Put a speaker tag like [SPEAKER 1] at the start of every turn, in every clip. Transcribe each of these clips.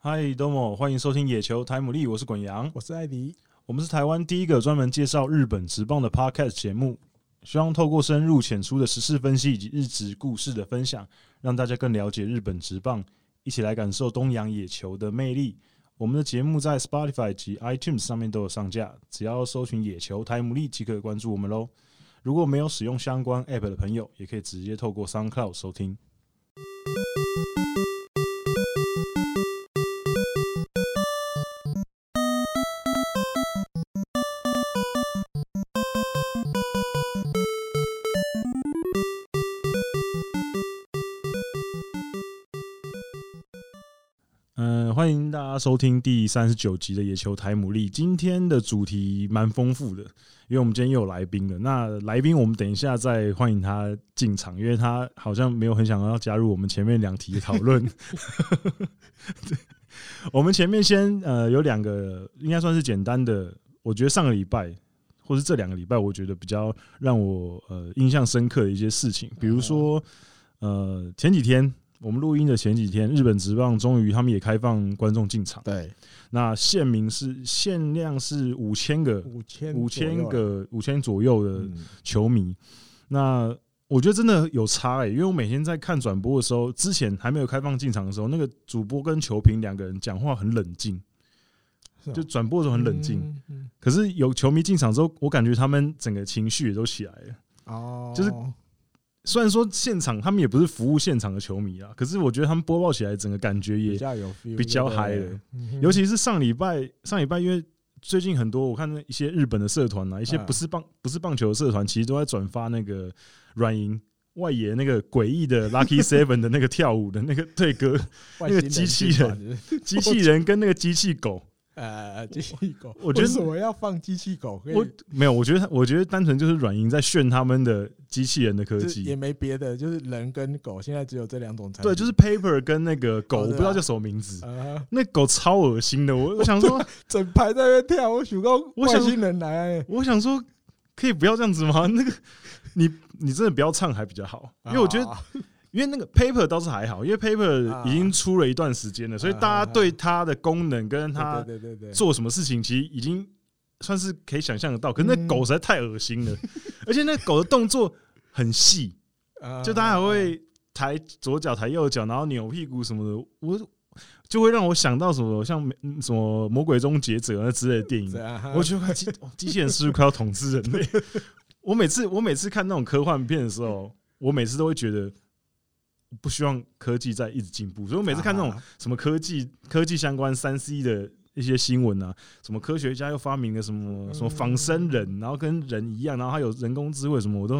[SPEAKER 1] 嗨，多么欢迎收听野球台姆利，我是滚羊，
[SPEAKER 2] 我是艾迪。
[SPEAKER 1] 我们是台湾第一个专门介绍日本职棒的 podcast 节目，希望透过深入浅出的时事分析以及日职故事的分享，让大家更了解日本职棒，一起来感受东洋野球的魅力。我们的节目在 Spotify 及 iTunes 上面都有上架，只要搜寻“野球台姆利”即可关注我们喽。如果没有使用相关 App 的朋友，也可以直接透过 SoundCloud 收听。嗯，欢迎大家收听第三十九集的野球台牡蛎。今天的主题蛮丰富的，因为我们今天又有来宾了。那来宾我们等一下再欢迎他进场，因为他好像没有很想要加入我们前面两题的讨论。 对我们前面先呃有两个，应该算是简单的。我觉得上个礼拜或是这两个礼拜，我觉得比较让我呃印象深刻的一些事情，比如说呃前几天我们录音的前几天，日本职棒终于他们也开放观众进场，
[SPEAKER 2] 对，
[SPEAKER 1] 那限名是限量是五千个，
[SPEAKER 2] 五千
[SPEAKER 1] 五千个五千左右
[SPEAKER 2] 左右
[SPEAKER 1] 的
[SPEAKER 2] 啊，嗯
[SPEAKER 1] 球迷。那我觉得真的有差哎、因为我每天在看转播的时候，之前还没有开放进场的时候，那个主播跟球评两个人讲话很冷静，
[SPEAKER 2] 是啊
[SPEAKER 1] 就转播的时候很冷静。
[SPEAKER 2] 嗯嗯
[SPEAKER 1] 可是有球迷进场之后，我感觉他们整个情绪也都起来了。
[SPEAKER 2] 哦，
[SPEAKER 1] 就是虽然说现场他们也不是服务现场的球迷啊，可是我觉得他们播报起来整个感觉也
[SPEAKER 2] 比较有 feel，
[SPEAKER 1] 比较嗨
[SPEAKER 2] 对不嗯对
[SPEAKER 1] 了，尤其是上礼拜，上礼拜因为最近很多我看一些日本的社团啊，一些
[SPEAKER 2] 嗯
[SPEAKER 1] 不是棒不是棒球的社团，其实都在转发那个软银外野那个诡异 的 Lucky Seven 的那个跳舞的那个对歌，
[SPEAKER 2] 外
[SPEAKER 1] 那个
[SPEAKER 2] 星
[SPEAKER 1] 机器
[SPEAKER 2] 进
[SPEAKER 1] 人
[SPEAKER 2] 团是不是，
[SPEAKER 1] 机器人跟那个机器狗，
[SPEAKER 2] 呃，机器狗，
[SPEAKER 1] 我觉得
[SPEAKER 2] 为什么要放机器狗？可以
[SPEAKER 1] 我没有，我觉得我觉得单纯就是软银在炫他们的机器人的科
[SPEAKER 2] 就是也
[SPEAKER 1] 技。
[SPEAKER 2] 没别的，就是人跟狗，现在只有这两种产品。
[SPEAKER 1] 对，就是 Paper 跟那个狗，
[SPEAKER 2] 哦
[SPEAKER 1] 我
[SPEAKER 2] 对啊
[SPEAKER 1] 不知道叫什么名字，
[SPEAKER 2] 呃，
[SPEAKER 1] 那狗超恶心的。我我想说，
[SPEAKER 2] 整排在那边跳，我想到
[SPEAKER 1] 我
[SPEAKER 2] 外
[SPEAKER 1] 想
[SPEAKER 2] 星人来，
[SPEAKER 1] 我想说，可以不要这样子吗？那个，你你真的不要唱还比较好，因为我觉得
[SPEAKER 2] 啊
[SPEAKER 1] 因为那个 paper 倒是还好，因为 paper 已经出了一段时间了，所以大家对它的功能跟它
[SPEAKER 2] 对对对对对，
[SPEAKER 1] 做什么事情，其实已经算是可以想象得到。可是那
[SPEAKER 2] 嗯
[SPEAKER 1] 狗实在太恶心了，而且那狗的动作很细，
[SPEAKER 2] 呃
[SPEAKER 1] 就它还会抬左脚、抬右脚，然后扭屁股什么的，我就会让我想到什么像嗯什么《魔鬼终结者》那之类的电影
[SPEAKER 2] 这。样哈
[SPEAKER 1] 我觉得快机哦 机器人是不是快要统治人类？ 我每次我每次看那种科幻片的时
[SPEAKER 2] 嗯
[SPEAKER 1] 候，我每次都会觉得不希望科技在一直进步，所以我每次看那种
[SPEAKER 2] 啊
[SPEAKER 1] 什么科技科技相关三 C 的一些新闻啊，什么科学家又发明了什么
[SPEAKER 2] 嗯
[SPEAKER 1] 什么仿生人，然后跟人一样，然后还有人工智慧什么，我都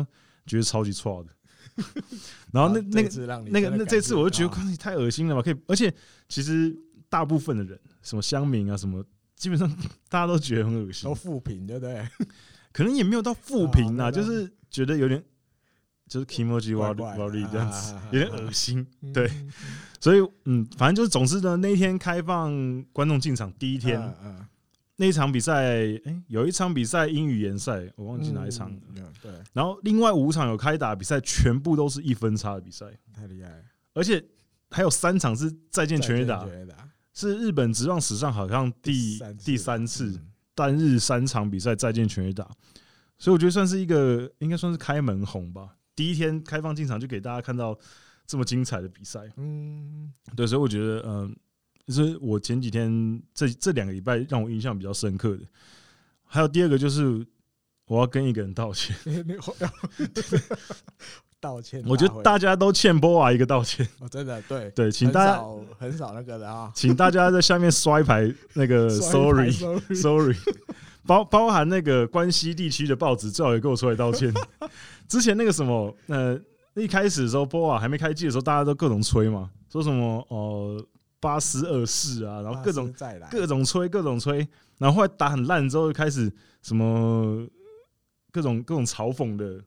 [SPEAKER 1] 觉得超级错的。 然后那
[SPEAKER 2] 啊
[SPEAKER 1] 那
[SPEAKER 2] 这
[SPEAKER 1] 个
[SPEAKER 2] 次让你
[SPEAKER 1] 那个
[SPEAKER 2] 真的
[SPEAKER 1] 那这次
[SPEAKER 2] 感
[SPEAKER 1] 我就觉得，
[SPEAKER 2] 啊
[SPEAKER 1] 关系太恶心了吧？可以，而且其实大部分的人，什么乡民啊，什么基本上 大家都觉得很恶心
[SPEAKER 2] 都，负评，对不对？
[SPEAKER 1] 可能也没有到负评啊，
[SPEAKER 2] 啊对
[SPEAKER 1] 就
[SPEAKER 2] 对
[SPEAKER 1] 是觉得有点就是 kimoji w a
[SPEAKER 2] 怪
[SPEAKER 1] r
[SPEAKER 2] 怪的
[SPEAKER 1] w a r 这样子
[SPEAKER 2] 啊，
[SPEAKER 1] 有点恶心。
[SPEAKER 2] 嗯
[SPEAKER 1] 对
[SPEAKER 2] 嗯
[SPEAKER 1] 所以嗯，反正就是，总之呢，那一天开放观众进场第一天，
[SPEAKER 2] 嗯嗯
[SPEAKER 1] 那一场比赛，哎，有一场比赛英语联赛，我忘记哪一场了。
[SPEAKER 2] 嗯？嗯对，
[SPEAKER 1] 然后另外五场有开打比赛，全部都是一分差的比赛，
[SPEAKER 2] 太厉害了，
[SPEAKER 1] 而且还有三场是再见全垒打
[SPEAKER 2] 再，见全垒打
[SPEAKER 1] 是日本职棒史上好像第
[SPEAKER 2] 三次
[SPEAKER 1] 第三次
[SPEAKER 2] 嗯
[SPEAKER 1] 单日三场比赛再见全垒打，所以我觉得算是一个应该算是开门红吧。第一天开放进场就给大家看到这么精彩的比赛，
[SPEAKER 2] 嗯，
[SPEAKER 1] 对，所以我觉得，嗯、就是我前几天这这两个礼拜让我印象比较深刻的，还有第二个就是我要跟一个人道 歉，
[SPEAKER 2] 你我嗯道歉大会，
[SPEAKER 1] 我觉得大家都欠波娃一个道歉，
[SPEAKER 2] 哦真的对，
[SPEAKER 1] 对，请大
[SPEAKER 2] 很
[SPEAKER 1] 家
[SPEAKER 2] 少很少那个的啊
[SPEAKER 1] 请大家在下面刷一排那 个呃 sorry
[SPEAKER 2] ，sorry，
[SPEAKER 1] sorry，包 包含那个关西地区的报纸，最好也给我出来道歉。 之前那个什么，呃，一开始的时候，波瓦还没开季的时候，大家都各种吹嘛，说什么呃八十二世啊，然后各种
[SPEAKER 2] 再来，
[SPEAKER 1] 各种吹，各种吹，然后后来打很烂之后，就开始什么各种各种嘲讽的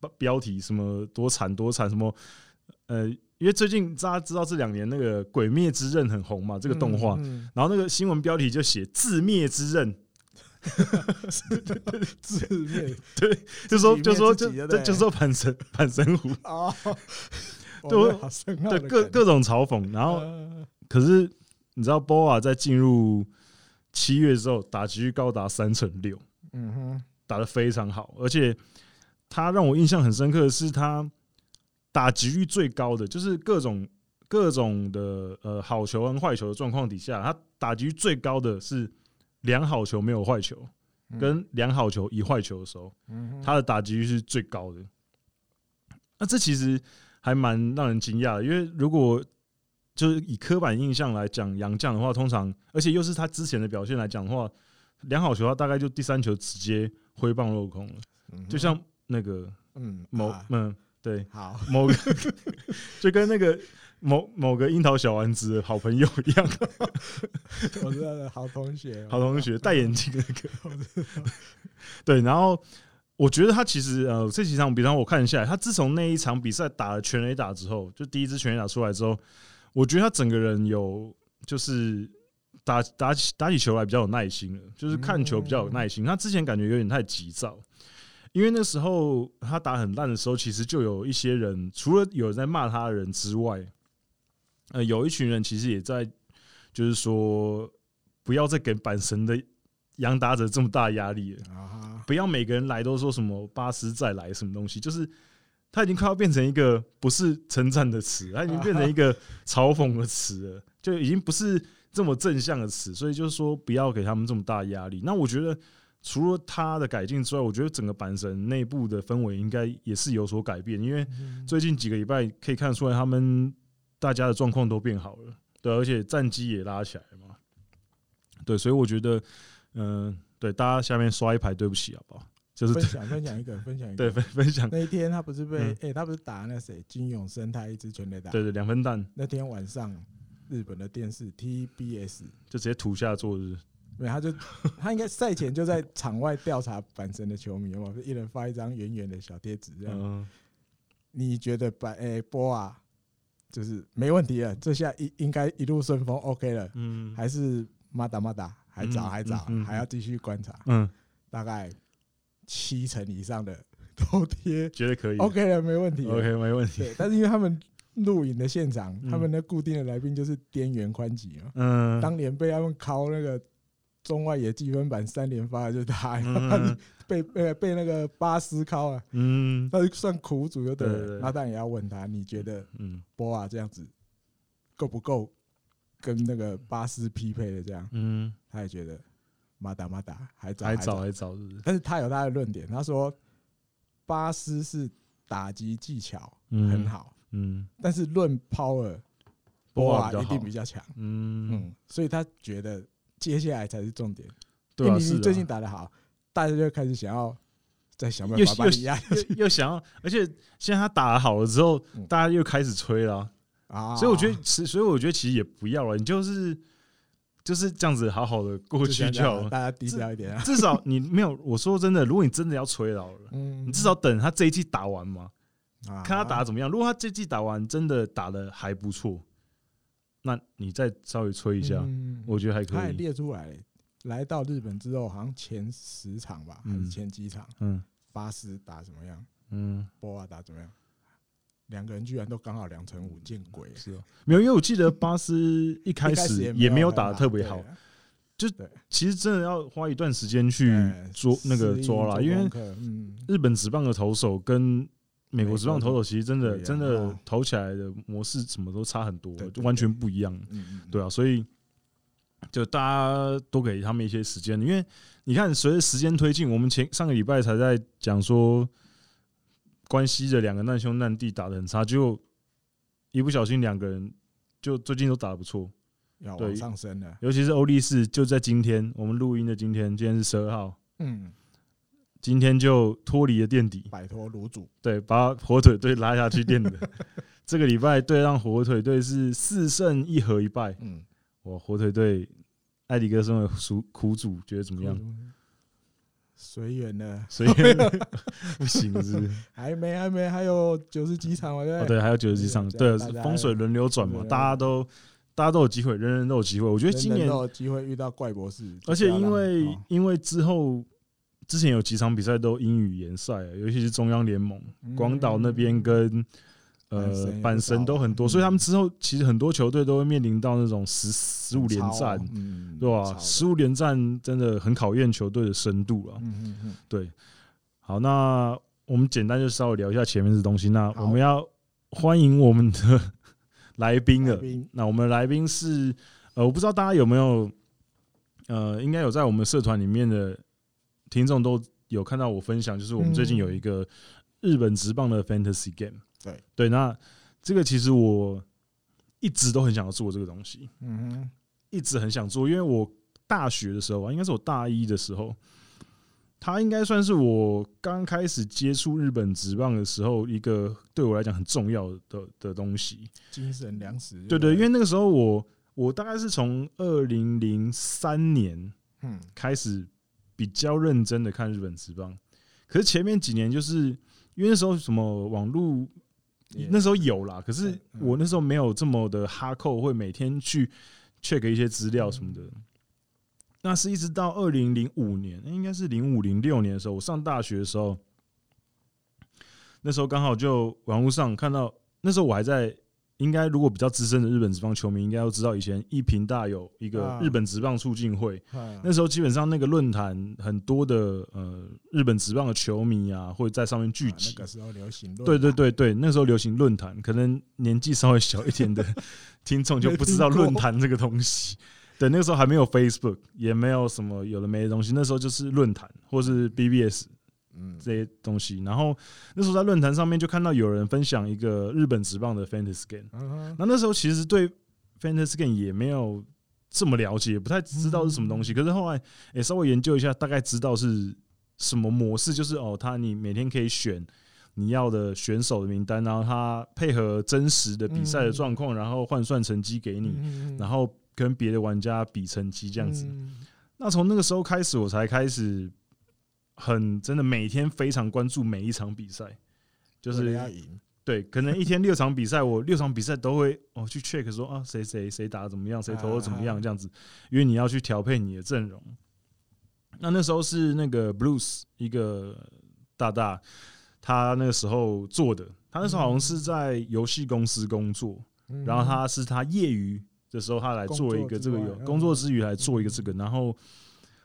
[SPEAKER 1] 标标题，什么多惨多惨，什么呃，因为最近大家知道这两年那个《鬼灭之刃》很红嘛，这个动画，
[SPEAKER 2] 嗯
[SPEAKER 1] 然后那个新闻标题就写“自灭之刃
[SPEAKER 2] 嗯 字面”，
[SPEAKER 1] 就说
[SPEAKER 2] 自己
[SPEAKER 1] 就
[SPEAKER 2] 灭
[SPEAKER 1] 说
[SPEAKER 2] 自
[SPEAKER 1] 就
[SPEAKER 2] 己对不
[SPEAKER 1] 就
[SPEAKER 2] 对
[SPEAKER 1] 就说反神 反神虎，
[SPEAKER 2] 哦，
[SPEAKER 1] 对我
[SPEAKER 2] 哇好深奥
[SPEAKER 1] 对
[SPEAKER 2] 的
[SPEAKER 1] 各
[SPEAKER 2] 梗
[SPEAKER 1] 各种嘲讽。然后
[SPEAKER 2] 呃
[SPEAKER 1] 可是你知道 BOA 在进入七月之后，打击率高达三成六，
[SPEAKER 2] 嗯哼，
[SPEAKER 1] 打得非常好，而且他让我印象很深刻的是，他打击率最高的，就是各种各种的呃好球跟坏球的状况底下，他打击率最高的是两好球没有坏球，
[SPEAKER 2] 嗯
[SPEAKER 1] 跟两好球一坏球的时候，
[SPEAKER 2] 嗯哼
[SPEAKER 1] 他的打击率是最高的。那这其实还蛮让人惊讶的，因为如果就是以刻板印象来讲，杨将的话，通常而且又是他之前的表现来讲的话，两好球他大概就第三球直接挥棒落空了，
[SPEAKER 2] 嗯哼
[SPEAKER 1] 就像那个
[SPEAKER 2] 嗯
[SPEAKER 1] 某
[SPEAKER 2] 啊
[SPEAKER 1] 嗯对
[SPEAKER 2] 好，
[SPEAKER 1] 某个就跟那个某某个樱桃小丸子的好朋友一 样，
[SPEAKER 2] 我知道了，好同学，
[SPEAKER 1] 好同学戴眼镜那个， 对，然后我觉得他其实呃这几场比赛我看下来，他自从那一场比赛打了全垒打之后，就第一支全垒打出来之后，我觉得他整个人有就是打打起打起球来比较有耐心了，就是看球比较有耐心。他之前感觉有点太急躁。因为那时候他打很烂的时候，其实就有一些人，除了有人在骂他的人之外，呃，有一群人其实也在，就是说不要再给阪神的杨达哲这么大压力了，
[SPEAKER 2] 啊
[SPEAKER 1] 不要每个人来都说什么巴斯再来什么东西，就是他已经快要变成一个不是称赞的词，他已经变成一个嘲讽的词了，就已经不是这么正向的词，所以就是说不要给他们这么大压力。那我觉得除了他的改进之外，我觉得整个阪神内部的氛围应该也是有所改变，因为
[SPEAKER 2] 哈，
[SPEAKER 1] 最近几个礼拜可以看出来，他们大家的状况都变好了，对，啊而且战绩也拉起来了嘛，对，所以我觉得，嗯、对，大家下面刷一排，对不起，好不好？就是
[SPEAKER 2] 分享分享一个，分享一
[SPEAKER 1] 对
[SPEAKER 2] 个。
[SPEAKER 1] 分分享，
[SPEAKER 2] 那一天他不是被
[SPEAKER 1] 嗯
[SPEAKER 2] 哎、他不是打那谁金永生他一支全垒打。
[SPEAKER 1] 对对，两分弹
[SPEAKER 2] 那天晚上日本的电视 TBS，
[SPEAKER 1] 就直接土下坐日，
[SPEAKER 2] 没有 他就他应该赛前就在场外调查阪神的球迷嘛，就一人发一张圆圆的小贴纸，这样、
[SPEAKER 1] 嗯，
[SPEAKER 2] 你觉得阪哎、波啊，就是没问题了，这下应应该一路顺风 OK 了，
[SPEAKER 1] 嗯
[SPEAKER 2] 还是马打马打还早
[SPEAKER 1] 嗯
[SPEAKER 2] 还早，
[SPEAKER 1] 嗯嗯
[SPEAKER 2] 还要继续观察，
[SPEAKER 1] 嗯，
[SPEAKER 2] 大概七成以上的都贴
[SPEAKER 1] 绝对可以
[SPEAKER 2] OK 了，没问题了
[SPEAKER 1] OK，没问题，
[SPEAKER 2] 对，但是因为他们录影的现场，
[SPEAKER 1] 嗯
[SPEAKER 2] 他们的固定的来宾就是滇原宽吉嘛，
[SPEAKER 1] 嗯，
[SPEAKER 2] 当年被他们敲那个中外野积分板三连发的就是他，
[SPEAKER 1] 嗯
[SPEAKER 2] 被被被那个巴斯敲啊，
[SPEAKER 1] 嗯
[SPEAKER 2] 他就算苦主就对
[SPEAKER 1] 对对
[SPEAKER 2] 了。
[SPEAKER 1] 对
[SPEAKER 2] 那当然也要问他，你觉得
[SPEAKER 1] 嗯
[SPEAKER 2] 波啊这样子够不够跟那个巴斯匹配的？这样
[SPEAKER 1] 嗯，
[SPEAKER 2] 他也觉得马打马打还早
[SPEAKER 1] 还早还早日，
[SPEAKER 2] 但是他有他的论点，他说巴斯是打击技巧
[SPEAKER 1] 嗯
[SPEAKER 2] 很好，
[SPEAKER 1] 嗯
[SPEAKER 2] 但是论 power，
[SPEAKER 1] 波
[SPEAKER 2] 波
[SPEAKER 1] 啊
[SPEAKER 2] 啊
[SPEAKER 1] 比较
[SPEAKER 2] 一定
[SPEAKER 1] 好
[SPEAKER 2] 比较强。
[SPEAKER 1] 嗯，
[SPEAKER 2] 嗯，所以他觉得接下来才是重点。
[SPEAKER 1] 对
[SPEAKER 2] 因
[SPEAKER 1] 啊，
[SPEAKER 2] 哎为你
[SPEAKER 1] 是
[SPEAKER 2] 你
[SPEAKER 1] 啊
[SPEAKER 2] 最近打得好，大家就开始想要再想办
[SPEAKER 1] 又
[SPEAKER 2] 法把
[SPEAKER 1] 又
[SPEAKER 2] 你压下去
[SPEAKER 1] 又又想要，而且现在他打好了之后
[SPEAKER 2] 嗯，
[SPEAKER 1] 大家又开始吹了啊、
[SPEAKER 2] 啊。
[SPEAKER 1] 所以我觉得，其所以我觉得其实也不要了，你就是就是这样子好好的过
[SPEAKER 2] 就
[SPEAKER 1] 去
[SPEAKER 2] 想
[SPEAKER 1] 就好
[SPEAKER 2] 想
[SPEAKER 1] 了。
[SPEAKER 2] 大家低调一点啊。
[SPEAKER 1] 至少你没有，我说真的，如果你真的要吹老了，
[SPEAKER 2] 嗯，
[SPEAKER 1] 你至少等他这一季打完嘛，
[SPEAKER 2] 啊
[SPEAKER 1] 看他打得怎么样。如果他这季打完真的打的还不错，那你再稍微吹一下，
[SPEAKER 2] 嗯
[SPEAKER 1] 我觉得还
[SPEAKER 2] 他
[SPEAKER 1] 可
[SPEAKER 2] 也
[SPEAKER 1] 以。
[SPEAKER 2] 列出来，来到日本之后，好像前十场吧，还
[SPEAKER 1] 嗯
[SPEAKER 2] 是前几场，
[SPEAKER 1] 嗯
[SPEAKER 2] 巴斯打怎么样，
[SPEAKER 1] 嗯，
[SPEAKER 2] 波瓦打怎么样，两个人居然都刚好两成五，见鬼！
[SPEAKER 1] 是哦，没有，因为我记得巴斯一开
[SPEAKER 2] 一开
[SPEAKER 1] 始
[SPEAKER 2] 始
[SPEAKER 1] 也
[SPEAKER 2] 没
[SPEAKER 1] 没有
[SPEAKER 2] 很
[SPEAKER 1] 打的特别
[SPEAKER 2] 对
[SPEAKER 1] 好，
[SPEAKER 2] 啊
[SPEAKER 1] 其实真的要花一段时间去
[SPEAKER 2] 对
[SPEAKER 1] 捉那个
[SPEAKER 2] 适应
[SPEAKER 1] 抓啦，因为
[SPEAKER 2] 功课嗯，
[SPEAKER 1] 日本职棒的投手跟美国
[SPEAKER 2] 美
[SPEAKER 1] 职棒
[SPEAKER 2] 国
[SPEAKER 1] 投手其实真
[SPEAKER 2] 不
[SPEAKER 1] 的
[SPEAKER 2] 一样
[SPEAKER 1] 真的
[SPEAKER 2] 哦
[SPEAKER 1] 投起来的模式什么都差很多
[SPEAKER 2] 对，对
[SPEAKER 1] 就完全不一样。
[SPEAKER 2] 嗯嗯，
[SPEAKER 1] 对啊，所以就大家多给他们一些时间，因为你看，随着时间推进，我们前上个礼拜才在讲说关西的两个难兄难弟打的很差，结果一不小心两个人就最近都打的不错，
[SPEAKER 2] 要
[SPEAKER 1] 对
[SPEAKER 2] 往上升了。
[SPEAKER 1] 尤其是欧力士，就在今天我们录音的今天，今天是十二号，
[SPEAKER 2] 嗯，
[SPEAKER 1] 今天就脱离了垫底，
[SPEAKER 2] 摆脱卤煮，
[SPEAKER 1] 对，把火腿队拉下去垫的。 这个礼拜对让火腿队是四胜一和一败，
[SPEAKER 2] 嗯，
[SPEAKER 1] 哇，火腿队艾迪哥身为苦苦主，觉得怎么样？
[SPEAKER 2] 随缘了，
[SPEAKER 1] 所以 不行是不是？
[SPEAKER 2] 还没还没，还有九十几场嘛，对
[SPEAKER 1] 哦，
[SPEAKER 2] 不对？
[SPEAKER 1] 对，还有九十几场，对，
[SPEAKER 2] 大家
[SPEAKER 1] 风水轮流转嘛，
[SPEAKER 2] 对
[SPEAKER 1] 大家都大家都有机会，人人都有机会。我觉得
[SPEAKER 2] 人
[SPEAKER 1] 今
[SPEAKER 2] 人
[SPEAKER 1] 年，
[SPEAKER 2] 都有机会遇到怪博士，
[SPEAKER 1] 而且因为
[SPEAKER 2] 哦
[SPEAKER 1] 因为之后之啊前有几场比赛都英语联赛，尤其是中央联盟，广岛那边跟呃
[SPEAKER 2] 嗯板神
[SPEAKER 1] 板神
[SPEAKER 2] 也不少嗯
[SPEAKER 1] 都很多，所以他们之后其实很多球队都会面临到那种十十五连战，
[SPEAKER 2] 嗯，
[SPEAKER 1] 对
[SPEAKER 2] 超
[SPEAKER 1] 吧？
[SPEAKER 2] 的
[SPEAKER 1] 十五连战真的很考验球队的深度了。
[SPEAKER 2] 嗯嗯嗯，
[SPEAKER 1] 对，好，那我们简单就稍微聊一下前面的东西。那
[SPEAKER 2] 好
[SPEAKER 1] 我们要欢迎我们的 来宾
[SPEAKER 2] 来
[SPEAKER 1] 了。
[SPEAKER 2] 宾
[SPEAKER 1] 那我们的来宾是呃，我不知道大家有没有呃，应该有在我们社团里面的听众都有看到我分享，就是我们最近
[SPEAKER 2] 嗯
[SPEAKER 1] 有一个日本职棒的 fantasy game。
[SPEAKER 2] 对
[SPEAKER 1] 对，那这个其实我一直都很想要做这个东西，
[SPEAKER 2] 嗯哼，
[SPEAKER 1] 一直很想做，因为我大学的时候啊，应该是我大一的时候，它应该算是我刚开始接触日本职棒的时候一个对我来讲很重要的的东西。
[SPEAKER 2] 精神粮食，
[SPEAKER 1] 对对，因
[SPEAKER 2] 为
[SPEAKER 1] 为那个时候我我大概是从二零零三年
[SPEAKER 2] 嗯，
[SPEAKER 1] 开始比较认真的看日本职棒，可是前面几年就是因为那时候什么网络
[SPEAKER 2] 也
[SPEAKER 1] 那时候有啦，可是
[SPEAKER 2] 嗯嗯
[SPEAKER 1] 我那时候没有这么的哈扣，会每天去 check 一些资料什么的。
[SPEAKER 2] 嗯
[SPEAKER 1] 那是一直到二零零五年，应该是零五零六年的时候，我上大学的时候，那时候刚好就网络上看到，那时候我还在，应该如果比较资深的日本职棒球迷应该都知道，以前一平大有一个
[SPEAKER 2] 啊
[SPEAKER 1] 日本职棒促进会，
[SPEAKER 2] 嗯
[SPEAKER 1] 那时候基本上那个论坛很多的呃日本职棒的球迷啊，会在上面聚
[SPEAKER 2] 啊
[SPEAKER 1] 集。
[SPEAKER 2] 那个时候流行论，
[SPEAKER 1] 对对，对对，那时候流行论坛，可能年纪稍微小一点的 听众就不知道
[SPEAKER 2] 没听过
[SPEAKER 1] 论坛这个东西。对，那个时候还没有 Facebook，也没有什么有的没的东西，那时候就是论坛或是 BBS
[SPEAKER 2] 嗯，
[SPEAKER 1] 这些东西。然后那时候在论坛上面就看到有人分享一个日本职棒的 Fantasy Game，
[SPEAKER 2] 嗯哼，
[SPEAKER 1] 那那时候其实对 Fantasy Game 也没有这么了解，不太知道是什么
[SPEAKER 2] 嗯
[SPEAKER 1] 东西。可是后来诶、稍微研究一下，大概知道是什么模式，就是哦，它你每天可以选你要的选手的名单，然后它配合真实的比赛的状况，然后换算成绩给你，
[SPEAKER 2] 嗯
[SPEAKER 1] 然后跟别的玩家比成绩这样子。
[SPEAKER 2] 嗯
[SPEAKER 1] 那从那个时候开始，我才开始很真的每天非常关注每一场比赛。就
[SPEAKER 2] 为
[SPEAKER 1] 是
[SPEAKER 2] 了要赢，
[SPEAKER 1] 对，可能一天六场比赛，我六场比赛都会哦去 check 说啊谁谁谁打得怎么样，谁投的怎么
[SPEAKER 2] 啊
[SPEAKER 1] 样这样子，因为你要去调配你的阵容。那那时候是那个 Blues 一个大大，他那个时候做的，他那时候好像是在游戏公司工作，
[SPEAKER 2] 嗯
[SPEAKER 1] 然后他是他业余的时候，他来做一个这个有
[SPEAKER 2] 工作之外嗯
[SPEAKER 1] 工作之余来做一个这个，然后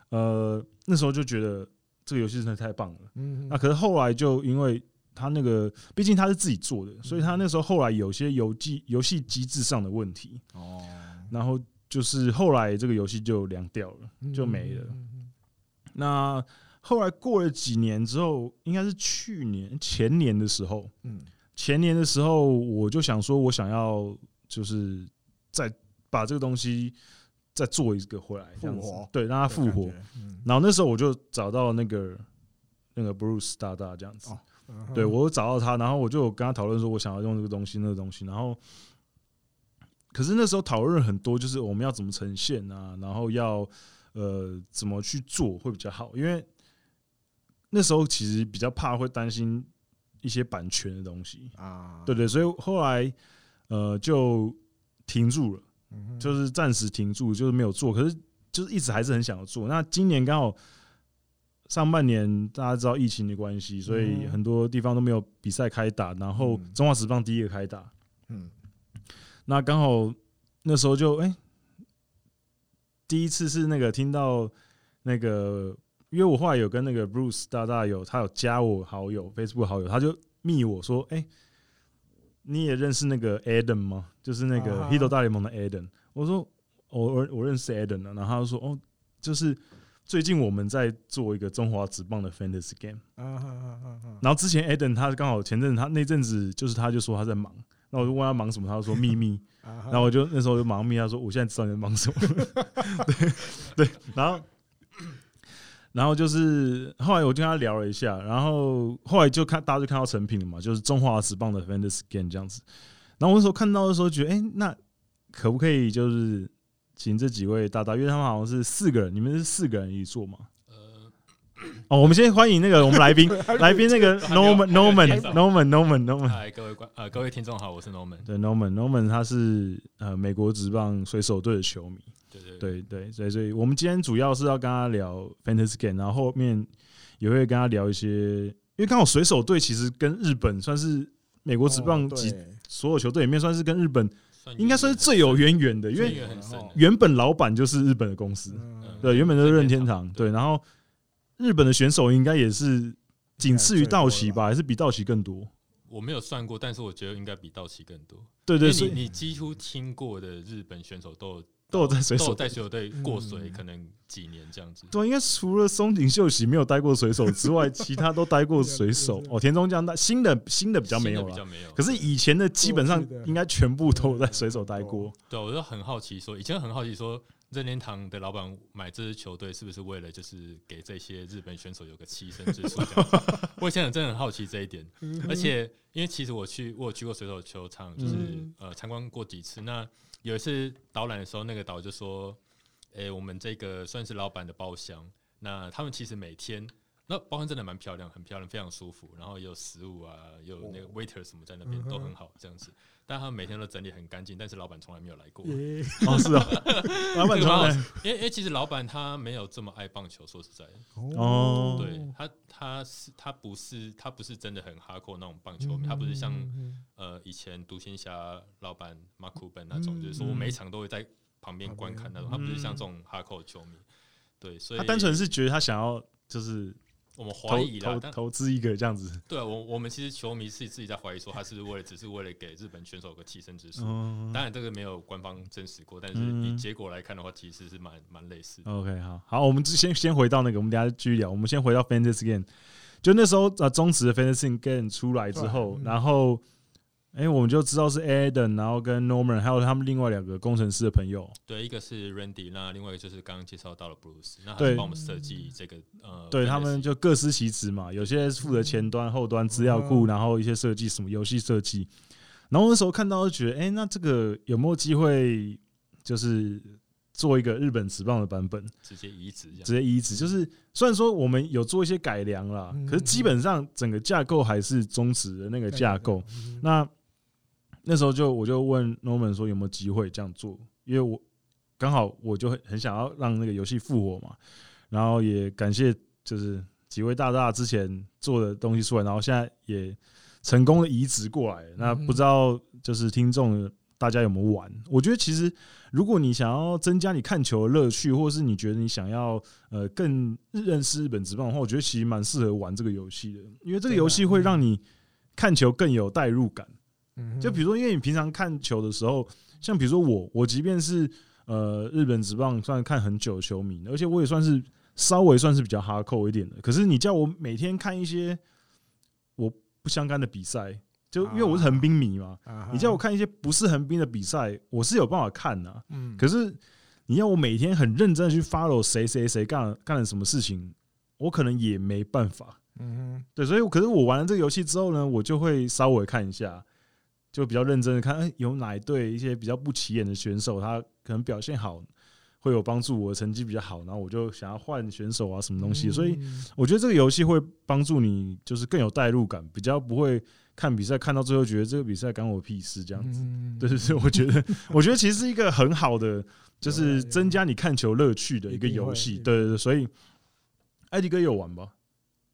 [SPEAKER 1] 呃那时候就觉得这个游戏真的太棒了。
[SPEAKER 2] 嗯
[SPEAKER 1] 那可是后来就因为他那个，毕竟他是自己做的，所以
[SPEAKER 2] 嗯
[SPEAKER 1] 他那时候后来有些游戏游戏机制上的问题，
[SPEAKER 2] 哦，
[SPEAKER 1] 然后就是后来这个游戏就凉掉了，就没了。
[SPEAKER 2] 嗯嗯
[SPEAKER 1] 那后来过了几年之后，应该是去年前年的时候，
[SPEAKER 2] 嗯，
[SPEAKER 1] 前年的时候我就想说，我想要就是再把这个东西再做一个回来，这样子
[SPEAKER 2] 复活，
[SPEAKER 1] 对，让它复活
[SPEAKER 2] 这。感觉，嗯
[SPEAKER 1] 然后那时候我就找到那个那个 Bruce 大大这样子
[SPEAKER 2] 哦。嗯哼
[SPEAKER 1] 对我有找到他，然后我就有跟他讨论说，我想要用这个东西，那个东西，然后，可是那时候讨论很多，就是我们要怎么呈现啊，然后要呃怎么去做会比较好，因为那时候其实比较怕会担心一些版权的东西，
[SPEAKER 2] 啊，
[SPEAKER 1] 对对，所以后来呃就停住了，
[SPEAKER 2] 嗯哼，
[SPEAKER 1] 就是暂时停住，就是没有做，可是就是一直还是很想要做。那今年刚好上半年大家知道疫情的关系，所以
[SPEAKER 2] 嗯
[SPEAKER 1] 很多地方都没有比赛开打，然后
[SPEAKER 2] 嗯
[SPEAKER 1] 中华职棒第一个开打，
[SPEAKER 2] 嗯
[SPEAKER 1] 那刚好那时候就哎、第一次是那个听到那个，因为我后来有跟那个 Bruce 大大有他有加我好友 Facebook 好友，他就密我说哎、你也认识那个 Adam 吗？就是那个
[SPEAKER 2] 啊哈
[SPEAKER 1] Hito 大联盟的 Adam。我说哦我我我认识 Adam 了，然后他就说哦，就是最近我们在做一个中华职棒的 Fantasy Game。
[SPEAKER 2] 啊哈哈哈哈，
[SPEAKER 1] 然后之前 Adam 他刚好前阵子他那阵子就是他就说他在忙，那我就问他忙什么，他就说秘密。
[SPEAKER 2] 啊哈
[SPEAKER 1] 然后我就那时候就忙命啊他说，我现在知道你在忙什么。 对对，然后然后就是后来我就跟他聊了一下，然后后来就看大家就看到成品了嘛，就是中华职棒的 Fantasy Game 这样子。然后我那时候看到的时候觉得，哎、那可不可以就是请这几位大大，因为他们好像是四个人，你们是四个人一起做嘛？哦，我们先欢迎那个我们来 宾，来宾那个
[SPEAKER 3] 还没有
[SPEAKER 1] Norman
[SPEAKER 3] 还没有介
[SPEAKER 1] Norman
[SPEAKER 3] 绍
[SPEAKER 1] Norman Norman Norman，
[SPEAKER 3] 嗨，各位观呃各位听众好，我是 Norman。
[SPEAKER 1] 对，Norman Norman 他是呃美国职棒水手队的球迷，
[SPEAKER 3] 对对
[SPEAKER 1] 对对，所以所以我们今天主要是要跟他聊 Fantasy Game，然后后面也会跟他聊一些，因为刚好水手队其实跟日本算是美国职棒
[SPEAKER 2] 哦对
[SPEAKER 1] 几所有球队里面，算是跟日本
[SPEAKER 3] 算
[SPEAKER 1] 应该算是最有渊源的，因为
[SPEAKER 3] 渊
[SPEAKER 1] 哦
[SPEAKER 3] 源很深的，
[SPEAKER 1] 原本老板就是日本的公司，
[SPEAKER 2] 嗯
[SPEAKER 1] 对，原本就是任天堂
[SPEAKER 3] 任天堂，
[SPEAKER 1] 对，然后日本的选手应该也是仅次于道奇
[SPEAKER 2] 最多
[SPEAKER 1] 吧，还是比道奇更多？
[SPEAKER 3] 我没有算过，但是我觉得应该比道奇更多。
[SPEAKER 1] 对
[SPEAKER 3] 因
[SPEAKER 1] 对，
[SPEAKER 3] 为
[SPEAKER 1] 所
[SPEAKER 3] 你
[SPEAKER 1] 以
[SPEAKER 3] 你几乎听过的日本选手都有
[SPEAKER 1] 都有在水
[SPEAKER 3] 都
[SPEAKER 1] 手
[SPEAKER 3] 有在球队过水，
[SPEAKER 2] 嗯
[SPEAKER 3] 可能几年这样子。
[SPEAKER 1] 对，应该除了松井秀喜没有待过水手之 外，其他都待过水
[SPEAKER 3] 啊
[SPEAKER 1] 手
[SPEAKER 2] 对。对
[SPEAKER 1] 哦，田中将大新的新的比较没有
[SPEAKER 3] 新的比
[SPEAKER 1] 了，
[SPEAKER 3] 较没有。
[SPEAKER 1] 可是以前的基本上
[SPEAKER 2] 过去的
[SPEAKER 1] 应该全部都有在水手待过。
[SPEAKER 3] 对，我就很好奇说，以前很好奇说，任天堂的老板买这支球队是不是为了就是给这些日本选手有个栖身之处这样 子？我以前真的很好奇这一点，嗯而且因为其实我去我有去过水手球场，就是、
[SPEAKER 2] 嗯
[SPEAKER 3] 呃参观过几次。那有一次导览的时候，那个导就说：“诶、我们这个算是老板的包厢，那他们其实每天。”那包厢真的蛮漂亮，很漂亮，非常舒服。然后也有食物啊，也有那个 waiter 什么在那边、都很好，这样子。但他们每天都整理很干净，但是老板从来没有来过。
[SPEAKER 2] 耶
[SPEAKER 1] 哦，是 啊，老板
[SPEAKER 3] 这
[SPEAKER 1] 从
[SPEAKER 3] 个蛮好
[SPEAKER 1] 来
[SPEAKER 3] 因为因为其实老板他没有这么爱棒球，说实在的，
[SPEAKER 1] 哦
[SPEAKER 3] 对他他是他不是他不是真的很哈扣那种棒
[SPEAKER 2] 嗯
[SPEAKER 3] 球迷，他不是像呃以前独行侠老板马库本那种，
[SPEAKER 2] 嗯
[SPEAKER 3] 就是说我每场都会在旁边观看那种，
[SPEAKER 2] 嗯
[SPEAKER 3] 他不是像这种哈扣球迷。对，所以
[SPEAKER 1] 他单纯是觉得他想要就是
[SPEAKER 3] 我们怀
[SPEAKER 1] 投
[SPEAKER 3] 疑啦
[SPEAKER 1] 投，
[SPEAKER 3] 但
[SPEAKER 1] 投资一个这样子。
[SPEAKER 3] 对啊我我们其实球迷是自己在怀疑说他是为了只是为了给日本选手个栖身之处。
[SPEAKER 1] 嗯
[SPEAKER 3] 当然，这个没有官方证实过，但是
[SPEAKER 1] 嗯
[SPEAKER 3] 以结果来看的话，其实是蛮蛮类似的。
[SPEAKER 1] ，OK，好，好，我们先先回到那个，我们等一下继续聊。我们先回到 Fantasy Game，就那时候呃，中职的 Fantasy Game 出来之后
[SPEAKER 2] 对，嗯
[SPEAKER 1] 然后哎、我们就知道是 Adam，然后跟 Norman，还有他们另外两个工程师的朋友，
[SPEAKER 2] 哦
[SPEAKER 3] 对，一个是 Randy，那另外一个就是刚刚介绍到了 Bruce，那他
[SPEAKER 1] 对
[SPEAKER 3] 是帮我们设计这个呃，
[SPEAKER 1] 对
[SPEAKER 3] fantasy
[SPEAKER 1] 他们就各司其职嘛，有些负责前端、后端资料库，
[SPEAKER 2] 嗯
[SPEAKER 1] 然后一些设计什么游戏设计。然后那时候看到就觉得，哎、那这个有没有机会，就是做一个日本职棒的版本，
[SPEAKER 3] 直接移植这样。
[SPEAKER 1] 直接移植？就是虽然说我们有做一些改良啦，
[SPEAKER 2] 嗯
[SPEAKER 1] 可是基本上整个架构还是中职的那个架构。，
[SPEAKER 2] 那
[SPEAKER 1] 那那时候就我就问 Norman 说有没有机会这样做，因为我刚好我就很很想要让那个游戏复活嘛，然后也感谢就是几位大大之前做的东西出来，然后现在也成功的移植过来了。
[SPEAKER 2] 嗯
[SPEAKER 1] 那不知道就是听众大家有没有玩？我觉得其实如果你想要增加你看球的乐趣，或是你觉得你想要呃更认识日本职棒的话，我觉得其实蛮适合玩这个游戏的，因为这个游戏会让你看球更有代入感。
[SPEAKER 2] 嗯
[SPEAKER 1] 就比如说，因为你平常看球的时候，像比如说我，我即便是呃日本职棒算看很久的球迷，而且我也算是稍微算是比较哈扣一点的。可是你叫我每天看一些我不相干的比赛，就因为我是横滨迷嘛，
[SPEAKER 2] 啊
[SPEAKER 1] 你叫我看一些不是横滨的比赛，我是有办法看的、啊
[SPEAKER 2] 嗯，
[SPEAKER 1] 可是你要我每天很认真的去 follow 谁谁谁干了干了什么事情，我可能也没办法。
[SPEAKER 2] 嗯
[SPEAKER 1] 对，所以可是我玩了这个游戏之后呢，我就会稍微看一下，就比较认真的看，哎、有哪一队一些比较不起眼的选手，他可能表现好，会有帮助我的成绩比较好，然后我就想要换选手啊，什么
[SPEAKER 2] 哼
[SPEAKER 1] 东西。所以
[SPEAKER 2] 嗯
[SPEAKER 1] 我觉得这个游戏会帮助你，就是更有代入感，比较不会看比赛看到最后觉得这个比赛干我屁事这样子。
[SPEAKER 2] 嗯
[SPEAKER 1] 对对对，我觉得我觉得其实是一个很好的，就是增加你看球乐趣的一个游
[SPEAKER 2] 啊一
[SPEAKER 1] 戏。
[SPEAKER 2] 定会
[SPEAKER 1] 对对对，所以艾迪哥也有玩吧？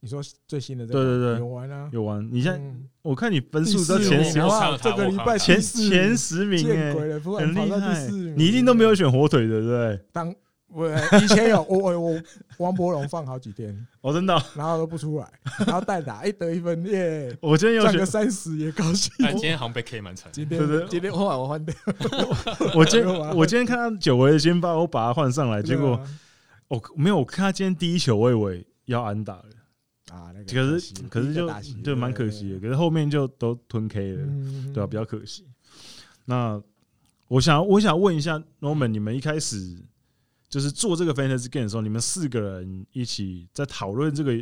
[SPEAKER 2] 你说最新的这
[SPEAKER 1] 对对
[SPEAKER 2] 个
[SPEAKER 1] 对
[SPEAKER 2] 有玩啊？
[SPEAKER 1] 有玩？你现在
[SPEAKER 2] 嗯
[SPEAKER 1] 我看你分数
[SPEAKER 2] 第
[SPEAKER 1] 到
[SPEAKER 2] 四啊
[SPEAKER 1] 前
[SPEAKER 3] 名
[SPEAKER 1] 十
[SPEAKER 3] 我
[SPEAKER 2] 哇
[SPEAKER 3] 看到
[SPEAKER 2] 这
[SPEAKER 3] 他
[SPEAKER 2] 个
[SPEAKER 3] 我
[SPEAKER 2] 礼
[SPEAKER 3] 看
[SPEAKER 2] 拜
[SPEAKER 3] 到他
[SPEAKER 1] 前
[SPEAKER 2] 第四
[SPEAKER 1] 前十名
[SPEAKER 2] 见
[SPEAKER 1] 哎、
[SPEAKER 2] 鬼了，不然
[SPEAKER 1] 很
[SPEAKER 2] 跑
[SPEAKER 1] 厉
[SPEAKER 2] 到第
[SPEAKER 1] 害欸
[SPEAKER 2] 四名。欸
[SPEAKER 1] 你一定都没有选火腿的，对不对？
[SPEAKER 2] 当我以前有我我我王伯龙放好几天，
[SPEAKER 1] 哦，真的哦，
[SPEAKER 2] 然后都不出来，然后代打一哎得一分耶，
[SPEAKER 1] 我今天有
[SPEAKER 2] 赚个
[SPEAKER 1] 选，
[SPEAKER 2] 三十也高兴。
[SPEAKER 3] 但今天好像被 K 蛮惨的，
[SPEAKER 2] 今
[SPEAKER 1] 对对
[SPEAKER 2] 天今天后来我换掉，
[SPEAKER 1] 我今
[SPEAKER 2] 有啊
[SPEAKER 1] 我今天看到久违的先发，我把他换上来，哎结果哦没有，我看他今天第一球我以为要安打了，
[SPEAKER 2] 啊那个
[SPEAKER 1] 可
[SPEAKER 2] 可
[SPEAKER 1] 是可是就就蛮可惜的，可是后面就都吞 K
[SPEAKER 2] 嗯
[SPEAKER 1] 了，对啊，比较可惜。那我想我想问一下 Norman，你们一开始就是做这个 Fantasy Game 的时候，你们四个人一起在讨论这个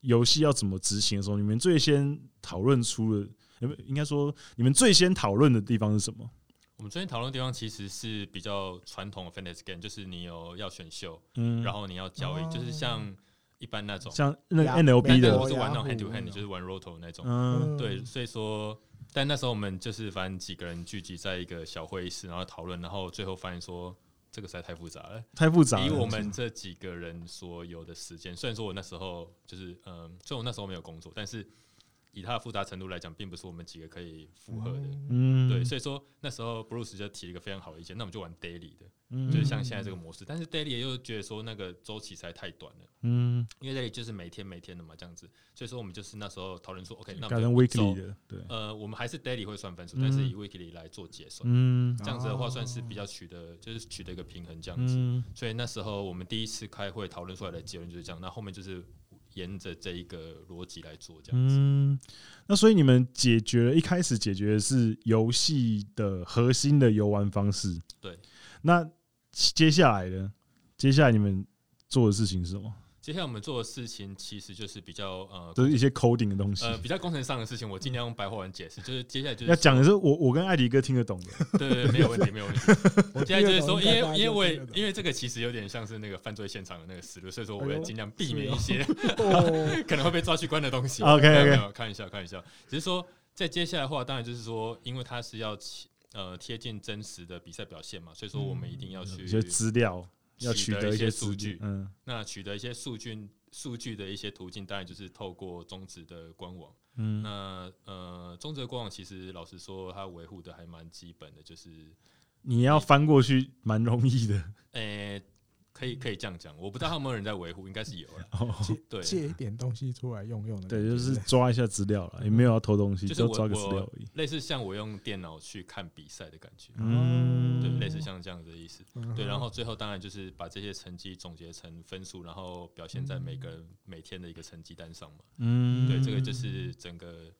[SPEAKER 1] 游戏要怎么执行的时候，你们最先讨论出了，呃不应该说你们最先讨论的地方是什么？
[SPEAKER 3] 我们昨天讨论的地方其实是比较传统的 fantasy game，就是你有要选秀，
[SPEAKER 1] 嗯
[SPEAKER 3] 然后你要交易，
[SPEAKER 2] 哦
[SPEAKER 3] 就是像一般那种，
[SPEAKER 1] 像那个
[SPEAKER 2] 呀
[SPEAKER 1] NLB
[SPEAKER 3] 但
[SPEAKER 2] 那
[SPEAKER 3] 是
[SPEAKER 2] 个
[SPEAKER 1] 的，
[SPEAKER 3] 不是玩那种
[SPEAKER 2] 雅
[SPEAKER 3] hand
[SPEAKER 2] 虎
[SPEAKER 3] to
[SPEAKER 2] 那
[SPEAKER 3] hand，
[SPEAKER 2] 种
[SPEAKER 3] 就是玩 roto 那种。
[SPEAKER 1] 嗯
[SPEAKER 3] 对，所以说，但那时候我们就是反正几个人聚集在一个小会议室，然后讨论，然后最后发现说这个实在太复杂了。
[SPEAKER 1] 太复杂了。
[SPEAKER 3] 以我们这几个呃人所有的时间，虽然说我那时候就是嗯，虽然我那时候没有工作，但是以它的复杂程度来讲，并不是我们几个可以负荷的。
[SPEAKER 1] 嗯，
[SPEAKER 3] 对，所以说那时候 Bruce 就提了一个非常好的意见，那我们就玩 daily 的，
[SPEAKER 1] 以
[SPEAKER 3] 就是像现在这个模式。但是 daily 又觉得说那个周期实在太短了，
[SPEAKER 1] 嗯，
[SPEAKER 3] 因为 daily 就是每天每天的嘛这样子，所以说我们就是那时候讨论说，OK，那我
[SPEAKER 1] 改成
[SPEAKER 3] 们就
[SPEAKER 1] weekly
[SPEAKER 3] 周
[SPEAKER 1] 的，对，
[SPEAKER 3] 呃，我们还是 daily 会算分数，
[SPEAKER 1] 嗯
[SPEAKER 3] 但是以 weekly 来做结算，
[SPEAKER 1] 嗯
[SPEAKER 3] 这样子的话
[SPEAKER 2] 哦
[SPEAKER 3] 算是比较取得就是取得一个平衡这样子。
[SPEAKER 1] 嗯
[SPEAKER 3] 所以那时候我们第一次开会讨论出来的结论就是这样，那后面就是沿着这一个逻辑来做这样子。
[SPEAKER 1] 嗯，那所以你们解决了一开始解决的是游戏的核心的游玩方式，
[SPEAKER 3] 对。
[SPEAKER 1] 那接下来呢？接下来你们做的事情是什么？
[SPEAKER 3] 接下来我们做的事情其实就是比较呃
[SPEAKER 1] 就是一些 coding 的东西。
[SPEAKER 3] 呃比较工程上的事情，我尽量用白话文解释， 就是接下来就是
[SPEAKER 1] 要讲的是我我跟艾迪哥听得懂的，
[SPEAKER 3] 对对，对没有问题， 没有问题。
[SPEAKER 2] 我
[SPEAKER 3] 接下来就是说，因
[SPEAKER 2] 听得懂
[SPEAKER 3] 为因为我也
[SPEAKER 2] 应该大家
[SPEAKER 3] 因为这个其实有点像是那个犯罪现场的那个思路，所以说我
[SPEAKER 2] 哎
[SPEAKER 3] 也
[SPEAKER 2] 呦
[SPEAKER 3] 尽量避免
[SPEAKER 2] 是哦
[SPEAKER 3] 一些
[SPEAKER 2] 都听得懂哦
[SPEAKER 3] 可能会被抓去关的东西。
[SPEAKER 1] OK，OK
[SPEAKER 3] 没有没有看一下看一下，只是说在接下来的话，当然就是说，因为它是要起呃贴近真实的比赛表现嘛，所以说我们一定要
[SPEAKER 1] 嗯
[SPEAKER 3] 去
[SPEAKER 1] 有些资料要取
[SPEAKER 3] 得
[SPEAKER 1] 一
[SPEAKER 3] 些
[SPEAKER 1] 资
[SPEAKER 3] 数据。
[SPEAKER 1] 嗯
[SPEAKER 3] 那取得一些数据数据的一些途径，当然就是透过中职的官网。
[SPEAKER 1] 嗯，
[SPEAKER 3] 那呃，中职的官网其实老实说，它维护的还蛮基本的，就是
[SPEAKER 1] 你要翻过去蛮容易的。
[SPEAKER 3] 诶、可以可以这样讲，我不知道他有没有人在维护，应该是有了。
[SPEAKER 1] 哦，
[SPEAKER 2] 借
[SPEAKER 3] 对
[SPEAKER 2] 借一点东西出来用用的感
[SPEAKER 1] 对，
[SPEAKER 2] 觉，
[SPEAKER 1] 就是抓一下资料了，也没有要偷东西，
[SPEAKER 3] 就是
[SPEAKER 1] 就
[SPEAKER 3] 我
[SPEAKER 1] 抓个资料
[SPEAKER 3] 我
[SPEAKER 1] 而已。
[SPEAKER 3] 类似像我用电脑去看比赛的感觉，
[SPEAKER 2] 哦
[SPEAKER 1] 嗯，
[SPEAKER 3] 对，类似像这样子的意思。
[SPEAKER 2] 嗯
[SPEAKER 3] 对，然后最后当然就是把这些成绩总结成分数，然后表现在每个人每天的一个成绩单上嘛。
[SPEAKER 1] 嗯，
[SPEAKER 3] 对，这个就是整个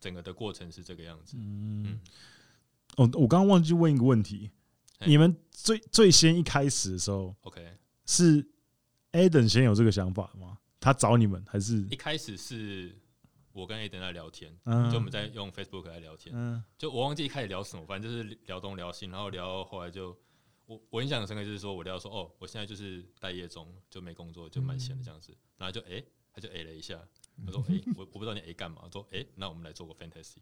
[SPEAKER 3] 整个的过程是这个样子。
[SPEAKER 1] 嗯
[SPEAKER 3] 嗯。
[SPEAKER 1] 哦，我刚刚忘记问一个问题，
[SPEAKER 3] 嘿
[SPEAKER 1] 你们最最先一开始的时候
[SPEAKER 3] OK，
[SPEAKER 1] 是 Adam 先有这个想法吗？他找你们还是
[SPEAKER 3] 一开始是我跟 Aden 在聊天，
[SPEAKER 1] 嗯
[SPEAKER 3] 就我们在用 Facebook 在聊天，
[SPEAKER 1] 嗯
[SPEAKER 3] 就我忘记一开始聊什么，反正就是聊东聊西，然后聊到后来就。我我印象很深刻，就是说我聊说哦，我现在就是待业中，就没工作，就蛮闲
[SPEAKER 1] 嗯
[SPEAKER 3] 的这样子。然后就诶，他就诶了一下，他说诶，我我不知道你诶干嘛。我说诶，那我们来做个 fantasy。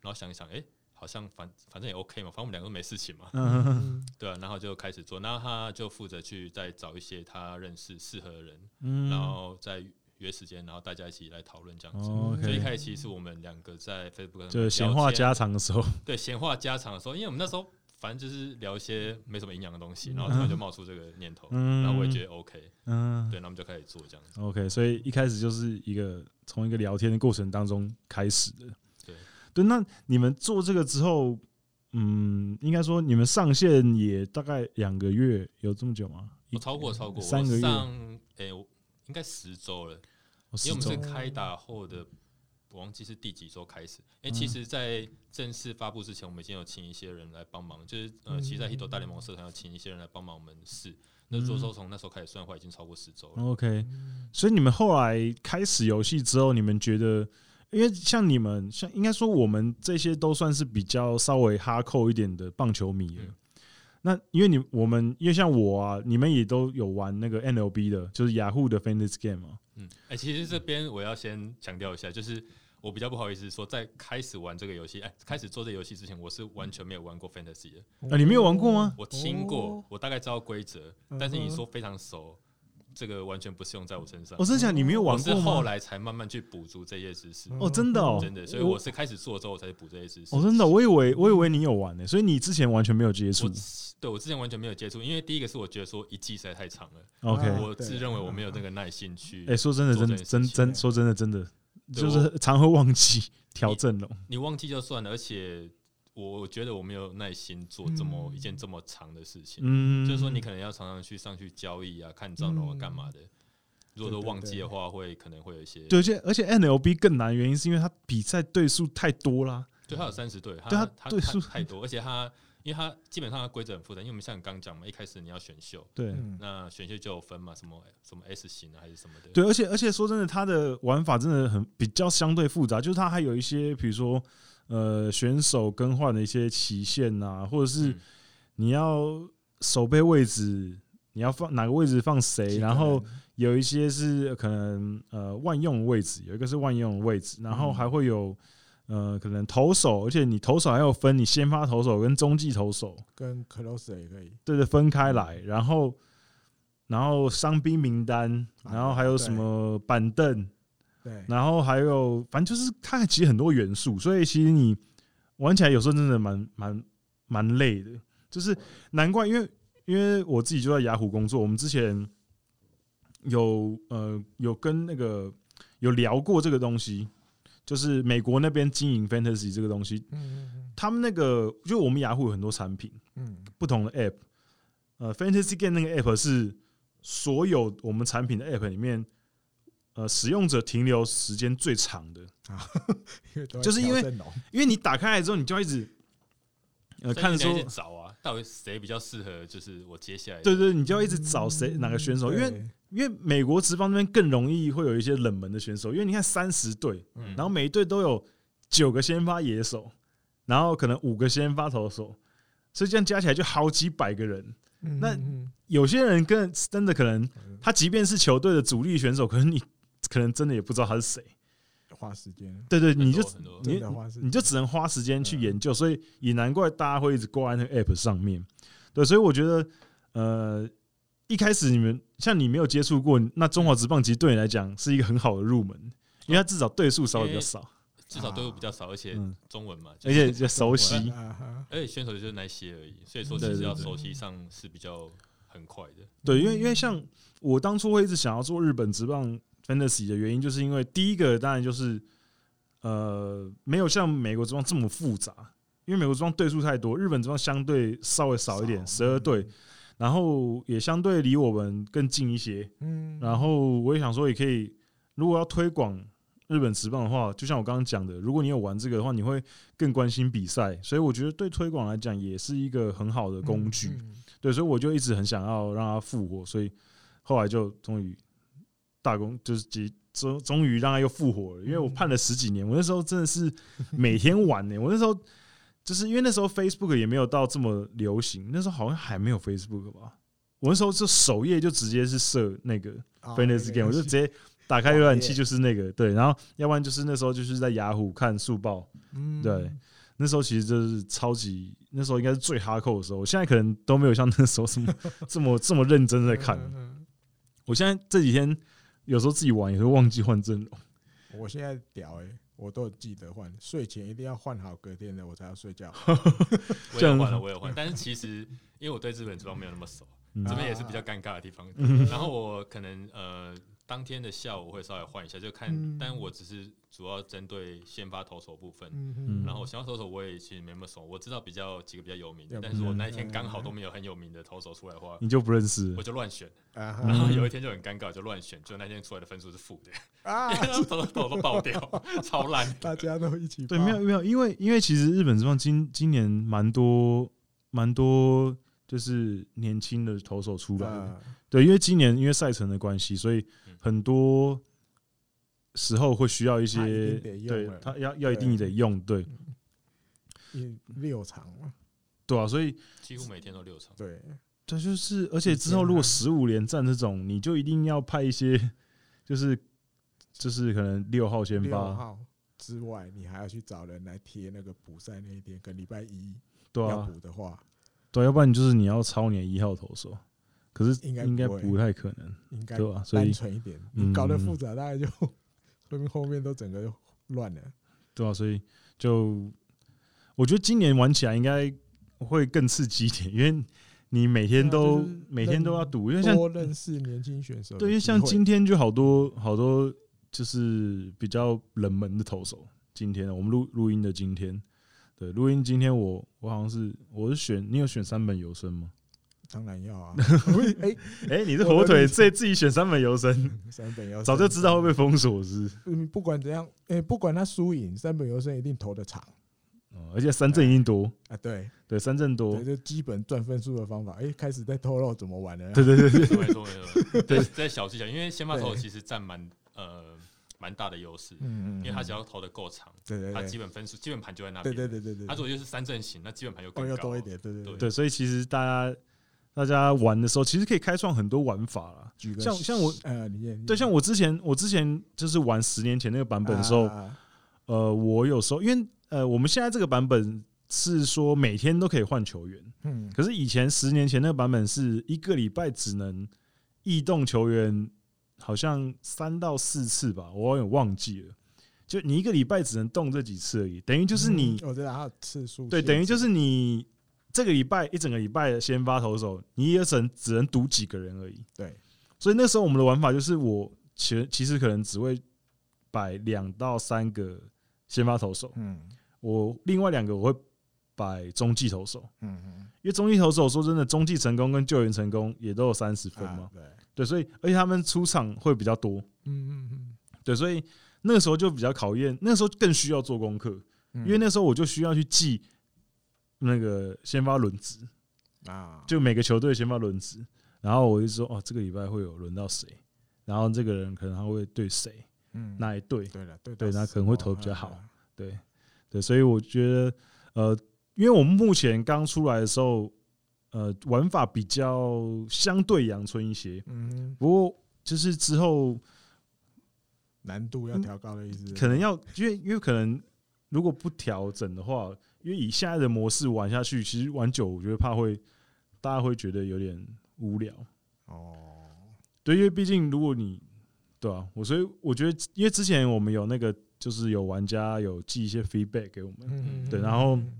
[SPEAKER 3] 然后想一想，诶，好像反反正也 OK 嘛，反正我们两个都没事情嘛，
[SPEAKER 1] 嗯
[SPEAKER 3] 对啊。然后就开始做，然后他就负责去再找一些他认识适合的人，
[SPEAKER 1] 嗯
[SPEAKER 3] 然后再约时间，然后大家一起来讨论这样子。
[SPEAKER 1] 哦
[SPEAKER 3] 所以一
[SPEAKER 1] ，OK，
[SPEAKER 3] 开始其实我们两个在 Facebook 上
[SPEAKER 1] 就是闲
[SPEAKER 3] 聊
[SPEAKER 1] 话
[SPEAKER 3] 天啊
[SPEAKER 1] 家常的时候，
[SPEAKER 3] 对闲话家常的时候，因为我们那时候反正就是聊一些没什么营养的东西，然后突然就冒出这个念头，
[SPEAKER 1] 嗯，
[SPEAKER 3] 然后我也觉得 OK，
[SPEAKER 1] 嗯，
[SPEAKER 3] 对，那我们就开始做这样子。
[SPEAKER 1] OK，所以一开始就是一个从一个聊天的过程当中开始的。
[SPEAKER 3] 对
[SPEAKER 1] 对，那你们做这个之后，嗯，应该说你们上线也大概两个月，有这么久吗？
[SPEAKER 3] 我超过超过
[SPEAKER 1] 三个
[SPEAKER 3] 我
[SPEAKER 1] 月
[SPEAKER 3] 上诶、我应该十周了，
[SPEAKER 1] 哦
[SPEAKER 3] 因为我
[SPEAKER 1] 10
[SPEAKER 3] 们是
[SPEAKER 1] 周
[SPEAKER 3] 开打后的，我忘记是第几周开始。因
[SPEAKER 1] 嗯
[SPEAKER 3] 为其实，在正式发布之前，我们已经有请一些人来帮忙，就是呃，其实
[SPEAKER 1] 嗯
[SPEAKER 3] 在 Hito 大联盟社团要请一些人来帮忙我们试。那如果说从那时候开始算的话，已经超过十周了。嗯
[SPEAKER 1] OK，所以你们后来开始游戏之后，你们觉得，因为像你们，像应该说我们这些都算是比较稍微哈扣一点的棒球迷了。
[SPEAKER 3] 嗯
[SPEAKER 1] 那因为你我们，因为像我啊，你们也都有玩那个 NLB 的，就是雅虎的 Fantasy Game 啊嘛。
[SPEAKER 3] 嗯，哎、其实这边我要先强调一下，就是我比较不好意思说，在开始玩这个游戏，哎、开始做这个游戏之前，我是完全没有玩过 Fantasy 的。
[SPEAKER 1] 啊你没有玩过吗
[SPEAKER 3] 我听过
[SPEAKER 2] 哦，
[SPEAKER 3] 我大概知道规则，但是你说非常熟，这个完全不适用在我身上
[SPEAKER 1] 我、。哦真的讲，你没有玩
[SPEAKER 3] 我是
[SPEAKER 1] 过吗？
[SPEAKER 3] 后来才慢慢去补足这些知识，
[SPEAKER 1] 哦，真的哦，
[SPEAKER 3] 真的，所以我是开始做之后我才去补这些知识。
[SPEAKER 1] 哦，真的，我以为我以为你有玩呢、所以你之前完全没有接触
[SPEAKER 3] 我。对我之前完全没有接触，因为第一个是我觉得说一季实在太长了，
[SPEAKER 1] OK，
[SPEAKER 2] 啊
[SPEAKER 1] 哎、
[SPEAKER 3] 我自认为我没有那个耐心去。
[SPEAKER 1] 说真的，
[SPEAKER 3] 做
[SPEAKER 1] 真的
[SPEAKER 3] 这件事
[SPEAKER 1] 真
[SPEAKER 3] 情
[SPEAKER 1] 真说真的真的，
[SPEAKER 3] 对
[SPEAKER 1] 就是常会忘记调哦阵容。
[SPEAKER 3] 你忘记就算了，而且我我觉得我没有耐心做这么一件这么长的事情，
[SPEAKER 1] 嗯，
[SPEAKER 3] 就是说你可能要常常去上去交易啊，看账笼啊，
[SPEAKER 2] 嗯
[SPEAKER 3] 干嘛的。如果都
[SPEAKER 2] 对对
[SPEAKER 3] 忘记的话，会可能会有一些，
[SPEAKER 1] 对，而且而且 NLB 更难，原因是因为它比赛对数太多啦。
[SPEAKER 3] 对，他有三十对，
[SPEAKER 1] 对
[SPEAKER 3] 他
[SPEAKER 1] 他
[SPEAKER 3] 他
[SPEAKER 1] 对
[SPEAKER 3] 他
[SPEAKER 1] 是
[SPEAKER 3] 太多，而且他因为他基本上他规则很复杂，因为我们像你刚讲嘛，一开始你要选秀，
[SPEAKER 1] 对、
[SPEAKER 2] 嗯
[SPEAKER 3] 那选秀就有分嘛，什么什么 S 型啊还是什么的，
[SPEAKER 1] 对，而且而且说真的，它的玩法真的很比较相对复杂，就是它还有一些比如说呃选手更换的一些期限啊，或者是
[SPEAKER 3] 嗯
[SPEAKER 1] 你要守备位置，你要放哪个位置放谁，
[SPEAKER 2] 几个
[SPEAKER 1] 然后
[SPEAKER 2] 人
[SPEAKER 1] 有一些是可能呃万用位置，有一个是万用位置，然后还会有呃可能投手，而且你投手还有分你先发投手跟中继投手，
[SPEAKER 2] 跟 close 也可以，
[SPEAKER 1] 对对，分开来，然后然后伤兵名单，
[SPEAKER 2] 啊
[SPEAKER 1] 然后还有什么板凳，
[SPEAKER 2] 对，
[SPEAKER 1] 然后还有，反正就是它其实很多元素，所以其实你玩起来有时候真的蛮蛮蛮累的。就是难怪，因为因为我自己就在雅虎工作，我们之前有呃有跟那个有聊过这个东西，就是美国那边经营 fantasy 这个东西，
[SPEAKER 2] 嗯
[SPEAKER 1] 他们那个就我们雅虎有很多产品，
[SPEAKER 2] 嗯嗯
[SPEAKER 1] 不同的 app，呃，fantasy game 那个 app 是所有我们产品的 app 里面。呃，使用者停留时间最长的，
[SPEAKER 2] 嗯，都在
[SPEAKER 1] 就是因为
[SPEAKER 2] 调阵容
[SPEAKER 1] 因为你打开来之后，你就要一直呃
[SPEAKER 3] 所以
[SPEAKER 1] 看
[SPEAKER 3] 你得
[SPEAKER 1] 说
[SPEAKER 3] 去，找啊，到底谁比较适合，就是我接下来的
[SPEAKER 1] 对对，你就要一直找谁哪个
[SPEAKER 3] 嗯
[SPEAKER 1] 选手，因为
[SPEAKER 2] 嗯对
[SPEAKER 1] 因为美国职棒那边更容易会有一些冷门的选手，因为你看三十队，
[SPEAKER 3] 嗯
[SPEAKER 1] 然后每一队都有九个先发野手，然后可能五个先发投手，所以这样加起来就好几百个人。
[SPEAKER 2] 嗯
[SPEAKER 1] 那
[SPEAKER 2] 嗯
[SPEAKER 1] 有些人跟真的可能
[SPEAKER 2] 嗯
[SPEAKER 1] 他即便是球队的主力选手，可能你可能真的也不知道他是谁。
[SPEAKER 2] 花时间，
[SPEAKER 1] 对对，
[SPEAKER 3] 很
[SPEAKER 1] 你
[SPEAKER 3] 多
[SPEAKER 1] 就
[SPEAKER 3] 很多
[SPEAKER 1] 你
[SPEAKER 2] 真的花时间，
[SPEAKER 1] 你就只能花时间去
[SPEAKER 2] 嗯
[SPEAKER 1] 研究，所以也难怪大家会一直挂在那个 app 上面。对，所以我觉得，呃，一开始你们像你没有接触过，那中华职棒其实对你来讲是一个很好的入门，因为它至少对数稍微比较少，
[SPEAKER 3] 至少队伍比较少，而且
[SPEAKER 1] 嗯，
[SPEAKER 3] 中文嘛，就
[SPEAKER 1] 而且
[SPEAKER 3] 是
[SPEAKER 1] 比较熟悉。
[SPEAKER 2] 啊哈
[SPEAKER 3] 而且哎选手就是那些而已，所以说
[SPEAKER 1] 对
[SPEAKER 3] 其实
[SPEAKER 1] 对
[SPEAKER 3] 要
[SPEAKER 1] 对
[SPEAKER 3] 熟悉上是比较很快的。
[SPEAKER 1] 对，
[SPEAKER 2] 嗯
[SPEAKER 1] 因为因为像我当初会一直想要做日本职棒 fantasy 的原因，就是因为第一个当然就是，呃，没有像美国职棒这么复杂，因为美国职棒队数太多，日本职棒相对稍微少一
[SPEAKER 2] 嗯
[SPEAKER 1] 点，十二队。，然后也相对离我们更近一些。
[SPEAKER 2] 嗯，
[SPEAKER 1] 然后我也想说，也可以，如果要推广日本职棒的话，就像我刚刚讲的，如果你有玩这个的话，你会更关心比赛，所以我觉得对推广来讲也是一个很好的工具。
[SPEAKER 2] 嗯，嗯
[SPEAKER 1] 对，所以我就一直很想要让它复活，所以后来就终于大功就是结。终终于让它又复活了，因为我盼了十几年，我那时候真的是每天玩呢、我那时候就是因为那时候 Facebook 也没有到这么流行，那时候好像还没有 Facebook 吧。我那时候就首页就直接是设那个
[SPEAKER 2] 啊
[SPEAKER 1] Fantasy
[SPEAKER 2] 那个
[SPEAKER 1] Game，我就直接打开浏览器就是那个对，然后要不然就是那时候就是在雅虎看速报，
[SPEAKER 2] 嗯
[SPEAKER 1] 对那时候其实就是超级，那时候应该是最哈扣的时候。我现在可能都没有像那时候这么这么这么认真在看。
[SPEAKER 2] 嗯嗯
[SPEAKER 1] 我现在这几天有时候自己玩也会忘记换阵容。
[SPEAKER 2] 嗯我现在屌哎，我都有记得换，睡前一定要换好，隔天的我才要睡觉。
[SPEAKER 3] 我
[SPEAKER 1] 这
[SPEAKER 3] 也
[SPEAKER 1] 样
[SPEAKER 3] 换了，我也换，但是其实因为我对日本职棒没有那么熟，
[SPEAKER 1] 嗯
[SPEAKER 3] 这边也是比较尴尬的地方。然后我可能呃当天的下午会稍微换一下，就看，
[SPEAKER 2] 嗯
[SPEAKER 3] 但我只是主要针对先发投手部分。
[SPEAKER 2] 嗯
[SPEAKER 1] 嗯
[SPEAKER 3] 然后先发投手我也其实没那么熟，我知道比较几个比较有名的
[SPEAKER 2] 嗯，
[SPEAKER 3] 但是我那一天刚好都没有很有名的投手出来的话，
[SPEAKER 1] 你就不认识
[SPEAKER 3] 我就乱选，
[SPEAKER 2] 啊
[SPEAKER 3] 然
[SPEAKER 2] 哈
[SPEAKER 3] 后有一天就很尴尬，就乱选，就那天出来的分数是负的，
[SPEAKER 2] 啊，
[SPEAKER 3] 投手都爆掉，超烂。
[SPEAKER 2] 大家都一起
[SPEAKER 1] 对，
[SPEAKER 2] 报
[SPEAKER 1] 没有没有，因为因为其实日本这棒今今年蛮多蛮多就是年轻的投手出来的。
[SPEAKER 2] 啊
[SPEAKER 1] 对，因为今年因为赛程的关系，所以
[SPEAKER 3] 嗯
[SPEAKER 1] 很多时候会需要一
[SPEAKER 2] 他一
[SPEAKER 1] 些
[SPEAKER 2] 定得用
[SPEAKER 1] 对
[SPEAKER 2] 了嗯
[SPEAKER 1] 他要要一定得用对
[SPEAKER 2] 一六场嘛，
[SPEAKER 1] 对啊，所以
[SPEAKER 3] 几乎每天都六场。
[SPEAKER 2] 对，
[SPEAKER 1] 对，就是而且之后
[SPEAKER 2] 天
[SPEAKER 1] 如果
[SPEAKER 2] 啊
[SPEAKER 1] 十五连战这种，你就一定要派一些，就是就是可能六号先
[SPEAKER 2] 六
[SPEAKER 1] 发，
[SPEAKER 2] 号之外，你还要去找人来贴那个补赛那一天，跟礼拜一
[SPEAKER 1] 对
[SPEAKER 2] 要
[SPEAKER 1] 啊，
[SPEAKER 2] 补的话，
[SPEAKER 1] 对，要不然你就是你要超你的一号投手，可是
[SPEAKER 2] 应该
[SPEAKER 1] 应该
[SPEAKER 2] 不会
[SPEAKER 1] 不太可能，
[SPEAKER 2] 应该
[SPEAKER 1] 对吧？啊所
[SPEAKER 2] 单
[SPEAKER 1] 以
[SPEAKER 2] 纯一点，
[SPEAKER 1] 嗯
[SPEAKER 2] 你搞得复杂，大概就 说明后面都整个就乱了。
[SPEAKER 1] 对啊，所以就我觉得今年玩起来应该会更刺激一点，因为你每天
[SPEAKER 2] 对啊
[SPEAKER 1] 都、
[SPEAKER 2] 就是
[SPEAKER 1] 每天都要
[SPEAKER 2] 认
[SPEAKER 1] 赌，因为像
[SPEAKER 2] 多认识年轻选手的机会，
[SPEAKER 1] 对，因为像今天就好多好多就是比较冷门的投手。今天啊我们录录音的今天，对录音今天我我好像是我是选你有选三本游生 吗？
[SPEAKER 2] 当然要啊， 哎，
[SPEAKER 1] 哎、你是
[SPEAKER 2] 我的
[SPEAKER 1] 火腿
[SPEAKER 2] 立场
[SPEAKER 1] 自自己选三本游 生，
[SPEAKER 2] 三本优
[SPEAKER 1] 早就知道会被封锁是不是、
[SPEAKER 2] 嗯，不管怎样，哎，不管他输赢，三本优胜一定投的长
[SPEAKER 1] 哦而且三振一定多，
[SPEAKER 2] 啊，对，
[SPEAKER 1] 对三振多
[SPEAKER 2] 对，，就基本赚分数的方法，哎，开始在透露怎么玩了，
[SPEAKER 1] 对对对对，
[SPEAKER 3] 没错没 错，对，在小技巧，因为先发投手其实占蛮呃蛮大的优势，
[SPEAKER 2] 嗯，嗯，
[SPEAKER 3] 因为他只
[SPEAKER 2] 要
[SPEAKER 3] 要投的够长，
[SPEAKER 2] 对对
[SPEAKER 3] 他
[SPEAKER 2] 对
[SPEAKER 3] 基本分数基本盘就在那
[SPEAKER 2] 对
[SPEAKER 3] 边。
[SPEAKER 2] 对对对对，
[SPEAKER 3] 他如果就是三阵型，那基本盘又
[SPEAKER 2] 哦
[SPEAKER 3] 更
[SPEAKER 2] 要
[SPEAKER 3] 高，
[SPEAKER 2] 多一点，对对对
[SPEAKER 3] 对
[SPEAKER 1] 对，所以其实大家大家玩的时候，其实可以开创很多玩法啦。
[SPEAKER 2] 举个
[SPEAKER 1] 像像我
[SPEAKER 2] 呃，你先
[SPEAKER 1] 对，像我之前我之前就是玩十年前那个版本的时候，
[SPEAKER 2] 啊
[SPEAKER 1] 呃，我有时候因为呃，我们现在这个版本是说每天都可以换球员，
[SPEAKER 2] 嗯
[SPEAKER 1] 可是以前十年前那个版本是一个礼拜只能异动球员好像三到四次吧，我有点忘记了。就你一个礼拜只能动这几次而已，等于就是你、
[SPEAKER 2] 嗯我知道它有次数限制，
[SPEAKER 1] 对，等于就是你这个礼拜一整个礼拜的先发投手，你也只能只能赌几个人而已。
[SPEAKER 2] 对，
[SPEAKER 1] 所以那时候我们的玩法就是，我其实其实可能只会摆两到三个先发投手，
[SPEAKER 2] 嗯
[SPEAKER 1] 我另外两个我会摆中继投手，
[SPEAKER 2] 嗯嗯，
[SPEAKER 1] 因为中继投手说真的，中继成功跟救援成功也都有三十分嘛
[SPEAKER 2] 啊，，对，嗯
[SPEAKER 1] 对，所以而且他们出场会比较多，
[SPEAKER 2] 嗯嗯
[SPEAKER 1] 对，所以那个时候就比较考验，那个时候更需要做功课，
[SPEAKER 2] 嗯，
[SPEAKER 1] 因为那时候我就需要去记那个先发轮值，
[SPEAKER 2] 啊，
[SPEAKER 1] 就每个球队先发轮值，然后我就说哦，这个礼拜会有轮到谁，然后这个人可能他会对谁
[SPEAKER 2] 嗯，
[SPEAKER 1] 那一队，
[SPEAKER 2] 对了，对
[SPEAKER 1] 对
[SPEAKER 2] 到
[SPEAKER 1] 那
[SPEAKER 2] 死
[SPEAKER 1] 可能会
[SPEAKER 2] 亡
[SPEAKER 1] 投比较
[SPEAKER 2] 啊
[SPEAKER 1] 好对对，所以我觉得呃，因为我们目前刚出来的时候，呃，玩法比较相对阳春一些，
[SPEAKER 2] 嗯，
[SPEAKER 1] 不过就是之后
[SPEAKER 2] 难度要调高的意思，
[SPEAKER 1] 嗯可能要，因为因为可能如果不调整的话，因为以现在的模式玩下去，其实玩久，我觉得怕会大家会觉得有点无聊。
[SPEAKER 2] 哦，
[SPEAKER 1] 对，因为毕竟如果你对啊，我所以我觉得，因为之前我们有那个就是有玩家有寄一些 feedback 给我们，
[SPEAKER 2] 嗯
[SPEAKER 1] 对然后
[SPEAKER 2] 嗯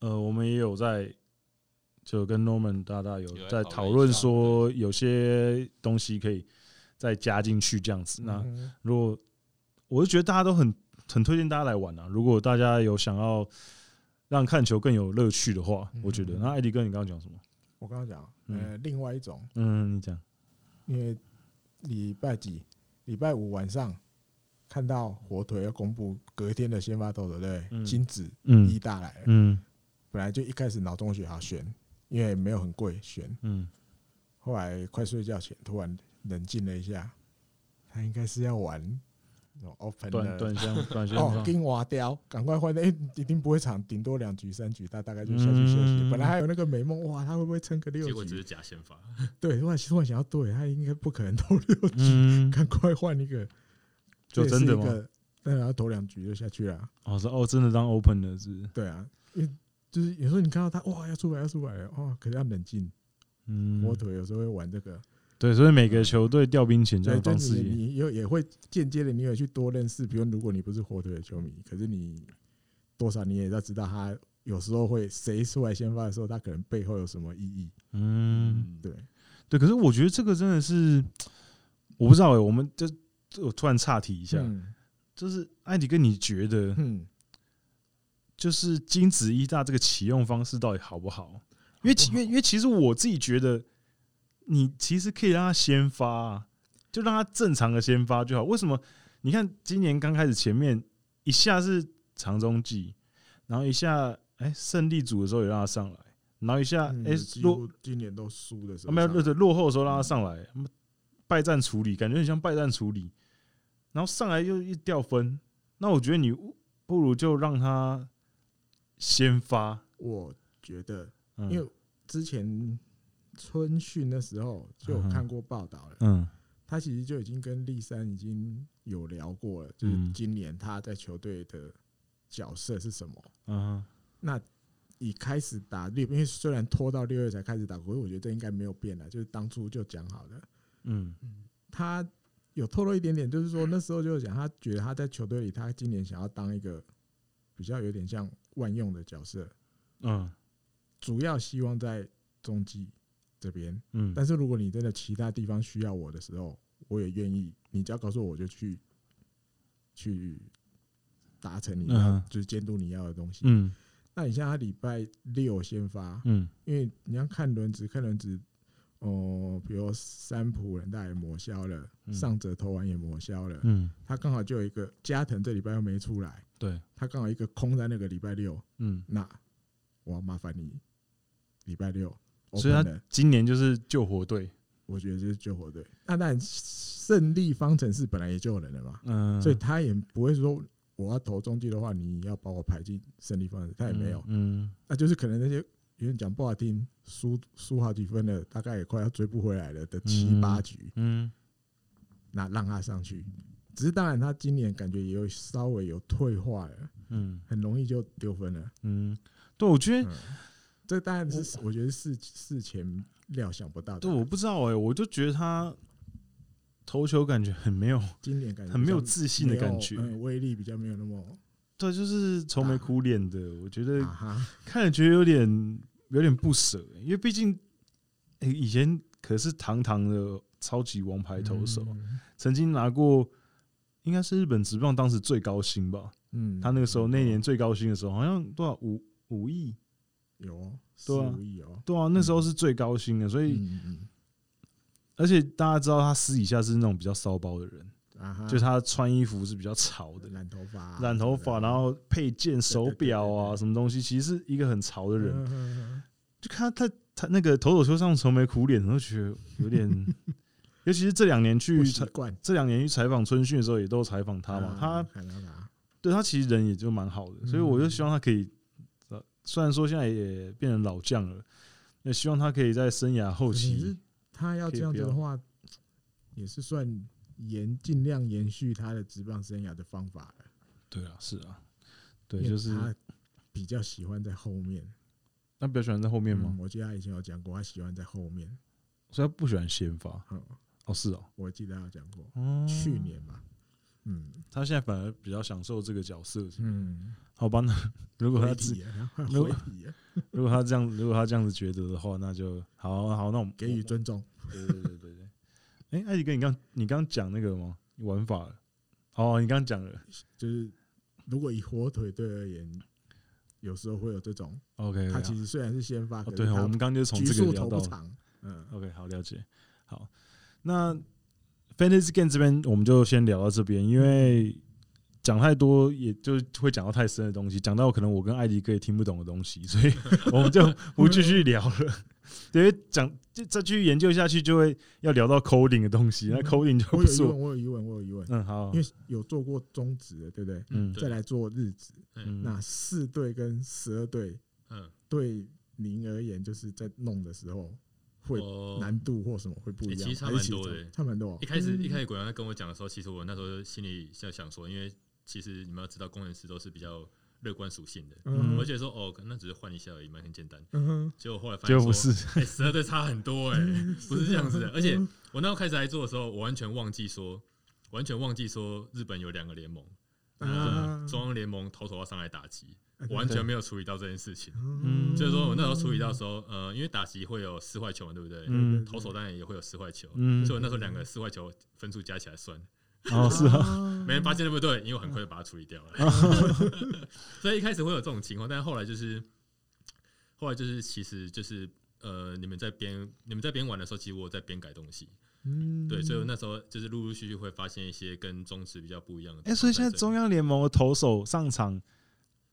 [SPEAKER 1] 呃，我们也有在就跟 Norman 大大有
[SPEAKER 3] 有在
[SPEAKER 1] 在
[SPEAKER 3] 讨
[SPEAKER 1] 讨
[SPEAKER 3] 论
[SPEAKER 1] 论
[SPEAKER 3] 一下
[SPEAKER 1] 说有些东西可以再加进去这样子。那
[SPEAKER 2] 嗯
[SPEAKER 1] 如果我是觉得大家都很很推荐大家来玩啊。如果大家有想要让看球更有乐趣的话，
[SPEAKER 2] 嗯
[SPEAKER 1] 我觉得那艾迪哥，你刚刚讲什么？
[SPEAKER 2] 我刚刚讲，
[SPEAKER 1] 嗯
[SPEAKER 2] 呃，另外一种，
[SPEAKER 1] 嗯，你讲
[SPEAKER 2] 因为礼拜几，礼拜五晚上看到火腿要公布隔天的先发投手，对不对，
[SPEAKER 1] 嗯
[SPEAKER 2] 金子一
[SPEAKER 1] 嗯
[SPEAKER 2] 大来了，
[SPEAKER 1] 嗯
[SPEAKER 2] 本来就一开始脑中血好选，因为没有很贵选，
[SPEAKER 1] 嗯，
[SPEAKER 2] 后来快睡觉前突然冷静了一下，他应该是要玩那种 open
[SPEAKER 1] 短
[SPEAKER 2] 的
[SPEAKER 1] 短箱短箱
[SPEAKER 2] 哦，金瓦雕，赶快换掉，因为一定不会长，顶多两局三局，他大概就下去
[SPEAKER 1] 嗯
[SPEAKER 2] 休息。本来还有那个美梦，哇，他会不会撑个六
[SPEAKER 3] 结果只
[SPEAKER 2] 局
[SPEAKER 3] 是？假先发，
[SPEAKER 2] 对，突然突然想要对他应该不可能投六局，
[SPEAKER 1] 嗯，
[SPEAKER 2] 赶快换一个，
[SPEAKER 1] 就真的吗？？
[SPEAKER 2] 但然后投两局就下去了，
[SPEAKER 1] 哦，是哦，真的当 open 的是不是，
[SPEAKER 2] 对啊，因为就是有时候你看到他哇要出来要出来了，哇，可是要冷静，
[SPEAKER 1] 嗯，
[SPEAKER 2] 火腿有时候会玩这个。
[SPEAKER 1] 对，所以每个球队调兵遣将
[SPEAKER 2] 对，
[SPEAKER 1] 的
[SPEAKER 2] 就
[SPEAKER 1] 方式
[SPEAKER 2] 你
[SPEAKER 1] 也，
[SPEAKER 2] 你又也会间接的，你也去多认识，比如如果你不是火腿的球迷，可是你多少你也要知道他有时候会谁出来先发的时候，他可能背后有什么意义。
[SPEAKER 1] 嗯，
[SPEAKER 2] 对，
[SPEAKER 1] 对。可是我觉得这个真的是，我不知道哎、我们就我突然岔题一下，
[SPEAKER 2] 嗯
[SPEAKER 1] 就是艾迪哥，你觉得
[SPEAKER 2] 嗯，
[SPEAKER 1] 就是金子一大这个启用方式到底好不好？因为其因为因为其实我自己觉得，你其实可以让他先发、啊，就让他正常的先发就好。为什么？你看今年刚开始前面一下是长中继，然后一下哎胜利组的时候也让他上来，然后一下哎
[SPEAKER 2] 嗯几
[SPEAKER 1] 落
[SPEAKER 2] 乎今年都输的时
[SPEAKER 1] 啊
[SPEAKER 2] 候，
[SPEAKER 1] 没有对对落后的时候让他上来，他妈败战处理感觉很像败战处理，然后上来又一掉分，那我觉得你不如就让他先发，
[SPEAKER 2] 我觉得，
[SPEAKER 1] 嗯
[SPEAKER 2] 因为之前春训的时候就有看过报道了，
[SPEAKER 1] 嗯
[SPEAKER 2] 他其实就已经跟立山已经有聊过了，就是
[SPEAKER 1] 嗯
[SPEAKER 2] 今年他在球队的角色是什么。
[SPEAKER 1] 嗯
[SPEAKER 2] 那以开始打六，因为虽然拖到六月才开始打，可是我觉得这应该没有变啊了，就是当初就讲好的。
[SPEAKER 1] 嗯
[SPEAKER 2] 他有透露一点点，就是说那时候就讲，他觉得他在球队里，他今年想要当一个比较有点像万用的角色，
[SPEAKER 1] 嗯
[SPEAKER 2] 主要希望在中继这边。
[SPEAKER 1] 嗯，
[SPEAKER 2] 但是如果你真的其他地方需要我的时候，我也愿意，你只要告诉我，我就去去达成你要，
[SPEAKER 1] 嗯
[SPEAKER 2] 就是监督你要的东西。
[SPEAKER 1] 嗯
[SPEAKER 2] 那你像他礼拜六先发，
[SPEAKER 1] 嗯
[SPEAKER 2] 因为你要看轮值，看轮值，哦，比如三浦人大也抹消了，
[SPEAKER 1] 嗯
[SPEAKER 2] 上泽投完也抹消了，
[SPEAKER 1] 嗯
[SPEAKER 2] 他刚好就有一个加藤这礼拜又没出来，
[SPEAKER 1] 对
[SPEAKER 2] 他刚好一个空在那个礼拜六，
[SPEAKER 1] 嗯，
[SPEAKER 2] 那我要麻烦你礼拜六，
[SPEAKER 1] 所以他
[SPEAKER 2] open 了
[SPEAKER 1] 今年就是救火队，
[SPEAKER 2] 我觉得这是救火队。那当然，胜利方程式本来也就有人了嘛，
[SPEAKER 1] 嗯，
[SPEAKER 2] 所以他也不会说我要投中继的话，你要把我排进胜利方程式，他也没有，
[SPEAKER 1] 嗯
[SPEAKER 2] 那就是可能那些有人讲不好听，输输好几分了，大概也快要追不回来了的七
[SPEAKER 1] 嗯
[SPEAKER 2] 八局，
[SPEAKER 1] 嗯
[SPEAKER 2] 那让他上去。只是当然，他今年感觉也有稍微有退化了，
[SPEAKER 1] 嗯
[SPEAKER 2] 很容易就丢分了。
[SPEAKER 1] 嗯，对，我觉得
[SPEAKER 2] 嗯，这当然是我觉得是事前料想不到的。
[SPEAKER 1] 欸对，我不知道哎、我就觉得他投球感觉很没有，
[SPEAKER 2] 经典感觉
[SPEAKER 1] 很没有
[SPEAKER 2] 比较
[SPEAKER 1] 自信的
[SPEAKER 2] 没有
[SPEAKER 1] 感觉
[SPEAKER 2] 嗯威力比较没有那么
[SPEAKER 1] 对，就是愁眉苦脸的。我觉得
[SPEAKER 2] 啊哈，
[SPEAKER 1] 看了觉得有点有点不舍，欸因为毕竟、诶以前可是堂堂的超级王牌投手，
[SPEAKER 2] 嗯
[SPEAKER 1] 曾经拿过应该是日本职棒当时最高薪吧，
[SPEAKER 2] 嗯
[SPEAKER 1] 他那个时候那年最高薪的时候好像多少五五亿，
[SPEAKER 2] 有哦四
[SPEAKER 1] 对啊
[SPEAKER 2] 五亿哦，
[SPEAKER 1] 对啊，那时候是最高薪的，所以、
[SPEAKER 2] 嗯嗯
[SPEAKER 1] 而且大家知道他私底下是那种比较骚包的人，
[SPEAKER 2] 嗯啊哈，
[SPEAKER 1] 就他穿衣服是比较潮的。
[SPEAKER 2] 染头发啊，
[SPEAKER 1] 染头发，然后配件、手表
[SPEAKER 2] 对对对对
[SPEAKER 1] 啊，
[SPEAKER 2] 对
[SPEAKER 1] 什么东西，其实是一个很潮的
[SPEAKER 2] 的
[SPEAKER 1] 人。
[SPEAKER 2] 人，
[SPEAKER 1] 就看他他他那个头手球上愁眉苦脸，然后觉得有点， 尤其是这两年去
[SPEAKER 2] 不习
[SPEAKER 1] 采
[SPEAKER 2] 惯
[SPEAKER 1] 这两年去采访春训的时候，也都采访他嘛。他
[SPEAKER 2] 看到啊他
[SPEAKER 1] 对他其实人也就蛮好的，所以
[SPEAKER 2] 嗯
[SPEAKER 1] 我就希望他可以，呃虽然说现在也变成老将了，也希望他可以在生涯后
[SPEAKER 2] 可是
[SPEAKER 1] 期，
[SPEAKER 2] 他要
[SPEAKER 1] 嗯可以
[SPEAKER 2] 这样
[SPEAKER 1] 不
[SPEAKER 2] 子的
[SPEAKER 1] 要
[SPEAKER 2] 话，也是算延尽量延续他的职棒生涯的方法了。
[SPEAKER 1] 对啊，是啊，对，
[SPEAKER 2] 因为
[SPEAKER 1] 就是
[SPEAKER 2] 他比较喜欢在后面
[SPEAKER 1] 他比较喜欢在后面嘛
[SPEAKER 2] 嗯，我记得他以前有讲过，他喜欢在后面。
[SPEAKER 1] 所以他不喜欢先发。
[SPEAKER 2] 嗯，
[SPEAKER 1] 哦，是哦，
[SPEAKER 2] 我记得他有讲过，
[SPEAKER 1] 哦
[SPEAKER 2] 去年吧。嗯
[SPEAKER 1] 他现在反而比较享受这个角色，
[SPEAKER 2] 嗯，
[SPEAKER 1] 好吧？那如果他
[SPEAKER 2] 回
[SPEAKER 1] 自
[SPEAKER 2] 体了，他
[SPEAKER 1] 如果
[SPEAKER 2] 回体了，
[SPEAKER 1] 如果他这样，如果他这样子觉得的话，那就好好，那我们
[SPEAKER 2] 给予尊重。
[SPEAKER 1] 对对对对对。哎、艾迪哥，你刚你刚讲那个吗？玩法了哦，你刚讲了。
[SPEAKER 2] 就是如果以火腿队而言，有时候会有这种，
[SPEAKER 1] OK，
[SPEAKER 2] 他其
[SPEAKER 1] 实
[SPEAKER 2] 实虽然是先发，
[SPEAKER 1] 啊哦
[SPEAKER 2] 可是
[SPEAKER 1] 对，我
[SPEAKER 2] 他
[SPEAKER 1] 们刚刚就是从
[SPEAKER 2] 局
[SPEAKER 1] 这个
[SPEAKER 2] 数
[SPEAKER 1] 聊
[SPEAKER 2] 投
[SPEAKER 1] 到
[SPEAKER 2] 不
[SPEAKER 1] 了。
[SPEAKER 2] 长。嗯
[SPEAKER 1] OK，好，了解。好，那 Fantasy Game 这边我们就先聊到这边，因为讲太多也就会讲到太深的东西，讲到可能我跟艾迪哥也听不懂的东西， 所以我们就不继续聊了。对，讲就再继续研究下去，就会要聊到 coding 的东西，那 coding 就
[SPEAKER 2] 嗯 我
[SPEAKER 1] 不
[SPEAKER 2] 有疑
[SPEAKER 1] 是我
[SPEAKER 2] 问，我有疑问，我有疑问，
[SPEAKER 1] 嗯好，
[SPEAKER 2] 因为有做过中职的，对不对？
[SPEAKER 1] 嗯
[SPEAKER 3] 对
[SPEAKER 2] 再来做日职，
[SPEAKER 1] 嗯
[SPEAKER 2] 那四队跟十二队
[SPEAKER 3] 嗯，
[SPEAKER 2] 对您而言，就是在弄的时候会
[SPEAKER 3] 我
[SPEAKER 2] 难度或什么会不一
[SPEAKER 3] 欸
[SPEAKER 2] 样
[SPEAKER 3] 哦其
[SPEAKER 2] 吗？
[SPEAKER 3] 实差
[SPEAKER 2] 还是
[SPEAKER 3] 蛮
[SPEAKER 2] 其实
[SPEAKER 3] 多的
[SPEAKER 2] 差蛮多哦。
[SPEAKER 3] 一开始一开
[SPEAKER 2] 始
[SPEAKER 3] 始鬼王在跟我讲的时候，其实我那时候心里在想说，因为其实你们要知道，工程师都是比较乐观属性的，
[SPEAKER 1] 嗯
[SPEAKER 3] 我就觉得说哦，那只是换一下而已嘛，很简单。
[SPEAKER 2] 嗯
[SPEAKER 3] 结果后来发现
[SPEAKER 1] 就不
[SPEAKER 3] 说
[SPEAKER 1] 是，
[SPEAKER 3] 哎，十二队差很多哎、 不是这样子的。而且我那时候开始来做的时候，我完全忘记说，完全忘记说日本有两个联盟，
[SPEAKER 2] 哼啊
[SPEAKER 3] 中央联盟投手要上来打击，
[SPEAKER 2] 啊
[SPEAKER 3] 我完全没有处理到这件事情。
[SPEAKER 1] 嗯
[SPEAKER 3] 就是说我那时候处理到说，呃，因为打击会有四坏球嘛，对不对？
[SPEAKER 1] 嗯
[SPEAKER 3] 投手当然也会有四坏球，
[SPEAKER 1] 嗯
[SPEAKER 3] 所以我那时候两个四坏球分数加起来算，
[SPEAKER 1] 哦是啊，
[SPEAKER 2] 啊
[SPEAKER 3] 没人发现对不对？因为我很快就把它处理掉了。
[SPEAKER 1] 嗯
[SPEAKER 3] 所以一开始会有这种情况，但后来就是，后来就是其实就是呃，你们在边你们在边玩的时候，其实我有在边改东西，
[SPEAKER 2] 嗯
[SPEAKER 3] 对，所以我那时候就是陆陆续续会发现一些跟中职比较不一样的地
[SPEAKER 1] 哎、
[SPEAKER 3] 方这里。
[SPEAKER 1] 所以现在中央联盟的投手上场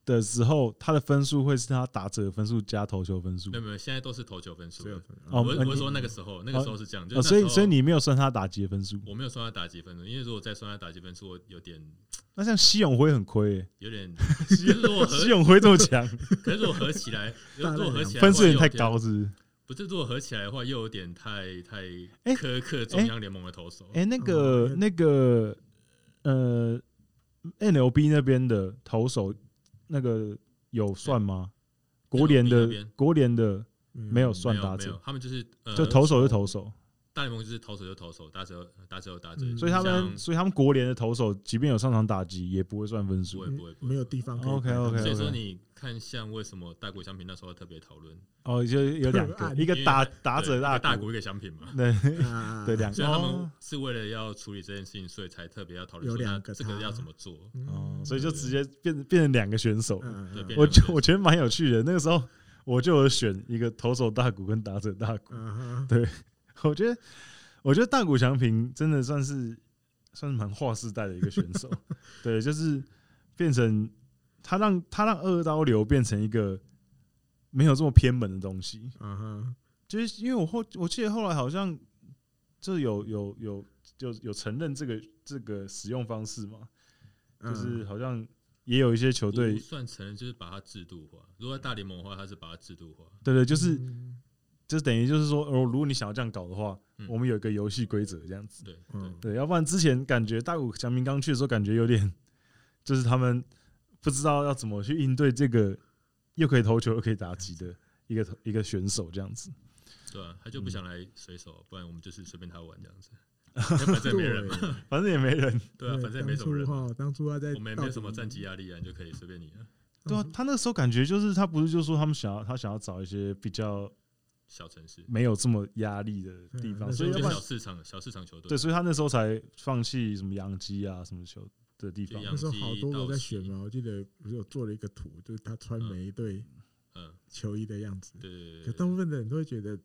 [SPEAKER 1] 的时候，他的分数会是他打者的分数加投球分数
[SPEAKER 3] 没有没有，现在都是投球分数
[SPEAKER 2] 只有
[SPEAKER 3] 的。
[SPEAKER 1] 哦
[SPEAKER 3] 我是
[SPEAKER 1] 呃
[SPEAKER 3] 我是
[SPEAKER 1] 你
[SPEAKER 3] 说那个时候，那个时候是这样，就
[SPEAKER 1] 哦，
[SPEAKER 3] 是
[SPEAKER 1] 所
[SPEAKER 3] 那
[SPEAKER 1] 以
[SPEAKER 3] 时候
[SPEAKER 1] 所以你没有算他打击的分数。
[SPEAKER 3] 我没有算他打几分钟，因为如果再算他打几分数，我有点
[SPEAKER 1] 那像西永辉很亏、欸，
[SPEAKER 3] 有点，可是如果
[SPEAKER 1] 西
[SPEAKER 3] 合，
[SPEAKER 1] 永辉这么 强，
[SPEAKER 3] 可是如果合起来，如果合起来的话
[SPEAKER 1] 分数有点太，
[SPEAKER 3] 又
[SPEAKER 1] 高是不是？
[SPEAKER 3] 不是如果合起来的话，又有点太太
[SPEAKER 1] 哎
[SPEAKER 3] 苛刻中央联盟的投手。
[SPEAKER 1] 哎、那个、
[SPEAKER 3] 哦
[SPEAKER 2] 嗯
[SPEAKER 1] 那个呃，NLB 那边的投手那个有算吗？国联
[SPEAKER 3] NLB 那
[SPEAKER 1] 的
[SPEAKER 3] 边
[SPEAKER 1] 国联的没
[SPEAKER 2] 没
[SPEAKER 1] 有
[SPEAKER 3] 没
[SPEAKER 1] 算
[SPEAKER 3] 有
[SPEAKER 1] 打
[SPEAKER 3] 没有
[SPEAKER 1] 者，，
[SPEAKER 3] 他们就是呃，
[SPEAKER 1] 就投手就投手，
[SPEAKER 3] 大联盟就是投手就投手，打者打者就打者，
[SPEAKER 2] 嗯
[SPEAKER 1] 所以他们
[SPEAKER 3] 像
[SPEAKER 1] 所以他们国联的投手，即便有上场打击，也不会算分
[SPEAKER 3] 不
[SPEAKER 1] 数
[SPEAKER 3] 会。不会不
[SPEAKER 2] 嗯没
[SPEAKER 3] 会。
[SPEAKER 2] 有地方可以
[SPEAKER 1] OK，OK，OK
[SPEAKER 3] 所以说你看，像为什么大国相平那时候特别讨论，
[SPEAKER 1] 哦，就有两
[SPEAKER 2] 特
[SPEAKER 1] 个，
[SPEAKER 2] 案
[SPEAKER 1] 一个
[SPEAKER 3] 因为
[SPEAKER 1] 打
[SPEAKER 3] 他
[SPEAKER 1] 打
[SPEAKER 3] 对
[SPEAKER 1] 者
[SPEAKER 3] 一个
[SPEAKER 1] 大
[SPEAKER 3] 大
[SPEAKER 1] 鼓，
[SPEAKER 3] 国一个相平嘛，
[SPEAKER 1] 对
[SPEAKER 2] 啊
[SPEAKER 1] 对，两
[SPEAKER 3] 所以
[SPEAKER 1] 个。
[SPEAKER 3] 他们
[SPEAKER 1] 哦，
[SPEAKER 3] 是为了要处理这件事情，所以才特别要讨论
[SPEAKER 2] 有
[SPEAKER 3] 说那
[SPEAKER 2] 两个
[SPEAKER 3] 这个
[SPEAKER 2] 他
[SPEAKER 3] 要怎么做。
[SPEAKER 1] 哦
[SPEAKER 2] 嗯
[SPEAKER 1] 所以就直接变成变成两个选手。
[SPEAKER 2] 嗯
[SPEAKER 3] 对
[SPEAKER 2] 嗯
[SPEAKER 3] 变
[SPEAKER 1] 我
[SPEAKER 3] 两个
[SPEAKER 1] 就
[SPEAKER 3] 选手
[SPEAKER 1] 我觉得蛮有趣的。那个时候我就有选一个投手大鼓跟打者大鼓，
[SPEAKER 2] 嗯
[SPEAKER 1] 对 我觉得我觉得大鼓祥平真的算是算是蛮划世代的一个选手。对，就是变成他让他让二刀流变成一个没有这么偏门的东西。
[SPEAKER 2] 嗯哼，
[SPEAKER 1] 就是因为我后我记得后来好像就有有有就有承认这个这个使用方式嘛，就
[SPEAKER 2] 嗯
[SPEAKER 1] 是好像也有一些球队
[SPEAKER 3] 不，算承认，就是把它制度化。如果在大联盟的话，它是把它制度化。
[SPEAKER 1] 对对，就是
[SPEAKER 2] 嗯
[SPEAKER 1] 就是等于就是说，哦，如果你想要这样搞的话，
[SPEAKER 3] 嗯
[SPEAKER 1] 我们有一个游戏规则这样子，
[SPEAKER 3] 对对
[SPEAKER 2] 嗯
[SPEAKER 1] 对，要不然之前感觉大谷翔平刚去的时候，感觉有点 就是他们不知道要怎么去应对这个又可以投球又可以打击的一个一个选手这样子。
[SPEAKER 3] 对啊，他就不想来水手，不然我们就是随便他玩这样子。因为反正也没人
[SPEAKER 2] 对
[SPEAKER 3] 嘛，，
[SPEAKER 1] 反正也没人。
[SPEAKER 3] 对啊，反正也没什么人嘛，
[SPEAKER 2] 当初哈，当初他在
[SPEAKER 3] 我们也没有什么战绩压力啊，你就可以随便你啊，
[SPEAKER 1] 对啊，他那时候感觉就是他不是就说他们想要他想要找一些比较
[SPEAKER 3] 小城市，
[SPEAKER 1] 没有这么压力的地
[SPEAKER 2] 嗯
[SPEAKER 1] 方，
[SPEAKER 2] 那
[SPEAKER 1] 所以要
[SPEAKER 2] 时候
[SPEAKER 3] 就
[SPEAKER 1] 不然
[SPEAKER 3] 小市场小市场球队
[SPEAKER 1] 对，，所以他那时候才放弃什么洋基啊什么球的地方
[SPEAKER 3] 就。洋
[SPEAKER 2] 那时候
[SPEAKER 3] 基
[SPEAKER 2] 好多
[SPEAKER 3] 道
[SPEAKER 2] 个在
[SPEAKER 3] 奇
[SPEAKER 2] 选嘛，我记得不是有做了一个图，就是他穿
[SPEAKER 3] 嗯
[SPEAKER 2] 每一队
[SPEAKER 3] 嗯，
[SPEAKER 2] 球衣的样子。
[SPEAKER 3] 对对
[SPEAKER 2] 可
[SPEAKER 3] 对
[SPEAKER 2] 大部
[SPEAKER 3] 对，
[SPEAKER 2] 分的人都会觉得，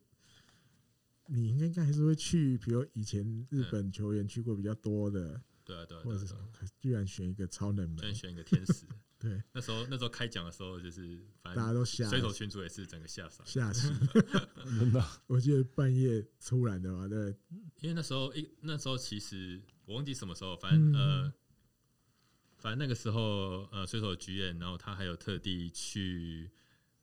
[SPEAKER 2] 你应该应该还是会去，比如以前
[SPEAKER 3] 嗯
[SPEAKER 2] 日本球员去过比较多的，
[SPEAKER 3] 对啊对啊
[SPEAKER 2] 或者
[SPEAKER 3] 对啊
[SPEAKER 2] 是
[SPEAKER 3] 对
[SPEAKER 2] 什
[SPEAKER 3] 啊
[SPEAKER 2] 么，，可居然选一个超冷
[SPEAKER 3] 居然
[SPEAKER 2] 门，
[SPEAKER 3] 选一个天使，
[SPEAKER 2] 对，
[SPEAKER 3] 那时候那时候开奖的时候就是反
[SPEAKER 2] 大
[SPEAKER 3] 正
[SPEAKER 2] 家都吓
[SPEAKER 3] 水手群主也是整个吓傻，
[SPEAKER 2] 吓 死。
[SPEAKER 1] 真的，啊
[SPEAKER 2] 我记得半夜突然的嘛，对，
[SPEAKER 3] 因为那时候一那时候其实我忘记什么时候，反正、
[SPEAKER 2] 嗯
[SPEAKER 3] 呃，反正那个时候呃，水手局演，然后他还有特地去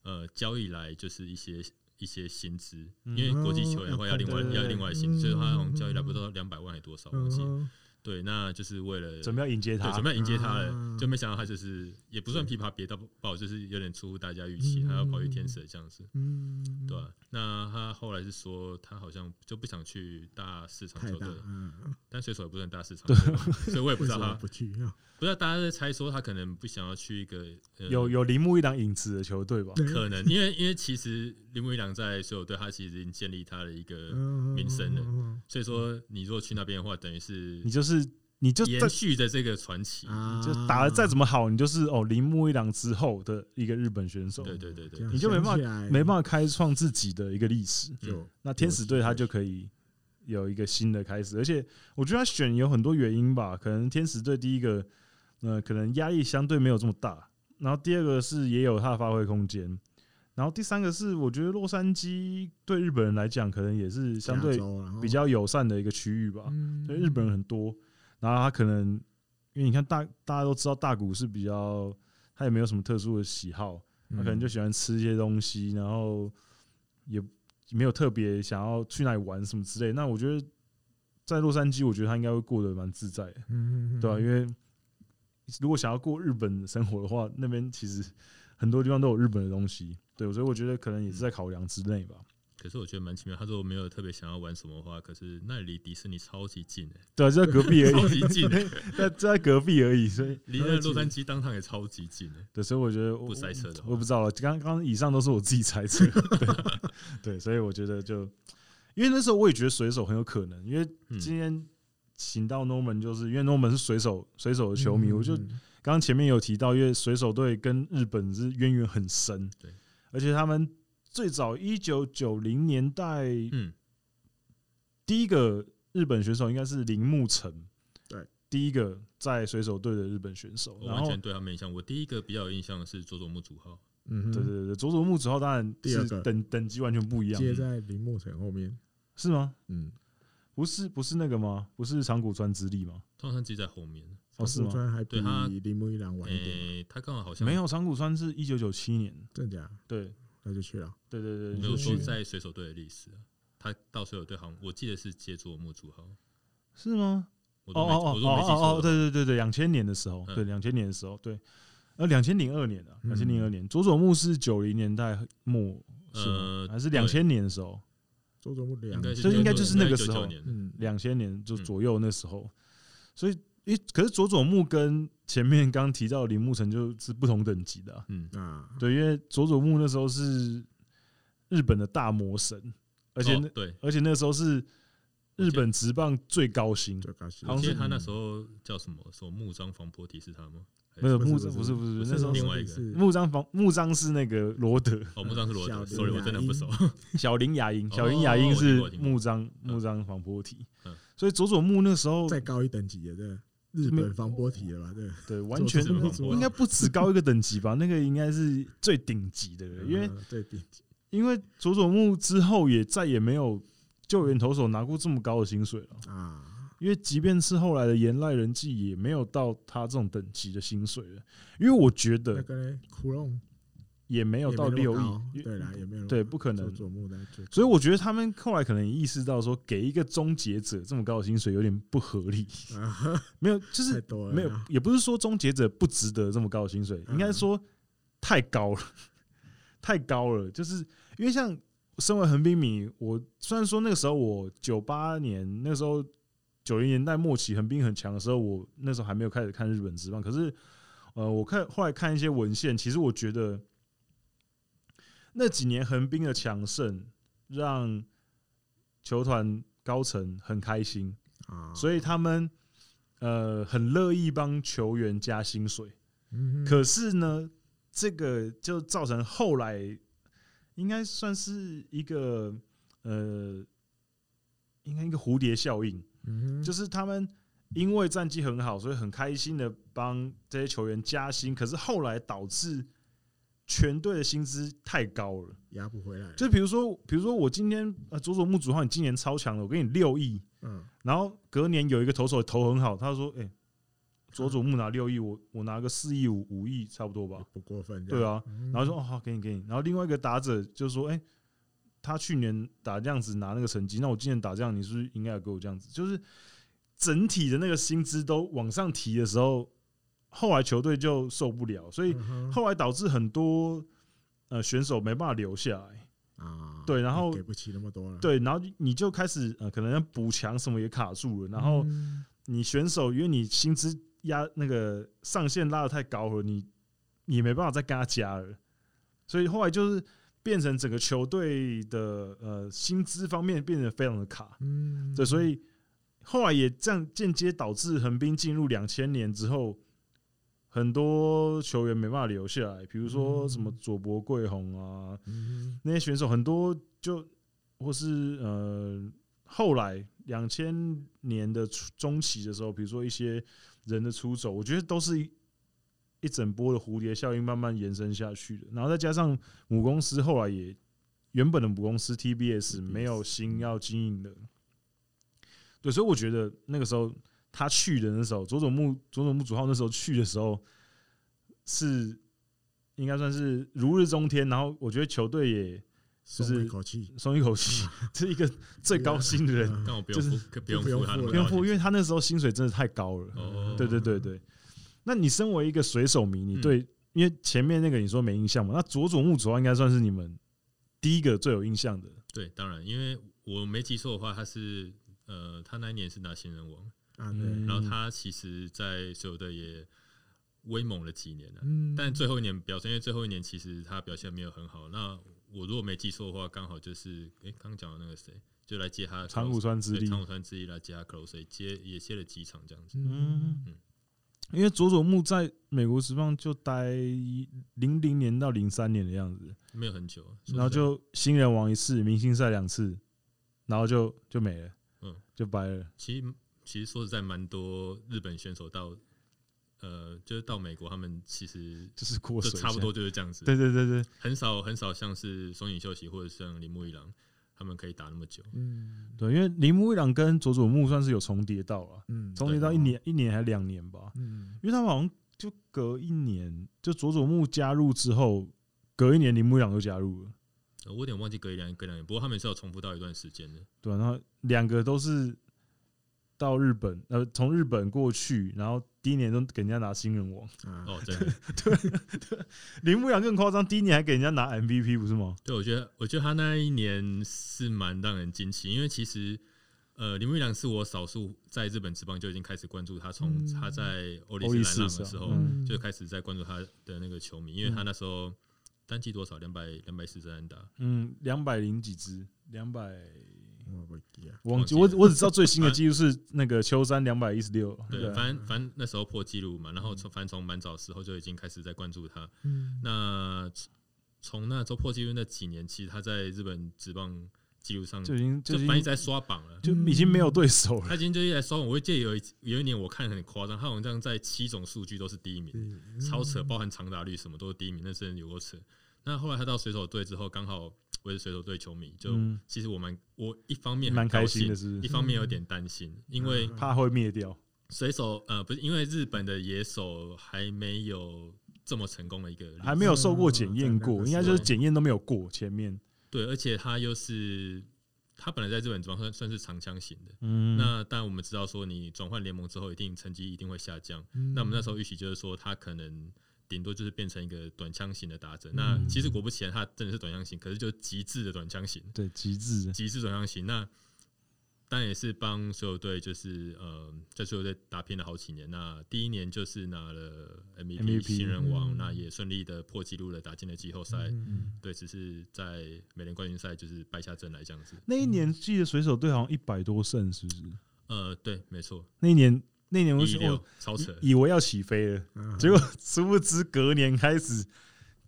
[SPEAKER 3] 呃交易来就是一些一些薪资，
[SPEAKER 1] 嗯
[SPEAKER 3] 因为国际球
[SPEAKER 2] 哦
[SPEAKER 3] 员会要另外、
[SPEAKER 1] 对对对
[SPEAKER 3] 要另外薪资，所以他好像交易来不
[SPEAKER 2] 嗯
[SPEAKER 3] 知道两百万还多少，忘
[SPEAKER 2] 嗯
[SPEAKER 3] 记、
[SPEAKER 2] 哼，
[SPEAKER 3] 对，那就是为了
[SPEAKER 1] 准备要迎接
[SPEAKER 3] 对
[SPEAKER 1] 他
[SPEAKER 3] 准。备要迎接他了，
[SPEAKER 2] 啊
[SPEAKER 3] 就没想到他就是也不算琵琶别到爆，就是有点出乎大家预期，
[SPEAKER 2] 嗯
[SPEAKER 3] 还要跑去天使这样子。
[SPEAKER 2] 嗯，
[SPEAKER 3] 对、啊，那他后来是说，他好像就不想去大市场
[SPEAKER 2] 太
[SPEAKER 3] 球
[SPEAKER 2] 大，
[SPEAKER 3] 队，
[SPEAKER 2] 嗯，
[SPEAKER 3] 但水手也不是很大市场，所以我所以我也不
[SPEAKER 2] 为
[SPEAKER 3] 知
[SPEAKER 2] 什
[SPEAKER 3] 道
[SPEAKER 2] 么
[SPEAKER 3] 他，
[SPEAKER 2] 不去啊？
[SPEAKER 3] 不知道大家在猜说他可能不想要去一个、呃、
[SPEAKER 1] 有有铃木一朗影子的球队吧？
[SPEAKER 2] 对
[SPEAKER 3] 可能，因为因为其实铃木一郎在水手队，他其实已经建立他的一个，民生的
[SPEAKER 2] 嗯
[SPEAKER 3] 所以说你如果去那边的话，等于是
[SPEAKER 1] 你就是你就
[SPEAKER 3] 延
[SPEAKER 1] 再
[SPEAKER 3] 续着这个传奇，
[SPEAKER 2] 啊，
[SPEAKER 1] 就打的再怎么好，你就是哦铃木一朗之后的一个日本选手，
[SPEAKER 3] 对对对
[SPEAKER 2] 这
[SPEAKER 3] 对
[SPEAKER 2] 样
[SPEAKER 1] 你就没办法
[SPEAKER 2] 想起来
[SPEAKER 1] 没办法开创自己的一个历史。
[SPEAKER 3] 嗯
[SPEAKER 2] 就
[SPEAKER 1] 那天使队他就可以有一个新的开始，而且我觉得他选有很多原因吧，可能天使队第一个，呃，可能压力相对没有这么大，然后第二个是也有他的发挥空间，然后第三个是我觉得洛杉矶对日本人来讲可能也是相对
[SPEAKER 2] 啊
[SPEAKER 1] 比较友善的一个区域
[SPEAKER 3] 嗯
[SPEAKER 1] 吧，
[SPEAKER 2] 对
[SPEAKER 1] 对日本人很多，然后他可能因为你看大大家都知道大谷是比较他也没有什么特殊的喜好，他可能
[SPEAKER 2] 嗯
[SPEAKER 1] 就喜欢吃一些东西，然后也没有特别想要去哪里玩什么之类。那我觉得在洛杉矶，我觉得他应该会过得蛮自在的，
[SPEAKER 2] 嗯，
[SPEAKER 1] 对吧、啊因为如果想要过日本的生活的话，那边其实很多地方都有日本的东西，对，所以我觉得可能也是在考量之内吧。
[SPEAKER 3] 可是我觉得蛮奇妙，他说我没有特别想要玩什么花，可是那里离迪士尼超级近欸
[SPEAKER 1] 对啊，就在隔壁而
[SPEAKER 3] 超
[SPEAKER 1] 已，
[SPEAKER 3] 级近欸，
[SPEAKER 1] 在就在隔壁而已，所以
[SPEAKER 3] 离那洛杉矶当趟也超级近欸
[SPEAKER 1] 对，所以我觉得我
[SPEAKER 3] 不塞车的
[SPEAKER 1] 我也
[SPEAKER 3] 话
[SPEAKER 1] 不，知道了，刚刚以上都是我自己猜测， 对对，所以我觉得就，因为那时候我也觉得水手很有可能，因为
[SPEAKER 3] 嗯
[SPEAKER 1] 今天请到 Norman，就是因为 Norman 是水手水手的球迷，我就
[SPEAKER 2] 嗯
[SPEAKER 1] 刚刚前面有提到，因为水手队跟日本是渊源很深，
[SPEAKER 3] 对，
[SPEAKER 1] 而且他们最早一九九零年代
[SPEAKER 3] 嗯，
[SPEAKER 1] 第一个日本选手应该是铃木诚，
[SPEAKER 2] 对，
[SPEAKER 1] 第一个在水手队的日本选手，
[SPEAKER 3] 我
[SPEAKER 1] 然
[SPEAKER 3] 完
[SPEAKER 1] 后
[SPEAKER 3] 全对他没印象。我第一个比较有印象的是佐佐木主浩，
[SPEAKER 2] 嗯，
[SPEAKER 1] 对对对，佐佐木之后当然
[SPEAKER 2] 第二
[SPEAKER 1] 是
[SPEAKER 2] 个
[SPEAKER 1] 等等级完全不一样，
[SPEAKER 2] 接在铃木城后面，
[SPEAKER 1] 是吗？
[SPEAKER 2] 嗯，
[SPEAKER 1] 不是不是那个吗？不是长谷川之力吗？
[SPEAKER 3] 通常自己在后面。
[SPEAKER 1] 哦，是
[SPEAKER 2] 长
[SPEAKER 1] 吗？
[SPEAKER 2] 谷川还比
[SPEAKER 3] 对他
[SPEAKER 2] 铃木一郎晚一点嘛，
[SPEAKER 3] 诶、他刚好好像
[SPEAKER 1] 没有，长谷川是一九九七年，
[SPEAKER 2] 真假？
[SPEAKER 1] 对
[SPEAKER 2] 那就去了。
[SPEAKER 1] 对对对，
[SPEAKER 3] 没
[SPEAKER 1] 就
[SPEAKER 3] 有
[SPEAKER 1] 去
[SPEAKER 3] 说在水手队的历史啊。他到水手队好像我记得是接佐佐木主浩，
[SPEAKER 1] 是吗？
[SPEAKER 3] 我
[SPEAKER 1] 哦
[SPEAKER 3] 都没、
[SPEAKER 1] 哦
[SPEAKER 3] 我
[SPEAKER 1] 哦
[SPEAKER 3] 都没记错的话。
[SPEAKER 1] 哦哦，对对对对，两千年的时候，
[SPEAKER 3] 嗯
[SPEAKER 1] 对两千年的时候，对，呃，两千零二年啊，
[SPEAKER 2] 嗯
[SPEAKER 1] 两千零二年，佐佐木是九零年代末是吗
[SPEAKER 3] 呃？
[SPEAKER 1] 还是
[SPEAKER 3] 对
[SPEAKER 1] 两千年的时候？
[SPEAKER 2] 周周木
[SPEAKER 3] 呃应
[SPEAKER 2] 良，
[SPEAKER 3] 该是
[SPEAKER 1] 这应该哦就是那个时
[SPEAKER 3] 1999
[SPEAKER 1] 候
[SPEAKER 3] 年的
[SPEAKER 2] 嗯，
[SPEAKER 1] 两千年就左右那时候，所以。诶，可是佐佐木跟前面刚提到的铃木成就是不同等级的、啊，
[SPEAKER 3] 嗯，
[SPEAKER 2] 啊，
[SPEAKER 1] 对，因为佐佐木那时候是日本的大魔神，而且
[SPEAKER 3] 哦
[SPEAKER 1] 那、
[SPEAKER 3] 对，
[SPEAKER 1] 而且那时候是日本职棒最高薪，
[SPEAKER 2] 最高兴。
[SPEAKER 1] 好
[SPEAKER 3] 我
[SPEAKER 1] 像
[SPEAKER 3] 记
[SPEAKER 1] 是
[SPEAKER 3] 得他那时候叫什么？什么木章防波提是他吗？还
[SPEAKER 1] 没有
[SPEAKER 2] 不
[SPEAKER 1] 木
[SPEAKER 2] 是
[SPEAKER 1] 章
[SPEAKER 2] 不
[SPEAKER 1] 不
[SPEAKER 2] 是
[SPEAKER 1] 是不是
[SPEAKER 3] 不是
[SPEAKER 1] 那时候
[SPEAKER 3] 另
[SPEAKER 1] 是
[SPEAKER 3] 外一个
[SPEAKER 2] 是
[SPEAKER 1] 木章房木章是那个罗 德
[SPEAKER 3] 哦，木章是罗
[SPEAKER 2] 小
[SPEAKER 3] 德
[SPEAKER 2] 林
[SPEAKER 3] ，sorry，我真的不 熟。
[SPEAKER 1] 小林雅英，
[SPEAKER 3] 哦
[SPEAKER 1] 小林雅英是
[SPEAKER 3] 我听过我听过
[SPEAKER 1] 木章
[SPEAKER 3] 嗯
[SPEAKER 1] 木章防波体
[SPEAKER 3] 嗯，
[SPEAKER 1] 所以佐佐木那时候
[SPEAKER 2] 再高一等级的这日本防波体了吧？这
[SPEAKER 1] 对完全
[SPEAKER 3] 佐佐木
[SPEAKER 1] 应该不 止高一个等级吧，那个应该是最顶级的了，
[SPEAKER 3] 嗯
[SPEAKER 1] 因为
[SPEAKER 2] 最啊顶级，
[SPEAKER 1] 因为佐佐木之后也再也没有救援投手拿过这么高的薪水了。
[SPEAKER 2] 啊，
[SPEAKER 1] 因为即便是后来的岩濑人纪，也没有到他这种等级的薪水了。因为我觉
[SPEAKER 2] 那
[SPEAKER 1] 得
[SPEAKER 2] 个嘞，窟窿
[SPEAKER 1] 也没有到六
[SPEAKER 2] 也没那么高
[SPEAKER 1] 亿，
[SPEAKER 2] 对啦，也没有
[SPEAKER 1] 对，不可
[SPEAKER 2] 周
[SPEAKER 1] 能。
[SPEAKER 2] 周木在最高，
[SPEAKER 1] 所以我觉得他们后来可能也意识到说，给一个终结者这么高的薪水有点不合理。
[SPEAKER 2] 啊，
[SPEAKER 1] 没有，就
[SPEAKER 2] 太
[SPEAKER 1] 是
[SPEAKER 2] 多了，
[SPEAKER 1] 没有，也不是说终结者不值得这么高的薪水，
[SPEAKER 2] 啊嗯
[SPEAKER 1] 应该说太高了， 太高了。就是因为像身为横滨迷，我虽然说那个时候我九八年那个时候九零年代末期横滨很强的时候，我那时候还没有开始看日本职棒，可是呃，我看后来看一些文献，其实我觉得那几年横滨的强盛让球团高层很开心，
[SPEAKER 2] 啊，
[SPEAKER 1] 所以他们呃很乐意帮球员加薪水。
[SPEAKER 2] 嗯哼
[SPEAKER 1] 可是呢，这个就造成后来应该算是一个呃，应该一个蝴蝶效应，
[SPEAKER 2] 嗯哼
[SPEAKER 1] 就是他们因为战绩很好，所以很开心的帮这些球员加薪，可是后来导致全队的薪资太高了。
[SPEAKER 2] 压不回来了，
[SPEAKER 1] 就比如说，比如说我今天呃，佐佐木主浩，你今年超强了，我给你六亿，
[SPEAKER 2] 嗯
[SPEAKER 1] 然后隔年有一个投手投很好，他说：“哎、佐佐木拿六亿，我我拿个四亿五五亿差不多吧。”
[SPEAKER 2] 不过分，
[SPEAKER 1] 对，啊，
[SPEAKER 2] 嗯
[SPEAKER 1] 然后说哦好，给你给你。然后另外一个打者就说，哎、他去年打这样子拿那个成绩，那我今年打这样，你是不是应该要给我这样子？就是整体的那个薪资都往上提的时候，后来球队就受不了，所以
[SPEAKER 2] 嗯哼
[SPEAKER 1] 后来导致很多呃选手没办法留下来。
[SPEAKER 2] 啊，
[SPEAKER 1] 对然后
[SPEAKER 2] 给不起那么多了，
[SPEAKER 1] 对，然后你就开始呃，可能要补强什么也卡住了，然后
[SPEAKER 2] 嗯
[SPEAKER 1] 你选手因为你薪资压那个上限拉的太高了，你你没办法再跟他加了，所以后来就是变成整个球队的呃薪资方面变得非常的卡，
[SPEAKER 2] 嗯
[SPEAKER 1] 对，所以后来也这样间接导致横滨进入两千年之后，很多球员没办法留下来，比如说什么佐伯贵宏啊
[SPEAKER 2] 嗯
[SPEAKER 1] 那些选手，很多就或是呃后来两千年的初中期的时候，比如说一些人的出走，我觉得都是一一整波的蝴蝶效应慢慢延伸下去的。然后再加上母公司后来也原本的母公司 TBS 没有心要经营的，对，所以我觉得那个时候他去的那时候，佐佐木佐佐木主浩那时候去的时候是。应该算是如日中天，然后我觉得球队也
[SPEAKER 2] 松
[SPEAKER 1] 就是
[SPEAKER 2] 一口气，
[SPEAKER 1] 松一口气， 是一个最高薪的人，
[SPEAKER 2] 嗯
[SPEAKER 3] 但我不
[SPEAKER 1] 就
[SPEAKER 3] 用
[SPEAKER 1] 是
[SPEAKER 3] 付，可不用
[SPEAKER 2] 不用
[SPEAKER 3] 付他
[SPEAKER 2] 付
[SPEAKER 3] 的
[SPEAKER 2] 了嗯
[SPEAKER 1] 不用付，因为他那时候薪水真的太高了。
[SPEAKER 3] 哦，
[SPEAKER 1] 对对对对，那你身为一个水手迷，你对、因为前面那个你说没印象嘛，那佐佐木主要应该算是你们第一个最有印象的。
[SPEAKER 3] 对，当然，因为我没记错的话，他是呃，他那一年是拿新人王，
[SPEAKER 2] 啊，
[SPEAKER 1] 嗯
[SPEAKER 2] 对，
[SPEAKER 3] 然后他其实在所有的也威猛了几年了、啊
[SPEAKER 2] 嗯
[SPEAKER 3] 但最后一年表现，因为最后一年其实他表现没有很好。那我如果没记错的话，刚好就是诶，刚讲的那个谁，就来接他的
[SPEAKER 1] 长谷川之
[SPEAKER 3] 对
[SPEAKER 1] 力，
[SPEAKER 3] 长谷川之一来接他 close，接也接了几场这样子。
[SPEAKER 1] 嗯，因为佐佐木在美国职棒就待零零年到零三年的样子，
[SPEAKER 3] 没有很久，啊说实
[SPEAKER 1] 然后
[SPEAKER 3] 在
[SPEAKER 1] 就新人王一次，明星赛两次，然后就就没了，
[SPEAKER 3] 嗯，
[SPEAKER 1] 就白了。
[SPEAKER 3] 其实其实说实在，蛮多日本选手到呃，就是到美国，他们其实
[SPEAKER 1] 就是过
[SPEAKER 3] 就
[SPEAKER 1] 水，
[SPEAKER 3] 差不多。就是这样子，
[SPEAKER 1] 对对对对，
[SPEAKER 3] 很少很少像是松井秀喜或者像铃木一郎，他们可以打那么久。
[SPEAKER 2] 嗯
[SPEAKER 1] 对，因为铃木一朗跟佐佐木算是有重叠到啊，
[SPEAKER 2] 嗯，
[SPEAKER 1] 重叠到一年一年还两年吧，
[SPEAKER 2] 嗯
[SPEAKER 1] 因为他们好像就隔一年，就佐佐木加入之后，隔一年铃木一朗就加入了，
[SPEAKER 3] 呃我有点忘记隔一两隔两年，不过他们是有重复到一段时间的。
[SPEAKER 1] 对啊、然后两个都是到日本，呃，从日本过去，然后第一年都给人家拿新人王，
[SPEAKER 2] 啊，
[SPEAKER 3] 哦，真的，
[SPEAKER 1] 铃木一朗更夸张，第一年还给人家拿 MVP 不是吗？
[SPEAKER 3] 对，我觉得我觉得他那一年是蛮让人惊奇，因为其实。呃，铃木一郎是我少数在日本职棒就已经开始关注他，从
[SPEAKER 2] 嗯
[SPEAKER 3] 他在欧力
[SPEAKER 1] 欧力
[SPEAKER 3] 士
[SPEAKER 1] 士
[SPEAKER 3] 蓝浪的
[SPEAKER 1] 是
[SPEAKER 3] 时
[SPEAKER 1] 吧
[SPEAKER 3] 候，
[SPEAKER 1] 嗯
[SPEAKER 3] 就开始在关注他的那个球迷，因为他那时候单季多少两百两百四十安打，
[SPEAKER 1] 嗯，两百零几支，两百。
[SPEAKER 2] 我不记啊，
[SPEAKER 1] 忘记我
[SPEAKER 3] 忘记了
[SPEAKER 1] 我只知道最 新的记录是那个秋山两百一十六，
[SPEAKER 3] 对，
[SPEAKER 1] 啊
[SPEAKER 3] 反正反正那时候破纪录嘛，然后从反正从蛮早时候就已经开始在关注他。
[SPEAKER 2] 嗯
[SPEAKER 3] 那从从那周破纪录那几年，其实他在日本职棒记录上
[SPEAKER 1] 就
[SPEAKER 3] 就
[SPEAKER 1] 已经就
[SPEAKER 3] 就
[SPEAKER 1] 已经
[SPEAKER 3] 反正一直在刷榜了。
[SPEAKER 1] 就已经没有对手了。
[SPEAKER 3] 他今天就一直在刷榜，我记得有一有一年我看很夸张，他好像在七种数据都是第一名，
[SPEAKER 1] 嗯
[SPEAKER 2] 嗯
[SPEAKER 3] 超扯，包含长打率什么都是第一名，那真的有过扯。那后来他到水手队之后，刚好我也是水手队球迷，就
[SPEAKER 1] 嗯
[SPEAKER 3] 其实我蛮我一方面很
[SPEAKER 1] 蛮
[SPEAKER 3] 高
[SPEAKER 1] 开心
[SPEAKER 3] 兴
[SPEAKER 1] 的，，嗯是不
[SPEAKER 3] 一
[SPEAKER 1] 是？
[SPEAKER 3] 方面有点担心，因为
[SPEAKER 2] 啊
[SPEAKER 1] 怕会灭掉。
[SPEAKER 3] 水手呃不是因为日本的野手还没有这么成功的一个例子
[SPEAKER 1] 还没有受过检验
[SPEAKER 2] 嗯
[SPEAKER 1] 过，
[SPEAKER 2] 嗯
[SPEAKER 1] 应该就是检验都没有过。前面，
[SPEAKER 3] 对，而且他又是他本来在日本中算算是长枪型的。
[SPEAKER 1] 嗯
[SPEAKER 3] 那但我们知道说，你转换联盟之后，一定成绩一定会下降。
[SPEAKER 2] 嗯
[SPEAKER 3] 那我们那时候预期就是说，他可能顶多就是变成一个短枪型的打者。那其实果不其然，他真的是短枪型，可是就极致的短枪型，
[SPEAKER 1] 对极致，
[SPEAKER 3] 极致短枪型。那当然也是帮所有队，就是呃，在所有队打拼了好几年。那第一年就是拿了 MVP,
[SPEAKER 1] MVP
[SPEAKER 3] 新人王，
[SPEAKER 2] 嗯
[SPEAKER 3] 那也顺利的破纪录了，打进了季后赛。
[SPEAKER 2] 嗯，
[SPEAKER 3] 对，只是在美联冠军赛就是败下阵来这样子。
[SPEAKER 1] 那一年记得水手队好像一百多胜，是不是？
[SPEAKER 3] 呃，对，没错，
[SPEAKER 1] 那一年那一年我
[SPEAKER 3] 一
[SPEAKER 1] 是
[SPEAKER 3] 六
[SPEAKER 1] 我
[SPEAKER 3] 超扯。
[SPEAKER 1] 以以为要起飞了，
[SPEAKER 2] 嗯
[SPEAKER 1] 结果殊不知隔年开始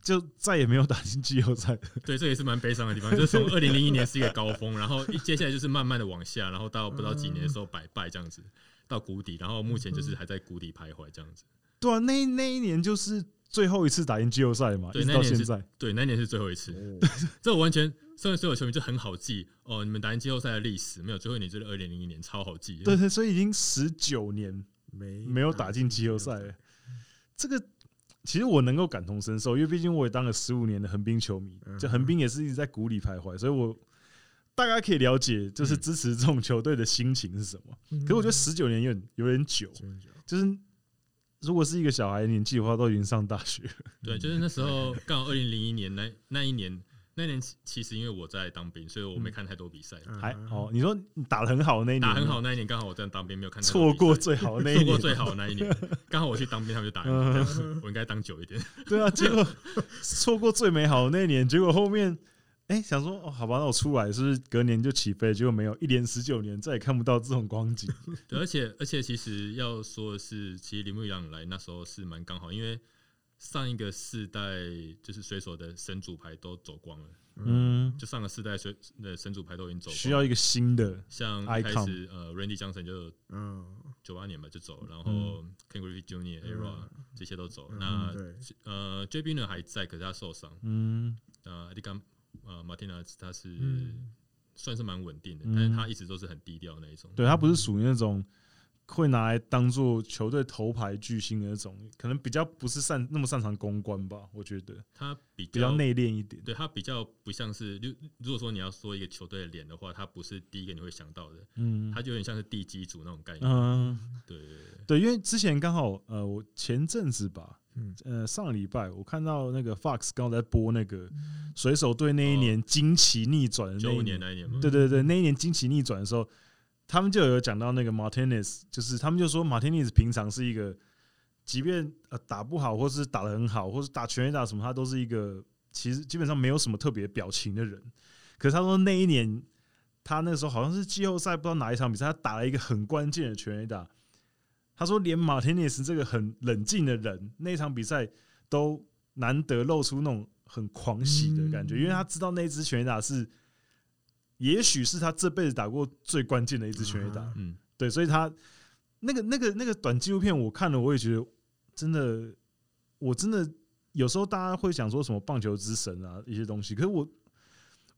[SPEAKER 1] 就再也没有打进季后赛。
[SPEAKER 3] 对，这也是蛮悲伤的地方，就是从二零零一年是一个高峰，然后一接下来就是慢慢的往下，然后到不知道几年的时候百败这样子，到谷底，然后目前就是还在谷底徘徊这样子。
[SPEAKER 1] 对啊，那那一年就是最后一次打进季后赛嘛，
[SPEAKER 3] 对
[SPEAKER 1] 一直
[SPEAKER 3] 那
[SPEAKER 1] 到
[SPEAKER 3] 一年
[SPEAKER 1] 现在。
[SPEAKER 3] 对，那一年是最后一次，
[SPEAKER 2] 哦
[SPEAKER 3] 这我完全虽然所有球迷就很好记哦，你们打进季后赛的历史没有，最后一年就是二零零一年，超好记。
[SPEAKER 1] 对对，所以已经十九年
[SPEAKER 2] 没
[SPEAKER 1] 没有打进季后赛了。这个其实我能够感同身受，因为毕竟我也当了十五年的横滨球迷
[SPEAKER 2] 嗯，哼
[SPEAKER 1] 就横滨也是一直在谷里徘徊，所以我大家可以了解，就是
[SPEAKER 3] 嗯
[SPEAKER 1] 支持这种球队的心情是什么。
[SPEAKER 2] 嗯
[SPEAKER 1] 可是我觉得十九年有点有点久，
[SPEAKER 2] 真的假的
[SPEAKER 1] 就是如果是一个小孩的年纪的话，都已经上大学了。
[SPEAKER 3] 对，就是那时候刚好二零零一年那那一年，那一年其其实因为我在当兵，所以我没看太多比赛，
[SPEAKER 2] 啊
[SPEAKER 1] 还哦，你说你打的很好的嗯那一年，
[SPEAKER 3] 打很好，那一年刚好我在当兵，没有看太多
[SPEAKER 1] 错
[SPEAKER 3] 比赛
[SPEAKER 1] 过最好的那一
[SPEAKER 3] 错过
[SPEAKER 1] 年，嗯
[SPEAKER 3] 最好的那 一年，刚好我去当兵，他们就打赢了，这样子我应该当久一点。
[SPEAKER 1] 对 啊，结果错过最美好的那一年，结果后面哎、想说哦，好吧，那我出来是不是隔年就起飞？结果没有，一连十九年再也看不到这种光景。
[SPEAKER 3] 对，而且而且其实要说的是，其实铃木一朗来那时候是蛮刚好，因为上一个世代就是水手的神主牌都走光了，
[SPEAKER 1] 嗯，
[SPEAKER 3] 就上个世代水的神主牌都已经走光了，
[SPEAKER 1] 需要一个新的，
[SPEAKER 3] 像一开
[SPEAKER 1] icon
[SPEAKER 3] 始呃，Randy Johnson 就
[SPEAKER 2] 嗯，
[SPEAKER 3] 九八年吧就走，然后
[SPEAKER 1] 嗯
[SPEAKER 3] Ken Griffey Jr. Era 这些都走，
[SPEAKER 2] 嗯
[SPEAKER 3] 哦那
[SPEAKER 2] 对
[SPEAKER 3] 呃 JB 呢还在，可是他受伤，
[SPEAKER 1] 嗯，
[SPEAKER 3] 那 d i g a 呃 Martinez 他是。
[SPEAKER 2] 嗯
[SPEAKER 3] 算是蛮稳定的，
[SPEAKER 1] 嗯
[SPEAKER 3] 但是他一直都是很低调的那一种。
[SPEAKER 1] 对他不是属于那种会拿来当做球队头牌巨星的那种，可能比较不是擅那么擅长公关吧，我觉得
[SPEAKER 3] 他比
[SPEAKER 1] 比较
[SPEAKER 3] 较
[SPEAKER 1] 内敛一点。
[SPEAKER 3] 对他比较不像是，如如果说你要说一个球队的脸的话，他不是第一个你会想到的，
[SPEAKER 1] 嗯
[SPEAKER 3] 他就有点像是地基组那种概念。
[SPEAKER 1] 嗯，
[SPEAKER 3] 对对对，
[SPEAKER 1] 对，因为之前刚好呃，我前阵子吧，
[SPEAKER 2] 嗯
[SPEAKER 1] 呃，上个礼拜我看到那个 Fox 刚好在播那个水手队那一年惊奇逆转的那
[SPEAKER 3] 嗯哦九
[SPEAKER 1] 一
[SPEAKER 3] 五年那一年嘛，
[SPEAKER 1] 对对对，那一年惊奇逆转的时候，他们就有讲到那个 Martinez，就是他们就说 Martinez 平常是一个，即便呃打不好，或是打得很好，或是打全垒打什么，他都是一个其实基本上没有什么特别表情的人。可是他说那一年，他那时候好像是季后赛不知道哪一场比赛，他打了一个很关键的全垒打。他说连 Martinez 这个很冷静的人，那一场比赛都难得露出那种很狂喜的感觉，
[SPEAKER 2] 嗯
[SPEAKER 1] 因为他知道那一支全垒打是，也许是他这辈子打过最关键的一支全垒打。
[SPEAKER 2] 啊
[SPEAKER 3] 嗯，
[SPEAKER 1] 对，所以他那个那个那个短纪录片我看了，我也觉得真的，我真的有时候大家会想说什么棒球之神啊一些东西，可是我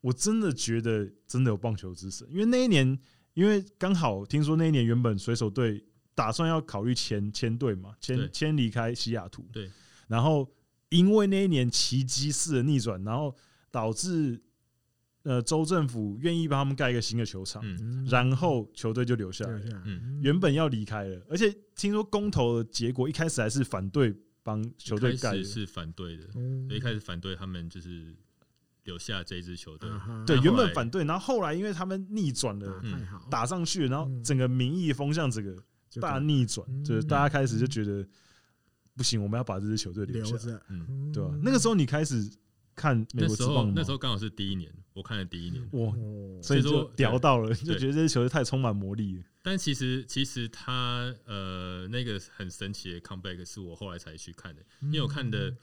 [SPEAKER 1] 我真的觉得真的有棒球之神，因为那一年，因为刚好听说那一年原本水手队打算要考虑签签队嘛，
[SPEAKER 3] 对
[SPEAKER 1] 签签离开西雅图，
[SPEAKER 3] 对，
[SPEAKER 1] 然后因为那一年奇迹式的逆转，然后导致。呃，州政府愿意帮他们盖一个新的球场，
[SPEAKER 3] 嗯
[SPEAKER 2] 嗯
[SPEAKER 1] 然后球队就留下来
[SPEAKER 2] 对
[SPEAKER 1] 了。
[SPEAKER 2] 对啊
[SPEAKER 3] 嗯
[SPEAKER 1] 原本要离开了，而且听说公投的结果一开始还是反对帮球队
[SPEAKER 3] 一
[SPEAKER 1] 盖
[SPEAKER 3] 开始
[SPEAKER 1] 的，
[SPEAKER 3] 是反对的，
[SPEAKER 2] 嗯
[SPEAKER 3] 所以一开始反对他们就是留下这一支球队。
[SPEAKER 2] 啊哈
[SPEAKER 1] 对，
[SPEAKER 3] 那后
[SPEAKER 1] 原本
[SPEAKER 3] 来
[SPEAKER 1] 反对，然后后来因为他们逆转
[SPEAKER 2] 打
[SPEAKER 1] 了，
[SPEAKER 3] 嗯
[SPEAKER 2] 太好，
[SPEAKER 1] 打上去，然后整个民意风向整个
[SPEAKER 2] 嗯就
[SPEAKER 1] 大
[SPEAKER 2] 给
[SPEAKER 1] 逆转，
[SPEAKER 2] 嗯
[SPEAKER 1] 就是大家开始就觉得不行，我们要把这支球队留
[SPEAKER 2] 留
[SPEAKER 1] 下，
[SPEAKER 2] 着，
[SPEAKER 3] 嗯，
[SPEAKER 1] 对吧、那个时
[SPEAKER 2] 候
[SPEAKER 1] 候你开始看美
[SPEAKER 3] 那
[SPEAKER 1] 国
[SPEAKER 3] 时
[SPEAKER 1] 之棒
[SPEAKER 3] 候
[SPEAKER 1] 吗嗯
[SPEAKER 3] 那时候刚好是第一年，我看了第一年，
[SPEAKER 1] 哇，
[SPEAKER 2] 哦，
[SPEAKER 1] 所以
[SPEAKER 3] 所以
[SPEAKER 1] 就
[SPEAKER 3] 说
[SPEAKER 1] 屌到了，就
[SPEAKER 3] 对
[SPEAKER 1] 觉得这支球队太充满魔力了。
[SPEAKER 3] 但其实其实他呃那个很神奇的 comeback 是我后来才去看的，因为我看
[SPEAKER 1] 嗯
[SPEAKER 3] 的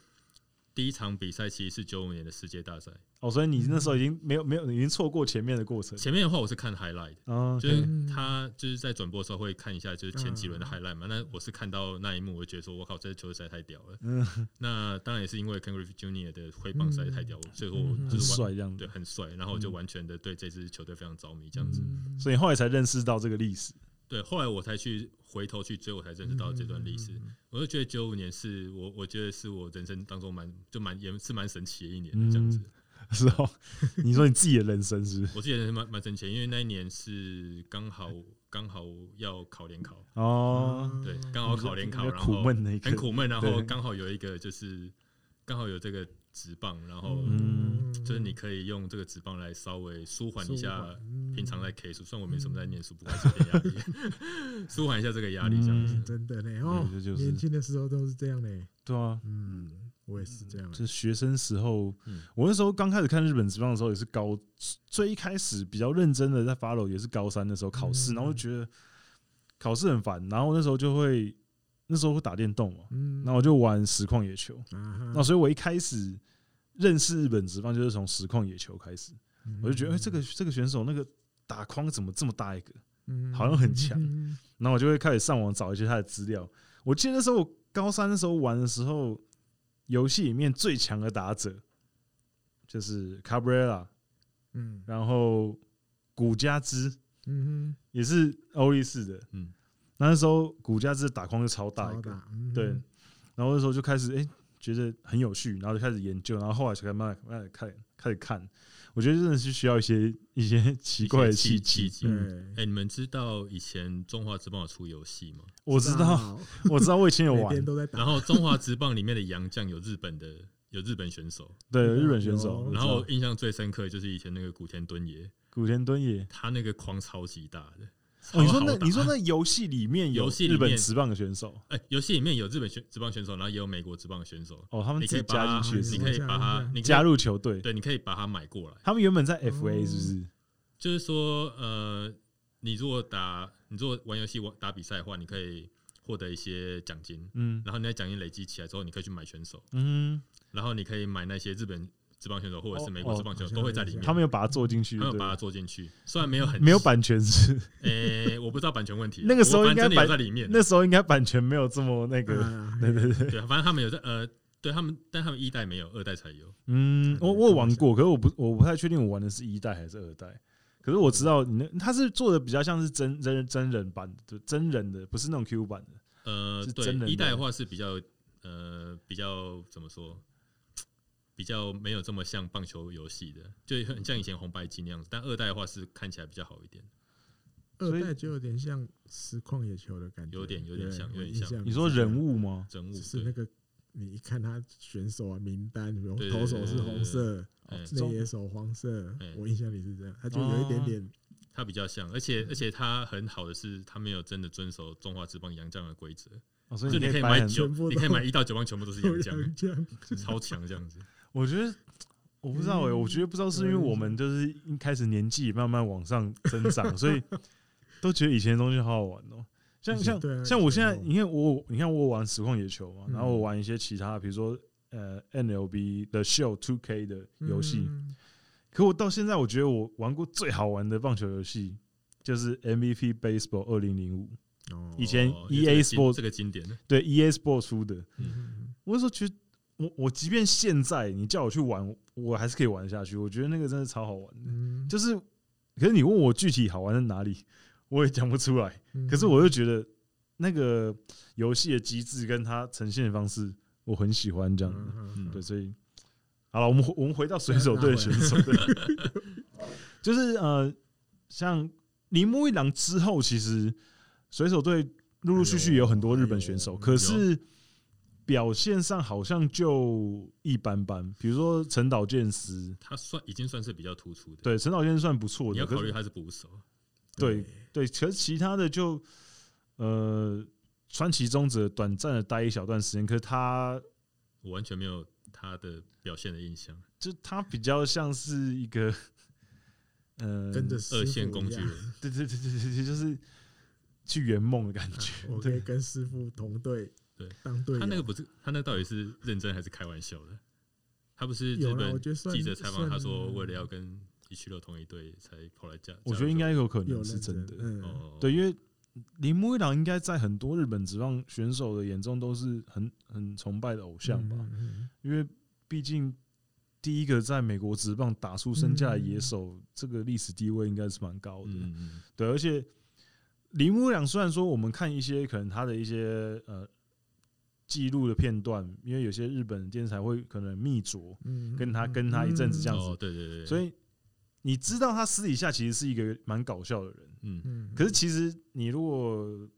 [SPEAKER 3] 第一场比赛其实是九五年的世界大赛，
[SPEAKER 1] 哦，所以你那时候已经没有没有，已经错过前面的过程
[SPEAKER 3] 前面的话我是看 highlight 的。
[SPEAKER 1] 啊，
[SPEAKER 3] 就是
[SPEAKER 2] 嗯
[SPEAKER 3] 他就是在转播的时候会看一下，就是前几轮的
[SPEAKER 2] 嗯
[SPEAKER 3] highlight 嘛。那我是看到那一幕，我就觉得说，我靠，这球实在太屌了。
[SPEAKER 1] 嗯，
[SPEAKER 3] 那当然也是因为 Ken Griffey Jr. 的挥棒实在太屌，所以说我
[SPEAKER 2] 嗯
[SPEAKER 3] 就
[SPEAKER 1] 很
[SPEAKER 3] 是完
[SPEAKER 1] 帅这样
[SPEAKER 3] 对
[SPEAKER 1] 子，
[SPEAKER 3] 很帅，然后我就完全的对这支球队非常着迷这样子。
[SPEAKER 2] 嗯
[SPEAKER 1] 所以后来才认识到这个历史。
[SPEAKER 3] 对，后来我才去回头去追，我才认识到这段历
[SPEAKER 2] 嗯
[SPEAKER 3] 史。我就觉得九五年是我我觉得是我人生当中蛮就蛮也是蛮神奇的一年的这样
[SPEAKER 2] 嗯
[SPEAKER 3] 子。
[SPEAKER 1] 是哦，你说你自己的人生是不是
[SPEAKER 3] 我自己人生蛮蛮神奇的，因为那一年是刚好刚好要考联考，
[SPEAKER 1] 哦，
[SPEAKER 3] 对，刚好嗯考联考，
[SPEAKER 2] 嗯
[SPEAKER 1] 那
[SPEAKER 3] 然
[SPEAKER 1] 个
[SPEAKER 3] 后
[SPEAKER 1] 苦闷的一个
[SPEAKER 3] 很苦闷，然后
[SPEAKER 1] 对
[SPEAKER 3] 刚好有一个就是刚好有这个职棒，然后
[SPEAKER 1] 嗯
[SPEAKER 2] 嗯，
[SPEAKER 3] 就是你可以用这个纸棒来稍微舒缓
[SPEAKER 2] 舒
[SPEAKER 3] 一下
[SPEAKER 2] 缓嗯
[SPEAKER 3] 平常在 K 书，虽然我没什么在念书，不过还是有点压力， 舒缓一下这个压力这样
[SPEAKER 1] 嗯
[SPEAKER 3] 子。
[SPEAKER 2] 真的呢哦
[SPEAKER 1] 对这就，是
[SPEAKER 2] 年轻的时候都是这样呢。
[SPEAKER 1] 对啊，
[SPEAKER 2] 嗯，我也是这样欸。
[SPEAKER 1] 就是学生时候，
[SPEAKER 3] 嗯
[SPEAKER 1] 我那时候刚开始看日本职棒的时候，也是高最一开始比较认真的在 follow，也是高三的时候考试，
[SPEAKER 2] 嗯
[SPEAKER 1] 然后就觉得考试很烦，然后那时候就会那时候会打电动嘛，
[SPEAKER 2] 嗯，
[SPEAKER 1] 那我就玩实况野球，
[SPEAKER 3] 嗯
[SPEAKER 2] 啊
[SPEAKER 1] 那
[SPEAKER 2] 哈，
[SPEAKER 1] 所以我一开始认识日本职棒就是从实况野球开始，我就
[SPEAKER 3] 嗯
[SPEAKER 1] 觉得哎、这个这个选手那个打框怎么这么大一个，
[SPEAKER 2] 嗯
[SPEAKER 1] 好像很强
[SPEAKER 2] 嗯
[SPEAKER 1] 然后我就会开始上网找一些他的资料。我记得那时候我高三的时候玩的时候，游戏里面最强的打者就是 Cabrera，
[SPEAKER 2] 嗯
[SPEAKER 1] 然后古加之
[SPEAKER 2] 嗯
[SPEAKER 1] 也是欧力士的，
[SPEAKER 3] 嗯，
[SPEAKER 1] 那那时候古加之打框就超
[SPEAKER 2] 哼，
[SPEAKER 1] 大一个，
[SPEAKER 2] 超嗯
[SPEAKER 1] 对，然后那时候就开始哎、觉得很有趣，然后就开始研究，然后后来才开始慢慢慢慢看开始看，我觉得真的是需要一些一些奇怪的契机。
[SPEAKER 3] 契机
[SPEAKER 1] 嗯，
[SPEAKER 2] 对，
[SPEAKER 3] 哎，你们知道以前中华职棒有出游戏吗？
[SPEAKER 1] 我知道，， 我知道，我以前有
[SPEAKER 2] 每
[SPEAKER 1] 玩
[SPEAKER 2] 天，都在
[SPEAKER 3] 然
[SPEAKER 2] 打，
[SPEAKER 3] 后中华职棒里面的洋将有日本的，有日本选手。
[SPEAKER 1] 对
[SPEAKER 2] 有哦
[SPEAKER 1] 日本选手，
[SPEAKER 2] 有
[SPEAKER 1] 我知
[SPEAKER 3] 然
[SPEAKER 1] 道
[SPEAKER 3] 后印象最深刻的就是以前那个古田敦也，
[SPEAKER 1] 古田敦也，
[SPEAKER 3] 他那个框超级大的。
[SPEAKER 1] 哦，你说
[SPEAKER 3] 超
[SPEAKER 1] 那
[SPEAKER 3] 好打
[SPEAKER 1] 你说那游戏里面有
[SPEAKER 3] 游戏里
[SPEAKER 1] 日
[SPEAKER 3] 面
[SPEAKER 1] 本职棒的选手
[SPEAKER 3] 哎，游戏里面有日本选职棒选手，然后也有美国职棒选手，
[SPEAKER 1] 哦，他们
[SPEAKER 3] 你
[SPEAKER 1] 自
[SPEAKER 3] 可以
[SPEAKER 1] 己
[SPEAKER 3] 把
[SPEAKER 1] 加
[SPEAKER 3] 它
[SPEAKER 1] 进去的
[SPEAKER 3] 你
[SPEAKER 1] 是
[SPEAKER 2] 嗯
[SPEAKER 1] 吗
[SPEAKER 3] 可以把它
[SPEAKER 2] 加，
[SPEAKER 3] 你可以
[SPEAKER 1] 加，入球队，
[SPEAKER 3] 对，你哦可以把它买过来。
[SPEAKER 1] 他们原本在 FA 是不是？
[SPEAKER 3] 就是说，呃，你如果打，你如果玩游戏玩打比赛的话，你可以获得一些奖金，
[SPEAKER 1] 嗯
[SPEAKER 3] 然后你的奖金累积起来之后，你可以去买选手，
[SPEAKER 1] 嗯，
[SPEAKER 3] 然后你可以买那些日本职棒选手或者是美
[SPEAKER 1] 哦
[SPEAKER 3] 国
[SPEAKER 1] 哦
[SPEAKER 3] 职棒选
[SPEAKER 2] 好
[SPEAKER 3] 手
[SPEAKER 2] 像
[SPEAKER 3] 都会
[SPEAKER 2] 有
[SPEAKER 3] 在
[SPEAKER 2] 印
[SPEAKER 3] 里面，
[SPEAKER 2] 象
[SPEAKER 1] 他们有把它做进去，
[SPEAKER 3] 他
[SPEAKER 1] 对
[SPEAKER 3] 们把它
[SPEAKER 1] 了，
[SPEAKER 3] 做进去，虽然没有很
[SPEAKER 1] 没有，版权是，
[SPEAKER 3] 诶，我不知道版权问题，啊
[SPEAKER 1] 那个时候
[SPEAKER 3] 我反正
[SPEAKER 1] 应该
[SPEAKER 3] 真的有
[SPEAKER 1] 版
[SPEAKER 3] 在里面，
[SPEAKER 1] 那时候应该版权没有这么那个，
[SPEAKER 2] 啊
[SPEAKER 1] 对对对，
[SPEAKER 3] 对，反正他们有在呃，对他们，但他们一代没有，二代才有。
[SPEAKER 1] 嗯，我我有玩过，可是我不我不太确定我玩的是一代还是二代。可是我知道你那他是做的比较像是真真真人版的真人的，不是那种 Q 版的。
[SPEAKER 3] 呃，
[SPEAKER 1] 是
[SPEAKER 3] 对
[SPEAKER 1] 真人，的
[SPEAKER 3] 一代的话是比较呃比较怎么说，比较没有这么像棒球游戏的，就很像以前红白机那样子。但二代的话是看起来比较好一点，
[SPEAKER 1] 所
[SPEAKER 2] 二
[SPEAKER 1] 以
[SPEAKER 2] 代就有点像实况野球的感觉，
[SPEAKER 3] 有点有点
[SPEAKER 2] 对
[SPEAKER 3] 像
[SPEAKER 2] 我
[SPEAKER 3] 有点
[SPEAKER 2] 印
[SPEAKER 3] 像
[SPEAKER 2] 象
[SPEAKER 1] 你说
[SPEAKER 2] 是这样
[SPEAKER 1] 人物吗？
[SPEAKER 3] 人物
[SPEAKER 2] 只是那
[SPEAKER 3] 对
[SPEAKER 2] 个你一看他选手啊名单，比如
[SPEAKER 3] 对
[SPEAKER 2] 投手是红色，
[SPEAKER 1] 哦
[SPEAKER 3] 哎
[SPEAKER 2] 内野手黄色
[SPEAKER 3] 哎，哦
[SPEAKER 2] 我印象里是这样，他就有一点点
[SPEAKER 3] 它比较像，而且而且它很好的是，它没有真的遵守中华职棒洋将的规则，
[SPEAKER 1] 哦所以
[SPEAKER 3] 就
[SPEAKER 1] 你
[SPEAKER 3] 你可以
[SPEAKER 1] 掰
[SPEAKER 3] 买
[SPEAKER 1] 很
[SPEAKER 3] 九
[SPEAKER 2] 全部，都
[SPEAKER 3] 你可 以买一到九棒全部都是洋
[SPEAKER 2] 不
[SPEAKER 3] 将，
[SPEAKER 1] 啊
[SPEAKER 2] 洋将，
[SPEAKER 3] 超强这样子。
[SPEAKER 1] 我觉得我不知道哎、
[SPEAKER 2] 嗯
[SPEAKER 1] 我觉得不知道是因为我们就是一开始年纪慢慢往上增长，所以都觉得以前的东西好好玩哦、像
[SPEAKER 2] 以前
[SPEAKER 1] 像
[SPEAKER 2] 对啊
[SPEAKER 1] 像我
[SPEAKER 2] 以前
[SPEAKER 1] 现在，
[SPEAKER 2] 好
[SPEAKER 1] 你看我，你看我玩实况野球嘛，
[SPEAKER 2] 嗯
[SPEAKER 1] 然后我玩一些其他，比如说呃 NLB 的 Show Two K 的游戏。
[SPEAKER 2] 嗯
[SPEAKER 1] 可我到现在，我觉得我玩过最好玩的棒球游戏就是 MVP Baseball 二零零五，
[SPEAKER 2] 哦
[SPEAKER 1] 以前
[SPEAKER 3] 哦
[SPEAKER 1] EA
[SPEAKER 3] 这个经
[SPEAKER 1] Sports
[SPEAKER 3] 这个经典，
[SPEAKER 1] 对 EA Sport 出的。
[SPEAKER 2] 嗯
[SPEAKER 1] 我那时候觉得，我我即便现在你叫我去玩，我还是可以玩得下去。我觉得那个真的超好玩的。
[SPEAKER 2] 嗯
[SPEAKER 1] 就是，可是你问我具体好玩在哪里， 我也讲不出来。
[SPEAKER 2] 嗯
[SPEAKER 1] 可是我又觉得那个游戏的机制跟它呈现的方式，我很喜欢这样子。
[SPEAKER 2] 嗯
[SPEAKER 1] 对，所以好了，我们回我们回到水手队的选手，对， 就是呃，像铃木一郎之后，其实水手队陆陆续续有很多日本选手，
[SPEAKER 2] 哎呦
[SPEAKER 1] 可是表现上好像就一般般。比如说陈岛健司，
[SPEAKER 3] 它算已经算是比较突出的。，
[SPEAKER 1] 对，陈岛健司算不错
[SPEAKER 3] 你
[SPEAKER 1] 的，
[SPEAKER 3] 要
[SPEAKER 1] 可
[SPEAKER 3] 考虑
[SPEAKER 1] 是
[SPEAKER 3] 它是捕手，
[SPEAKER 1] 对对，可是其他的就呃，川崎宗则短暂的待一小段时间，可是他
[SPEAKER 3] 我完全没有它的表现的印象。
[SPEAKER 1] 就他比较像是一个。呃，
[SPEAKER 2] 跟着师傅
[SPEAKER 3] 二线工具
[SPEAKER 2] 一样
[SPEAKER 3] 人，
[SPEAKER 1] 对对对对对对，就是去圆梦的感 觉。
[SPEAKER 2] 我可以
[SPEAKER 1] 对，
[SPEAKER 2] 跟师傅同队，
[SPEAKER 3] 对，
[SPEAKER 2] 当队友。
[SPEAKER 3] 他那个不是他那到底是认真还是开玩笑的？他不是
[SPEAKER 1] 啊
[SPEAKER 3] 日
[SPEAKER 2] 有啦，我
[SPEAKER 3] 本
[SPEAKER 2] 觉得算
[SPEAKER 3] 记者采访，
[SPEAKER 2] 算
[SPEAKER 3] 他说为了要跟一区六同一队才跑来加，
[SPEAKER 1] 我觉得应该有可
[SPEAKER 2] 有
[SPEAKER 1] 能是真的。
[SPEAKER 2] 认真嗯，
[SPEAKER 3] 哦，
[SPEAKER 1] 对，，因为铃木一郎应该在很多日本职棒选手的眼中都是很很崇拜的偶像吧，
[SPEAKER 2] 嗯，嗯
[SPEAKER 1] 因为毕竟第一个在美国职棒打出身价的
[SPEAKER 2] 嗯
[SPEAKER 1] 野手，这个历史地位应该是蛮高的。
[SPEAKER 3] 嗯嗯
[SPEAKER 1] 对，而且铃木良虽然说我们看一些可能他的一些呃记录的片段，因为有些日本电视台会可能密着，
[SPEAKER 2] 嗯
[SPEAKER 1] 跟他跟他一阵子这样子
[SPEAKER 3] 哦，对对对，
[SPEAKER 1] 所以你知道他私底下其实是一个蛮搞笑的人，
[SPEAKER 3] 嗯，
[SPEAKER 2] 嗯，
[SPEAKER 1] 可是其实你如果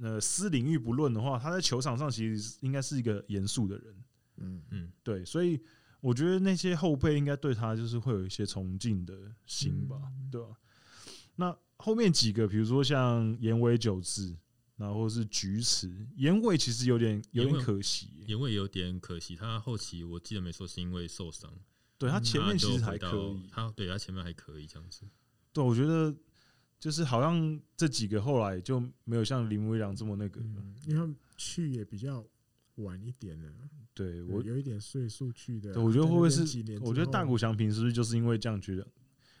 [SPEAKER 1] 呃私领域不论的话，他在球场上其实应该是一个严肃的人，
[SPEAKER 2] 嗯
[SPEAKER 3] 嗯
[SPEAKER 1] 对，所以我觉得那些后辈应该对他就是会有一些崇敬的心吧，
[SPEAKER 2] 嗯
[SPEAKER 1] 对吧、啊那后面几个，比如说像岩尾久志，然后是菊池，岩尾其实有点有
[SPEAKER 3] 岩
[SPEAKER 1] 点
[SPEAKER 3] 尾
[SPEAKER 1] 可
[SPEAKER 2] 嗯
[SPEAKER 1] 惜，
[SPEAKER 3] 因为有点可惜，他后期我记得没错是因为受伤，
[SPEAKER 1] 对他前面
[SPEAKER 3] 他就
[SPEAKER 1] 其实还
[SPEAKER 3] 回到
[SPEAKER 1] 可以，
[SPEAKER 3] 他对他前面还可以这样子。
[SPEAKER 1] 对，我觉得就是好像这几个后来就没有像林威良这么那个了，
[SPEAKER 2] 嗯，因为他们去也比较晚一点了，
[SPEAKER 1] 对
[SPEAKER 2] 有
[SPEAKER 1] 我
[SPEAKER 2] 有一点岁数去的
[SPEAKER 1] 对
[SPEAKER 2] 啊。
[SPEAKER 1] 我觉得会不会
[SPEAKER 2] 在那边
[SPEAKER 1] 是
[SPEAKER 2] 几年？之
[SPEAKER 1] 我觉得
[SPEAKER 2] 后
[SPEAKER 1] 大谷翔平是不是就是因为这样觉得，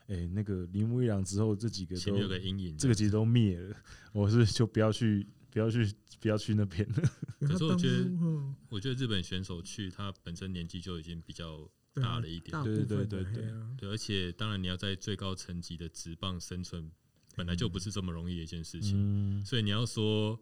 [SPEAKER 1] 哎、那个铃木一朗之后这几个
[SPEAKER 3] 前
[SPEAKER 1] 都
[SPEAKER 3] 面有个阴影，啊
[SPEAKER 1] 这个其实都灭了，我是不是就不要去不要去不要去那边了。
[SPEAKER 2] 对
[SPEAKER 3] 可是
[SPEAKER 2] 他
[SPEAKER 3] 我
[SPEAKER 2] 当
[SPEAKER 3] 觉得
[SPEAKER 2] 初哦
[SPEAKER 3] 我觉得日本选手去，他本身年纪就已经比较
[SPEAKER 2] 对啊
[SPEAKER 3] 大了一点
[SPEAKER 2] 大部
[SPEAKER 1] 对
[SPEAKER 2] 分
[SPEAKER 1] 对
[SPEAKER 2] 的
[SPEAKER 1] 对对
[SPEAKER 2] 嘿啊
[SPEAKER 3] 对，而且当然你要在最高层级的职棒生存，本来就不是这么容易的一件事情。
[SPEAKER 1] 嗯，
[SPEAKER 3] 所以你要说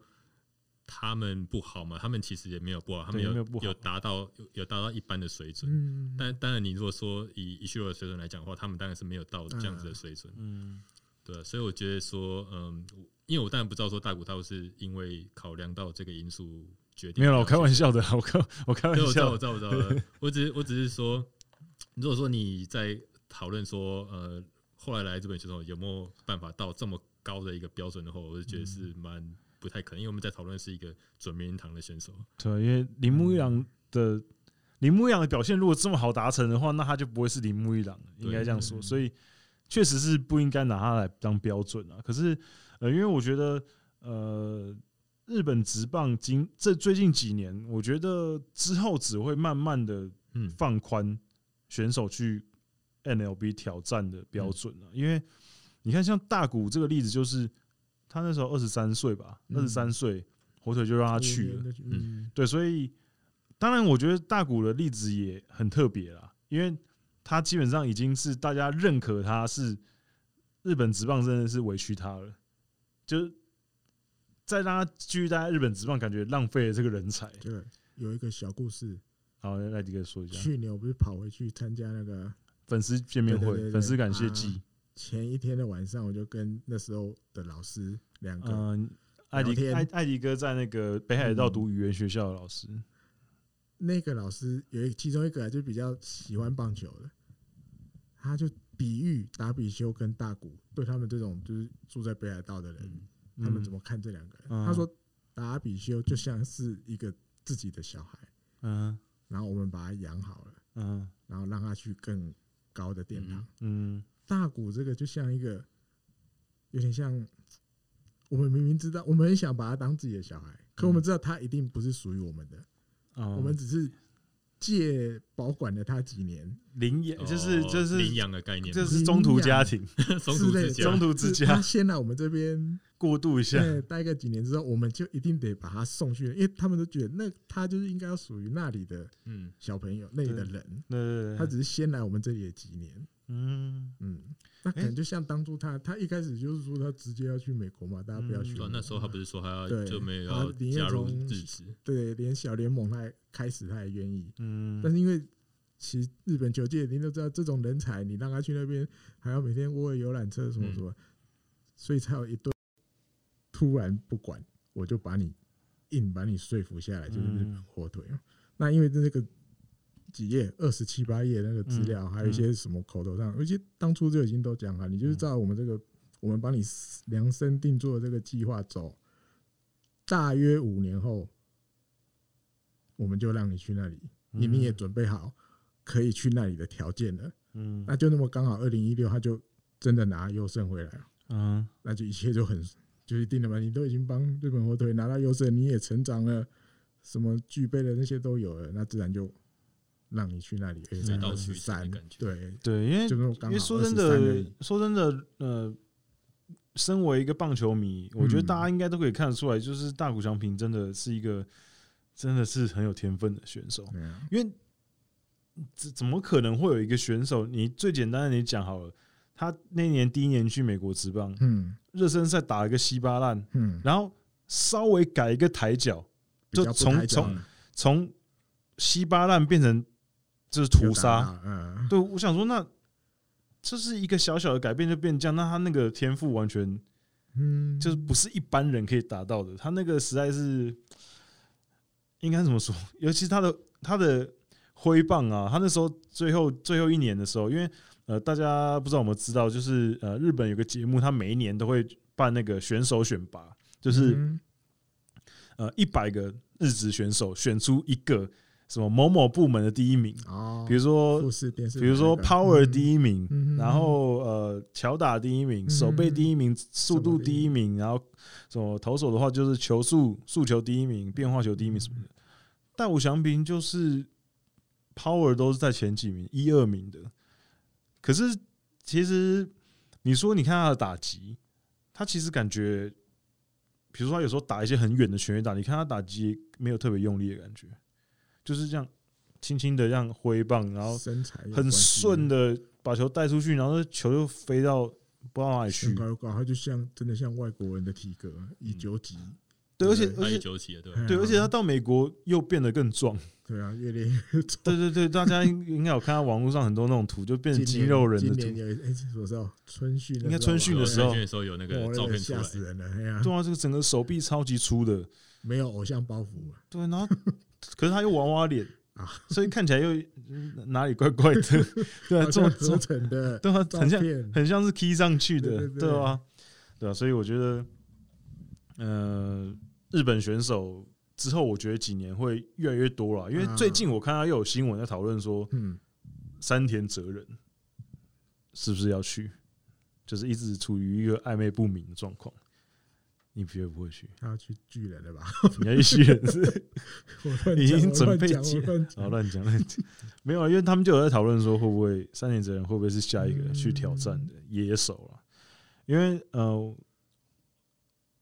[SPEAKER 3] 他们不好嘛，他们其实也没有不好，他们
[SPEAKER 1] 对
[SPEAKER 3] 有
[SPEAKER 1] 没有不好
[SPEAKER 3] 有达到有有达到一般的水准。
[SPEAKER 2] 嗯，
[SPEAKER 3] 但当然，你如果说以一 s 的水准来讲的话，他们当然是没有到这样子的水准，
[SPEAKER 1] 嗯，
[SPEAKER 3] 对、啊。所以我觉得说，嗯，我因为我当然不知道说大谷他是因为考量到这个因素决定，
[SPEAKER 1] 没有了，我开玩。笑的啦，我开我开玩
[SPEAKER 3] 对，我知道，
[SPEAKER 1] 笑的，
[SPEAKER 3] 我知道，我 知道了。我只是我只是说，如果说你在讨论说，呃，后来来日本选手有没有办法到这么高的一个标准的话，我就觉得是蛮不太可能，因为我们在讨论是一个准名人堂的选手。
[SPEAKER 1] 对，因为铃木一朗的铃木一朗的表现如果这么好达成的话，那他就不会是铃木一朗了，应该这样说，
[SPEAKER 2] 嗯
[SPEAKER 1] 所以确实是不应该拿他来当标准啊。可是呃，因为我觉得呃。日本职棒今这最近几年，我觉得之后只会慢慢的
[SPEAKER 3] 嗯，
[SPEAKER 1] 放宽选手去 NLB 挑战的标准
[SPEAKER 2] 嗯
[SPEAKER 1] 了、因为你看，像大谷这个例子，就是他那时候二十三岁吧，二
[SPEAKER 2] 嗯
[SPEAKER 1] 十三岁火腿就让他去
[SPEAKER 2] 五
[SPEAKER 1] 了
[SPEAKER 2] 年。的嗯，
[SPEAKER 1] 对，所以当然，我觉得大谷的例子也很特别啦，因为他基本上已经是大家认可他是日本职棒，真的是委屈他了，就是再让他继续待在日本职棒，感觉浪费了这个人才。
[SPEAKER 2] 这个有一个小故事，
[SPEAKER 1] 好，来迪哥说一下，
[SPEAKER 2] 去年我不是跑回去参加那个
[SPEAKER 1] 粉丝见面
[SPEAKER 2] 对对
[SPEAKER 1] 会
[SPEAKER 2] 对，对
[SPEAKER 1] 粉丝感谢
[SPEAKER 2] 啊
[SPEAKER 1] 季。
[SPEAKER 2] 前一天的晚上，我就跟那时候的老师两个，
[SPEAKER 1] 嗯，艾迪
[SPEAKER 2] 天
[SPEAKER 1] 艾艾迪哥在那个北海道
[SPEAKER 2] 嗯
[SPEAKER 1] 读语言学校的老师，
[SPEAKER 2] 那个老师有一其中一个啊就比较喜欢棒球的，他就比喻达比修跟大谷对他们这种就是住在北海道的
[SPEAKER 1] 嗯
[SPEAKER 2] 人，他们怎
[SPEAKER 1] 么
[SPEAKER 2] 么看这两个人？
[SPEAKER 1] 嗯
[SPEAKER 2] 他说达比修就像是一个自己的小孩，
[SPEAKER 1] 嗯
[SPEAKER 2] 然后我们把他养好了，
[SPEAKER 1] 嗯
[SPEAKER 2] 然后让他去更高的殿堂。
[SPEAKER 3] 嗯
[SPEAKER 1] 嗯
[SPEAKER 2] 大谷这个就像一个，有点像我们明明知道，我们很想把他当自己的小孩，可我们知道他一定不是属于我们的，
[SPEAKER 1] 嗯，
[SPEAKER 2] 我们只是借保管了他几年
[SPEAKER 1] 领养就是
[SPEAKER 3] 哦
[SPEAKER 1] 就是
[SPEAKER 3] 领养的概念嘛，
[SPEAKER 1] 就是
[SPEAKER 2] 领
[SPEAKER 1] 中途
[SPEAKER 2] 养
[SPEAKER 1] 家庭
[SPEAKER 3] 中
[SPEAKER 2] 之
[SPEAKER 3] 途
[SPEAKER 2] 类
[SPEAKER 3] 之
[SPEAKER 2] 的，
[SPEAKER 3] 家
[SPEAKER 1] 中途之
[SPEAKER 2] 是
[SPEAKER 1] 家
[SPEAKER 2] 啊
[SPEAKER 1] 啊
[SPEAKER 2] 他先来我们这 边
[SPEAKER 1] 过渡一下，
[SPEAKER 2] 对待个几年之后，我们就一定得把他送去，因为他们都觉得那他就是应该要属于那里的
[SPEAKER 3] 嗯，
[SPEAKER 2] 小朋友，那里的人，
[SPEAKER 1] 对对对，
[SPEAKER 2] 他只是先来我们这里的几年，
[SPEAKER 1] 嗯
[SPEAKER 2] 嗯。那可能就像当初他，他一开始就是说他直接要去美国嘛，大家不要去
[SPEAKER 1] 嗯
[SPEAKER 3] 对啊
[SPEAKER 2] 美国。
[SPEAKER 3] 那时候他不是说他要
[SPEAKER 2] 对
[SPEAKER 3] 就没有
[SPEAKER 2] 他
[SPEAKER 3] 要
[SPEAKER 2] 宁愿
[SPEAKER 3] 加入
[SPEAKER 2] 从
[SPEAKER 3] 日职，
[SPEAKER 2] 对，连小联盟他也开始他也愿意，但
[SPEAKER 1] 嗯，
[SPEAKER 2] 是因为其实日本球界您都知道，这种人才你让他去那边还要每天窝个游览车什么什么，
[SPEAKER 1] 嗯
[SPEAKER 2] 所以才有一顿突然不管，我就把你硬把你说服下来，就是日
[SPEAKER 1] 嗯
[SPEAKER 2] 本火腿。那因为这个几页二十七八页那个资料，
[SPEAKER 1] 嗯
[SPEAKER 2] 还有一些什么口头上，而且当初就已经都讲了，你就是照我们这个我们帮你量身定做的这个计划走，大约五年后。我们就让你去那里，你你也准备好可以去那里的条件了。
[SPEAKER 1] 嗯
[SPEAKER 2] 那就那么刚好，二零一六他就真的拿优胜回来了，
[SPEAKER 1] 嗯
[SPEAKER 2] 那就一切就很就是定了嘛。你都已经帮日本火腿拿到优胜，你也成长了，什么具备的那些都有了，那自然就让你去那里，而且才
[SPEAKER 1] 水到
[SPEAKER 2] 二
[SPEAKER 3] 渠
[SPEAKER 2] 十
[SPEAKER 3] 成的
[SPEAKER 2] 三
[SPEAKER 3] 感，觉
[SPEAKER 2] 对，
[SPEAKER 1] 对，因为
[SPEAKER 2] 就那么刚
[SPEAKER 1] 因
[SPEAKER 2] 好
[SPEAKER 1] 为说真
[SPEAKER 2] 23而
[SPEAKER 1] 的
[SPEAKER 2] 已，
[SPEAKER 1] 说真的，呃，身为一个棒球迷，我觉得
[SPEAKER 2] 嗯
[SPEAKER 1] 大家应该都可以看得出来，就是大谷翔平真的是一个真的是很有天分的选手。
[SPEAKER 2] 对啊，
[SPEAKER 1] 因为怎怎么可能会有一个选手？你最简单的你讲好了，他那年第一年去美国职棒
[SPEAKER 2] 嗯
[SPEAKER 1] 热身赛打了个稀巴烂，
[SPEAKER 2] 嗯，
[SPEAKER 1] 然后稍微改一个台脚，
[SPEAKER 2] 比较
[SPEAKER 1] 就
[SPEAKER 2] 不
[SPEAKER 1] 从
[SPEAKER 2] 抬脚
[SPEAKER 1] 从
[SPEAKER 2] 了
[SPEAKER 1] 从稀巴烂变成就是屠杀。，
[SPEAKER 2] 有打到嗯，
[SPEAKER 1] 对，我想说那。这是一个小小的改变就变这样，那他那个天赋完全
[SPEAKER 2] 嗯，
[SPEAKER 1] 就是不是一般人可以达到的。他那个实在是，应该怎么说？尤其他的他的挥棒啊，他那时候最后最后一年的时候，因为呃，大家不知道有没有知道，就是呃，日本有个节目，他每一年都会办那个选手选拔，就是、
[SPEAKER 2] 嗯
[SPEAKER 1] 呃一百个日职选手选出一个什么某某部门的第一名，
[SPEAKER 2] 哦，
[SPEAKER 1] 比如说
[SPEAKER 2] 富士电视台
[SPEAKER 1] 比
[SPEAKER 2] 那
[SPEAKER 1] 如说
[SPEAKER 2] 个，
[SPEAKER 1] Power 第
[SPEAKER 2] 一，
[SPEAKER 1] 一名，
[SPEAKER 2] 嗯
[SPEAKER 1] 然后呃巧打第一名，
[SPEAKER 2] 嗯
[SPEAKER 1] 手背第一名，速度
[SPEAKER 2] 手背第一
[SPEAKER 1] 第一名，然后呃什么投手的话就是球速速球第一名，变化球第一名什么的。
[SPEAKER 2] 嗯
[SPEAKER 1] 但我翔平就是 Power 都是在前几名，一二名的。可是其实你说，你看他的打击，他其实感觉，比如说他有时候打一些很远的全垒打，你看他打击没有特别用力的感觉，就是这样轻轻的这样挥棒，然后
[SPEAKER 2] 身材有
[SPEAKER 1] 很
[SPEAKER 2] 关系
[SPEAKER 1] 顺，的把球带出去，然后那球就飞到不知道哪里去
[SPEAKER 2] 身。高又高，他就像真的像外国人的体格，
[SPEAKER 1] 嗯
[SPEAKER 2] 一九几，
[SPEAKER 1] 对，而且
[SPEAKER 3] 他
[SPEAKER 1] 而
[SPEAKER 3] 一
[SPEAKER 1] 且
[SPEAKER 3] 九起了，对，
[SPEAKER 2] 嗯
[SPEAKER 1] 对，而且他到美国又变得更 壮。
[SPEAKER 2] 对啊，越练越壮。
[SPEAKER 1] 对对对，大家应 应该有看到网络上很多那种图，就变成
[SPEAKER 2] 今
[SPEAKER 1] 肌
[SPEAKER 2] 年
[SPEAKER 1] 肉人的
[SPEAKER 2] 今
[SPEAKER 1] 图
[SPEAKER 2] 年。有哎，什么时候春训的时候吧？哦
[SPEAKER 1] 应该春训的时候
[SPEAKER 3] 我看的时候有那
[SPEAKER 2] 哇
[SPEAKER 3] 个
[SPEAKER 2] 那
[SPEAKER 3] 照片出来
[SPEAKER 2] 吓，死人了，哎呀，
[SPEAKER 1] 对啊，这个整个手臂超级粗 的。
[SPEAKER 2] 没有偶像包袱啊了，
[SPEAKER 1] 对，然后可是他又娃娃脸
[SPEAKER 2] 啊，
[SPEAKER 1] 所以看起来又嗯哪里怪 怪的。对啊，
[SPEAKER 2] 好
[SPEAKER 1] 这么
[SPEAKER 2] 像
[SPEAKER 1] 这么
[SPEAKER 2] 合成的
[SPEAKER 1] 对啊，
[SPEAKER 2] 照
[SPEAKER 1] 很像
[SPEAKER 2] 片，
[SPEAKER 1] 很像是 key 上去的，
[SPEAKER 2] 对对对
[SPEAKER 1] 对啊？对啊，所以我觉得，呃，日本选手之后，我觉得几年会越来越多了，因为
[SPEAKER 2] 啊
[SPEAKER 1] 最近我看到又有新闻在讨论说，
[SPEAKER 2] 嗯，
[SPEAKER 1] 山田哲人是不是要去，就是一直处于一个暧昧不明的状况。你绝对不会去，
[SPEAKER 2] 他要去巨人了吧？
[SPEAKER 1] 你要去人是
[SPEAKER 2] 我乱讲
[SPEAKER 1] 已经
[SPEAKER 2] 我
[SPEAKER 1] 准
[SPEAKER 2] 乱
[SPEAKER 1] 备
[SPEAKER 2] 讲我
[SPEAKER 1] 接
[SPEAKER 2] 乱
[SPEAKER 1] 好
[SPEAKER 2] 讲
[SPEAKER 1] 乱讲乱讲，没有啊，因为他们就有在讨论说会不会山田哲人会不会是下一个去挑战的野手了，因为呃，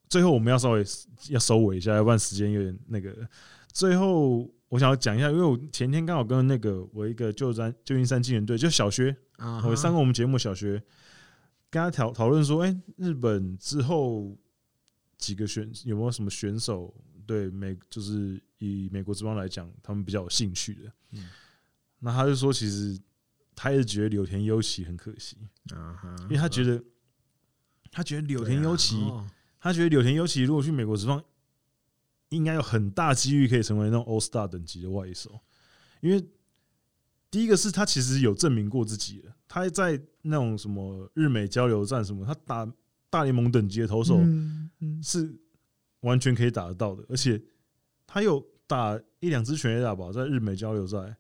[SPEAKER 1] 最后我们要稍微要收尾一下，要不然时间有点那个。最后我想要讲一下，因为我前天刚好跟那个我一个旧山旧金山纪人队，就小学
[SPEAKER 2] 啊！
[SPEAKER 1] 我上过我们节目小学，跟他讨讨论说，哎、日本之后几个选有没有什么选手对美就是以美国之邦来讲，他们比较有兴趣的？
[SPEAKER 3] 嗯
[SPEAKER 1] 那他就说，其实他也觉得柳田优起很可惜，
[SPEAKER 2] 啊哈，
[SPEAKER 1] 因为他觉得他觉得柳田优起，
[SPEAKER 2] 对啊哦
[SPEAKER 1] 他觉得柳田优起如果去美国职棒，应该有很大机遇可以成为那种 All Star 等级的外野手，因为第一个是他其实有证明过自己了，他在那种什么日美交流战什么，他打大联盟等级的投手
[SPEAKER 2] 嗯嗯
[SPEAKER 1] 是完全可以打得到的，而且他有打一两支全垒打吧，在日美交流赛，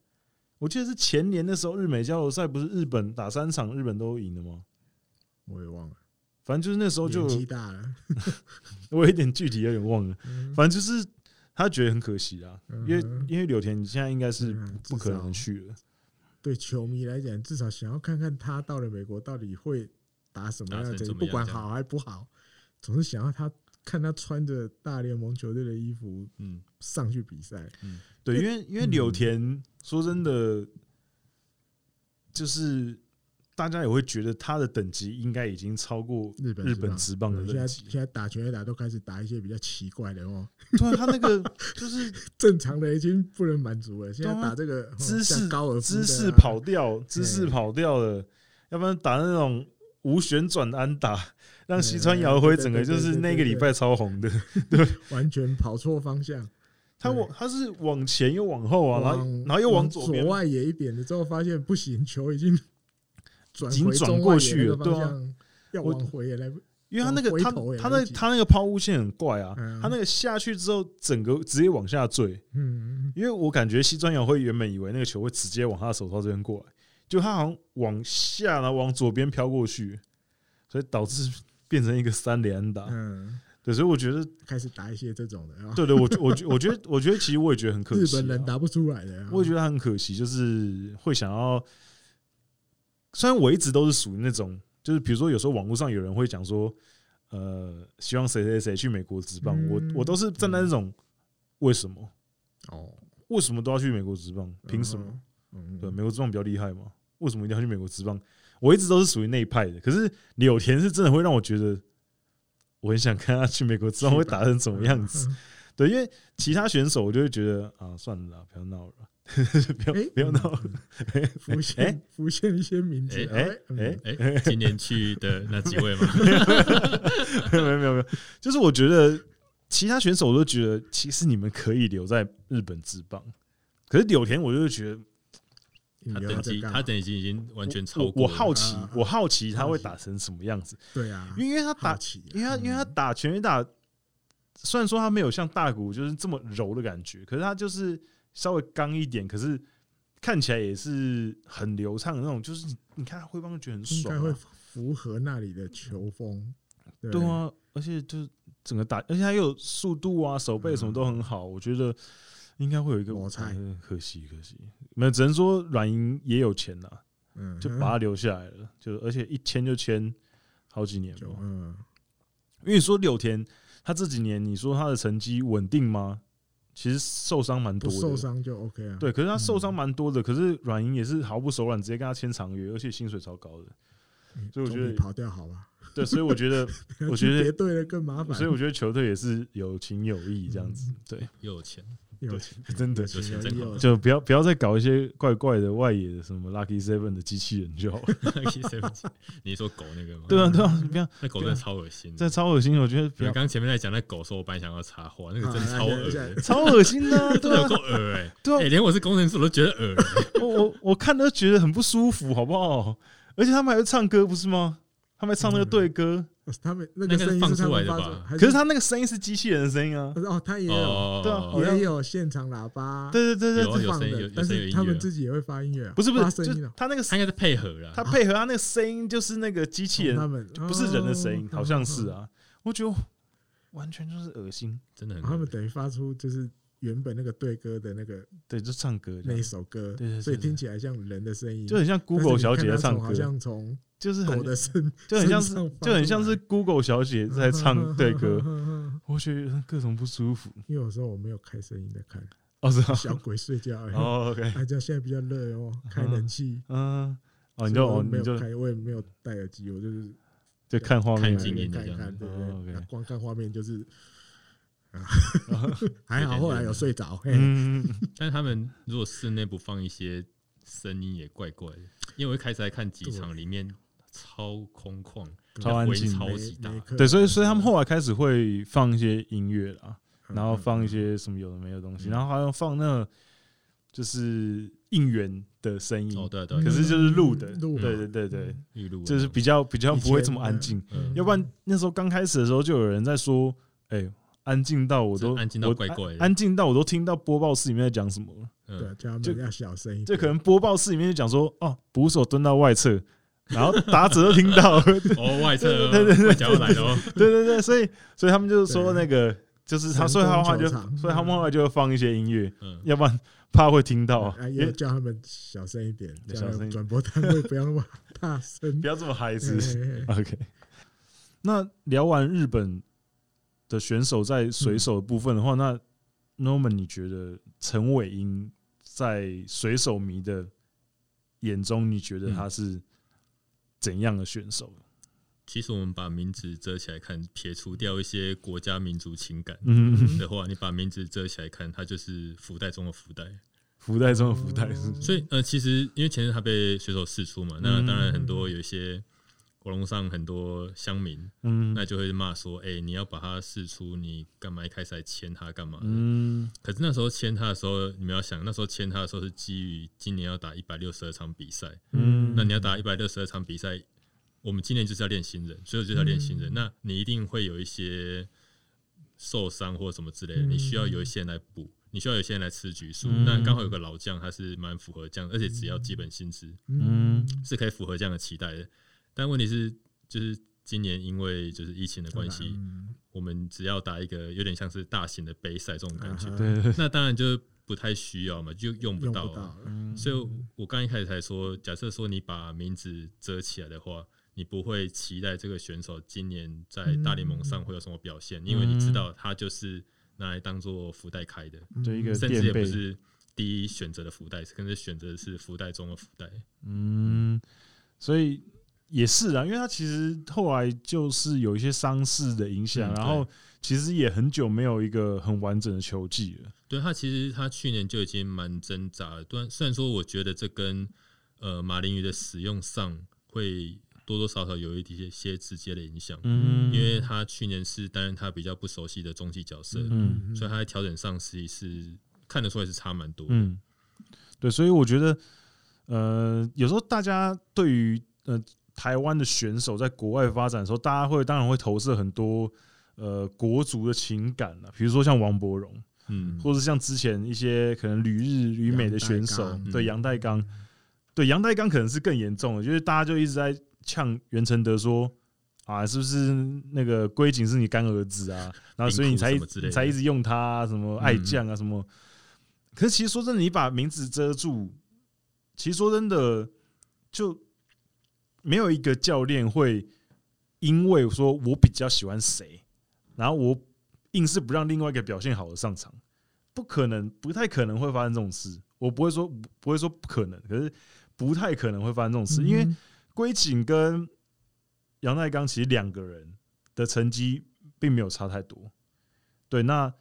[SPEAKER 1] 我记得是前年的时候，日美交流赛不是日本打三场，日本都赢了吗？
[SPEAKER 2] 我也忘了，
[SPEAKER 1] 反正就是那时候就
[SPEAKER 2] 年纪大了，
[SPEAKER 1] 我有一点具体有点忘了。
[SPEAKER 2] 嗯
[SPEAKER 1] 反正就是他觉得很可惜啦，
[SPEAKER 2] 嗯哼
[SPEAKER 1] 因为因为柳田你现在应该是
[SPEAKER 2] 嗯
[SPEAKER 1] 不可能
[SPEAKER 2] 至少
[SPEAKER 1] 去了，
[SPEAKER 2] 对球迷来讲，至少想要看看他到了美国到底会打什么样的
[SPEAKER 3] 打
[SPEAKER 2] 战
[SPEAKER 3] 成
[SPEAKER 2] 绩，
[SPEAKER 3] 怎么
[SPEAKER 2] 不
[SPEAKER 3] 样
[SPEAKER 2] 管
[SPEAKER 3] 这样
[SPEAKER 2] 好还不好，总是想要他看他穿着大联盟球队的衣服
[SPEAKER 3] 嗯，
[SPEAKER 2] 上去比赛。
[SPEAKER 1] 对，因为因为
[SPEAKER 2] 嗯
[SPEAKER 1] 柳田说真的，就是大家也会觉得他的等级应该已经超过
[SPEAKER 2] 日本
[SPEAKER 1] 日
[SPEAKER 2] 职棒
[SPEAKER 1] 本职棒的
[SPEAKER 2] 现在
[SPEAKER 1] 等级，
[SPEAKER 2] 现在打全垒打都开始打一些比较奇怪的哦，
[SPEAKER 1] 对啊他那个 就是
[SPEAKER 2] 正常的已经不能满足了。现在
[SPEAKER 1] 对啊
[SPEAKER 2] 打这个哦
[SPEAKER 1] 姿势
[SPEAKER 2] 像高尔夫的
[SPEAKER 1] 姿
[SPEAKER 2] 啊
[SPEAKER 1] 势跑掉，姿势跑掉了，要不然打那种。无旋转安打，让西
[SPEAKER 2] 嗯
[SPEAKER 1] 川遥辉整个就是那个礼拜超红的。
[SPEAKER 2] 完全跑错方向，
[SPEAKER 1] 他往他是往前又往后啊，然后
[SPEAKER 2] 往
[SPEAKER 1] 然后又
[SPEAKER 2] 往
[SPEAKER 1] 左
[SPEAKER 2] 左
[SPEAKER 1] 边
[SPEAKER 2] 外野一点了之后，发现不行，球已经 转
[SPEAKER 1] 已经
[SPEAKER 2] 回
[SPEAKER 1] 转
[SPEAKER 2] 中
[SPEAKER 1] 过
[SPEAKER 2] 外
[SPEAKER 1] 去
[SPEAKER 2] 野那
[SPEAKER 1] 了
[SPEAKER 2] 个
[SPEAKER 1] 对
[SPEAKER 2] 方
[SPEAKER 1] 啊
[SPEAKER 2] 向，要
[SPEAKER 1] 我
[SPEAKER 2] 往回也来不。
[SPEAKER 1] 因为他那个
[SPEAKER 2] 往回
[SPEAKER 1] 他
[SPEAKER 2] 头也
[SPEAKER 1] 他
[SPEAKER 2] 来
[SPEAKER 1] 那
[SPEAKER 2] 不及
[SPEAKER 1] 他那个抛物线很怪啊，
[SPEAKER 2] 嗯
[SPEAKER 1] 他那个下去之后整个直接往下坠，
[SPEAKER 2] 嗯，
[SPEAKER 1] 因为我感觉西川遥辉原本以为那个球会直接往他的手套这边过来，就他好像往下然后往左边飘过去，所以导致变成一个三连打。
[SPEAKER 2] 嗯，
[SPEAKER 1] 对，所以我觉得，
[SPEAKER 2] 开始打一些这种的啊，
[SPEAKER 1] 啊对对，我觉我觉我觉得我觉得其实我也觉得很可惜、
[SPEAKER 2] 日
[SPEAKER 1] 啊，
[SPEAKER 2] 本人打不出来的啊，
[SPEAKER 1] 我也觉得很可惜，就是会想要。虽然我一直都是属于那种，就是比如说有时候网络上有人会讲说，呃，希望谁谁谁去美国职棒，
[SPEAKER 2] 嗯
[SPEAKER 1] 我我都是站在那种为什么
[SPEAKER 2] 哦，
[SPEAKER 1] 为什么都要去美国职棒，凭什么？
[SPEAKER 2] 嗯？
[SPEAKER 1] 对，
[SPEAKER 2] 嗯，
[SPEAKER 1] 美国职棒比较厉害嘛，为什么一定要去美国职棒？我一直都是属于那一派的，可是柳田是真的会让我觉得，我很想看他去美国职棒会打成什么样子。对，因为其他选手我就会觉得啊，算了啦，不要闹了，不要、
[SPEAKER 2] 哎
[SPEAKER 1] 不要闹了。
[SPEAKER 2] 浮现浮现一些名字，
[SPEAKER 1] 哎
[SPEAKER 2] 嗯
[SPEAKER 1] 哎
[SPEAKER 3] 哎、今年去的那几位嘛，
[SPEAKER 1] 没有没有没有没有，就是我觉得其他 选手我都觉得，其实你们可以留在日本职棒，可是柳田我就觉得啊
[SPEAKER 2] 你
[SPEAKER 3] 他
[SPEAKER 2] 留嗯他
[SPEAKER 3] 等
[SPEAKER 2] 在
[SPEAKER 3] 级
[SPEAKER 2] 干
[SPEAKER 3] 他
[SPEAKER 2] 嘛？
[SPEAKER 3] 等级已经完全超
[SPEAKER 1] 我
[SPEAKER 3] 过
[SPEAKER 1] 我
[SPEAKER 3] 了
[SPEAKER 1] 好奇
[SPEAKER 2] 啊，
[SPEAKER 1] 我好奇他会打成什么样子，
[SPEAKER 2] 对啊，
[SPEAKER 1] 因为因为他打
[SPEAKER 2] 好奇啊，
[SPEAKER 1] 因为他因为他打拳击打，虽然说他没有像大谷就是这么柔的感觉，可是他就是稍微刚一点，可是看起来也是很流畅的那种，就是你你看他挥棒就觉得很
[SPEAKER 2] 应
[SPEAKER 1] 爽、
[SPEAKER 2] 该会
[SPEAKER 1] 啊，
[SPEAKER 2] 符合那里的球风。对
[SPEAKER 1] 对啊，而且就是整个打，而且他又有速度啊，手背什么都很好，我觉得应该会有一个
[SPEAKER 2] 我猜，
[SPEAKER 1] 呃可惜可惜，没有，只能说软银也有钱呐、
[SPEAKER 2] 嗯，
[SPEAKER 1] 就把他留下来了，就而且一签就签好几年嘛，
[SPEAKER 2] 就嗯，
[SPEAKER 1] 因为说柳田他这几年，你说他的成绩稳定吗？其实受伤蛮
[SPEAKER 2] 不
[SPEAKER 1] 多的，
[SPEAKER 2] 受伤嗯就 OK 啊。
[SPEAKER 1] 对，可是他受伤蛮多的，可是软银也是毫不手软，直接跟他签长约，而且薪水超高的，
[SPEAKER 2] 嗯，
[SPEAKER 1] 所以我
[SPEAKER 2] 总
[SPEAKER 1] 觉得
[SPEAKER 2] 比跑掉好吧。
[SPEAKER 1] 对，所以我觉 得， 我觉得
[SPEAKER 2] 别对了更麻烦，
[SPEAKER 1] 所以我觉得球队也是有情有义这样子，对，
[SPEAKER 3] 又有钱，
[SPEAKER 2] 有 钱
[SPEAKER 1] 真的
[SPEAKER 3] 有钱真好
[SPEAKER 2] 有
[SPEAKER 1] 就不要不要再搞一些怪怪的外野的什么 Lucky Seven 的机器人 就好了，
[SPEAKER 3] 你说狗那个吗？
[SPEAKER 1] 对啊对啊，你不要
[SPEAKER 3] 那狗真的超恶心的。
[SPEAKER 1] 这超恶心，我觉得不
[SPEAKER 3] 你
[SPEAKER 1] 要
[SPEAKER 3] 们刚前面在讲那狗说，我本来想要插话，那个真的超恶的，
[SPEAKER 1] 超恶心的 啊，
[SPEAKER 3] 真
[SPEAKER 1] 对
[SPEAKER 3] 的有
[SPEAKER 1] 啊
[SPEAKER 3] 够恶哎！
[SPEAKER 1] 对啊
[SPEAKER 3] 哎，，连我是工程师我都觉得恶欸。
[SPEAKER 1] 我我我看都觉得很不舒服，好不好？而且他们还会唱歌，不是吗？他们还唱那个对歌，
[SPEAKER 2] 他们那
[SPEAKER 3] 那
[SPEAKER 2] 个
[SPEAKER 3] 个
[SPEAKER 2] 声音
[SPEAKER 3] 放
[SPEAKER 2] 是他
[SPEAKER 3] 出来
[SPEAKER 2] 们
[SPEAKER 3] 的
[SPEAKER 2] 发
[SPEAKER 3] 吧
[SPEAKER 2] 出，还
[SPEAKER 1] 可是他那个声音是机器人的声音啊！
[SPEAKER 2] 哦，他也有
[SPEAKER 1] 对
[SPEAKER 3] 哦
[SPEAKER 1] 啊，
[SPEAKER 2] 也有现场喇叭，
[SPEAKER 1] 对对对
[SPEAKER 3] 有
[SPEAKER 1] 对，
[SPEAKER 3] 啊
[SPEAKER 2] 是放
[SPEAKER 3] 声音
[SPEAKER 2] 的
[SPEAKER 3] 有，
[SPEAKER 2] 但
[SPEAKER 3] 声音有
[SPEAKER 2] 是
[SPEAKER 3] 音
[SPEAKER 2] 他们
[SPEAKER 3] 乐
[SPEAKER 2] 自己也会发音乐啊，
[SPEAKER 1] 不是不
[SPEAKER 2] 发
[SPEAKER 1] 是，
[SPEAKER 2] 声
[SPEAKER 1] 就
[SPEAKER 2] 音啊，
[SPEAKER 1] 他那个
[SPEAKER 3] 他应该是配合啦。
[SPEAKER 1] 他配合他那个声音，就是那个机器
[SPEAKER 2] 哦他
[SPEAKER 1] 人，
[SPEAKER 2] 们
[SPEAKER 1] 不是人的声音
[SPEAKER 2] 哦，
[SPEAKER 1] 好像是
[SPEAKER 2] 哦
[SPEAKER 1] 啊。我觉得完全就是恶心，
[SPEAKER 3] 真的很
[SPEAKER 2] 哦他
[SPEAKER 3] 恶
[SPEAKER 2] 们等于发出就是原本那个对歌的那个
[SPEAKER 1] 对，就唱歌这
[SPEAKER 2] 那一
[SPEAKER 1] 样，
[SPEAKER 2] 首歌
[SPEAKER 1] 对对对，
[SPEAKER 2] 所以听起来像人的声音，
[SPEAKER 1] 就很像
[SPEAKER 2] 但是
[SPEAKER 1] Google
[SPEAKER 2] 你
[SPEAKER 1] 小姐
[SPEAKER 2] 看
[SPEAKER 1] 在
[SPEAKER 2] 他
[SPEAKER 1] 唱
[SPEAKER 2] 从
[SPEAKER 1] 歌
[SPEAKER 2] 好，像从
[SPEAKER 1] 就是很
[SPEAKER 2] 狗的声，
[SPEAKER 1] 就很像是
[SPEAKER 2] 身上发
[SPEAKER 1] 就很像
[SPEAKER 2] 出
[SPEAKER 1] 是
[SPEAKER 2] 来
[SPEAKER 1] Google 小姐在 唱对歌，
[SPEAKER 2] 因
[SPEAKER 1] 我觉得各种不舒服。
[SPEAKER 2] 为有时候我没有开声音在看，
[SPEAKER 1] 哦，是啊，
[SPEAKER 2] 小鬼睡觉而 已。
[SPEAKER 1] 哦，OK，
[SPEAKER 2] 哎，这样现在比较热哦，开冷气。
[SPEAKER 1] 嗯，哦，你
[SPEAKER 2] 所以
[SPEAKER 1] 就
[SPEAKER 2] 我
[SPEAKER 1] 哦，
[SPEAKER 2] 没
[SPEAKER 1] 你
[SPEAKER 2] 有
[SPEAKER 1] 就
[SPEAKER 2] 开，我也没有戴耳机，我就是
[SPEAKER 1] 就看画面
[SPEAKER 3] 看
[SPEAKER 1] 而
[SPEAKER 3] 静
[SPEAKER 1] 已，
[SPEAKER 3] 音的
[SPEAKER 2] 看一
[SPEAKER 3] 这样
[SPEAKER 2] 看，
[SPEAKER 3] 子
[SPEAKER 2] 对
[SPEAKER 1] 哦
[SPEAKER 2] 不
[SPEAKER 1] ，OK
[SPEAKER 2] 对？那光看画面就是 啊，还好
[SPEAKER 3] 有点
[SPEAKER 2] 后来
[SPEAKER 3] 热
[SPEAKER 2] 有睡着。嘿，
[SPEAKER 1] 嗯，
[SPEAKER 3] 但是他们如果室内不放一些声音也怪怪的，因为我一开始在看几场里面超空旷，
[SPEAKER 1] 超安
[SPEAKER 3] 回音
[SPEAKER 1] 静
[SPEAKER 3] 超
[SPEAKER 2] 没
[SPEAKER 3] 级大
[SPEAKER 2] 没，课
[SPEAKER 1] 对，所以所以他们后来开始会放一些音乐啦，
[SPEAKER 2] 嗯
[SPEAKER 1] 然后放一
[SPEAKER 2] 嗯
[SPEAKER 1] 些什么有的没有的东西，
[SPEAKER 3] 嗯
[SPEAKER 1] 然后好像放那就是应援的声音
[SPEAKER 3] 哦，，对啊对啊，
[SPEAKER 1] 可是就是录的，
[SPEAKER 2] 嗯录
[SPEAKER 1] 对对对对，
[SPEAKER 3] 预录啊
[SPEAKER 1] 就是比较比较
[SPEAKER 2] 以
[SPEAKER 1] 不会
[SPEAKER 2] 前
[SPEAKER 1] 这么安静，
[SPEAKER 3] 嗯
[SPEAKER 1] 要不然那时候刚开始的时候就有人在说，哎，安静到我都
[SPEAKER 3] 这安静到
[SPEAKER 1] 我
[SPEAKER 3] 怪怪的
[SPEAKER 1] 安静到我都听到播报室里面在讲什么了。
[SPEAKER 2] 对，啊
[SPEAKER 3] 嗯，
[SPEAKER 2] 叫他
[SPEAKER 1] 就
[SPEAKER 2] 们要小声一点。
[SPEAKER 1] 就可能播报室里面就讲说，哦，捕手蹲到外侧，然后打者都听到， 对
[SPEAKER 3] 哦外侧哦外角要来了哦，
[SPEAKER 1] 对对，所以所以他们就说
[SPEAKER 2] 对
[SPEAKER 1] 那个就是他，
[SPEAKER 2] 人
[SPEAKER 1] 所以他
[SPEAKER 2] 工
[SPEAKER 1] 后来就
[SPEAKER 2] 球场
[SPEAKER 1] 所以他们后来就会放一些音乐，
[SPEAKER 3] 嗯，
[SPEAKER 1] 要不然怕会听到啊
[SPEAKER 2] 啊，，
[SPEAKER 1] 因
[SPEAKER 2] 也
[SPEAKER 1] 为
[SPEAKER 2] 叫他们小声一点，
[SPEAKER 1] 对
[SPEAKER 2] 叫
[SPEAKER 1] 小
[SPEAKER 2] 他
[SPEAKER 1] 声
[SPEAKER 2] 们
[SPEAKER 1] 一
[SPEAKER 2] 转播单位不要那么大 声
[SPEAKER 1] 不。要这么嗨，是
[SPEAKER 2] 嘿
[SPEAKER 1] 不是
[SPEAKER 2] 嘿 嘿
[SPEAKER 1] OK。那聊完日本的选手在水手的部分的话，那 Norman 你觉得陈伟英在水手迷的眼中，你觉得他是怎样的选手？
[SPEAKER 3] 其实我们把名字遮起来看，撇除掉一些国家民族情感
[SPEAKER 1] 嗯，
[SPEAKER 3] 的话，你把名字遮起来看，它就是福袋中的福袋。
[SPEAKER 1] 福袋中的福袋是不是
[SPEAKER 3] 所以呃，其实因为前阵他被水手释出嘛，那
[SPEAKER 1] 嗯
[SPEAKER 3] 当然很多有一些网络上很多乡民，
[SPEAKER 1] 嗯
[SPEAKER 3] 那就会骂说，哎、你要把他释出，你干嘛一开始还签他干嘛？
[SPEAKER 1] 嗯
[SPEAKER 3] 可是那时候签他的时候，你们要想，那时候签他的时候是基于今年要打一百六十二场比赛，
[SPEAKER 1] 嗯，
[SPEAKER 3] 那你要打一百六十二场比赛，我们今年就是要练新人，所以我就是要练新人。那你一定会有一些受伤或什么之类的，
[SPEAKER 2] 嗯
[SPEAKER 3] 你需要有一些人来补，你需要有一些人来吃局数。
[SPEAKER 1] 嗯
[SPEAKER 3] 那刚好有个老将，他是蛮符合这样，而且只要基本薪资
[SPEAKER 1] 嗯
[SPEAKER 3] 是可以符合这样的期待的。但问题是，就是今年因为就是疫情的关系，
[SPEAKER 1] 啊
[SPEAKER 2] 嗯
[SPEAKER 3] 我们只要打一个有点像是大型的杯赛这种感觉，
[SPEAKER 2] 啊哈
[SPEAKER 1] 对对对，
[SPEAKER 3] 那当然就不太需要嘛，就用
[SPEAKER 2] 用
[SPEAKER 3] 不
[SPEAKER 2] 不
[SPEAKER 3] 到
[SPEAKER 2] 到
[SPEAKER 3] 啊、
[SPEAKER 2] 了。
[SPEAKER 3] 所以我刚一开始才说，假设说你把名字遮起来的话，你不会期待这个选手今年在大联盟上会有什么表
[SPEAKER 1] 嗯
[SPEAKER 3] 现，因为你知道他就是拿来当做福袋开的，
[SPEAKER 2] 嗯
[SPEAKER 1] 就一个
[SPEAKER 3] 甚至也
[SPEAKER 1] 垫
[SPEAKER 3] 不
[SPEAKER 1] 背，
[SPEAKER 3] 是第一选择的福袋，甚至选择是福袋中的福袋。
[SPEAKER 1] 嗯，所以也是啊，因为他其实后来就是有一些伤势的影响，
[SPEAKER 3] 嗯
[SPEAKER 1] 然后其实也很久没有一个很完整的球季了。
[SPEAKER 3] 对他，其实他去年就已经蛮挣扎了。虽然虽然说，我觉得这跟呃马林鱼的使用上会多多少少有一些些直接的影响，
[SPEAKER 1] 嗯
[SPEAKER 3] 因为他去年是担任他比较不熟悉的中继角色，
[SPEAKER 1] 嗯
[SPEAKER 3] 所以他在调整上实际是看得出来是差蛮多的。
[SPEAKER 1] 嗯，对，所以我觉得，呃，有时候大家对于呃台湾的选手在国外发展的时候，大家会当然会投射很多呃国足的情感啊，比如说像王柏荣，
[SPEAKER 2] 嗯
[SPEAKER 1] 或者像之前一些可能旅日旅美的选手
[SPEAKER 2] 杨代，刚
[SPEAKER 1] 对杨代刚，对
[SPEAKER 3] 嗯
[SPEAKER 1] 杨代刚可能是更严重的，就是大家就一直在呛袁成德说啊，是不是那个龟井是你干儿 子啊？然后所以你才
[SPEAKER 4] 冰库什么之类的
[SPEAKER 1] 你才一直用他啊、什么爱将啊什么。可是其实说真的，你把名字遮住，其实说真的，就没有一个教练会因为说我比较喜欢谁，然后我硬是不让另外一个表现好的上场，不可能，不太可能会发生这种事。我不会说不会说不可能，可是不太可能会发生这种事，因为龟井跟杨代刚其实两个人的成绩并没有差太多。对，那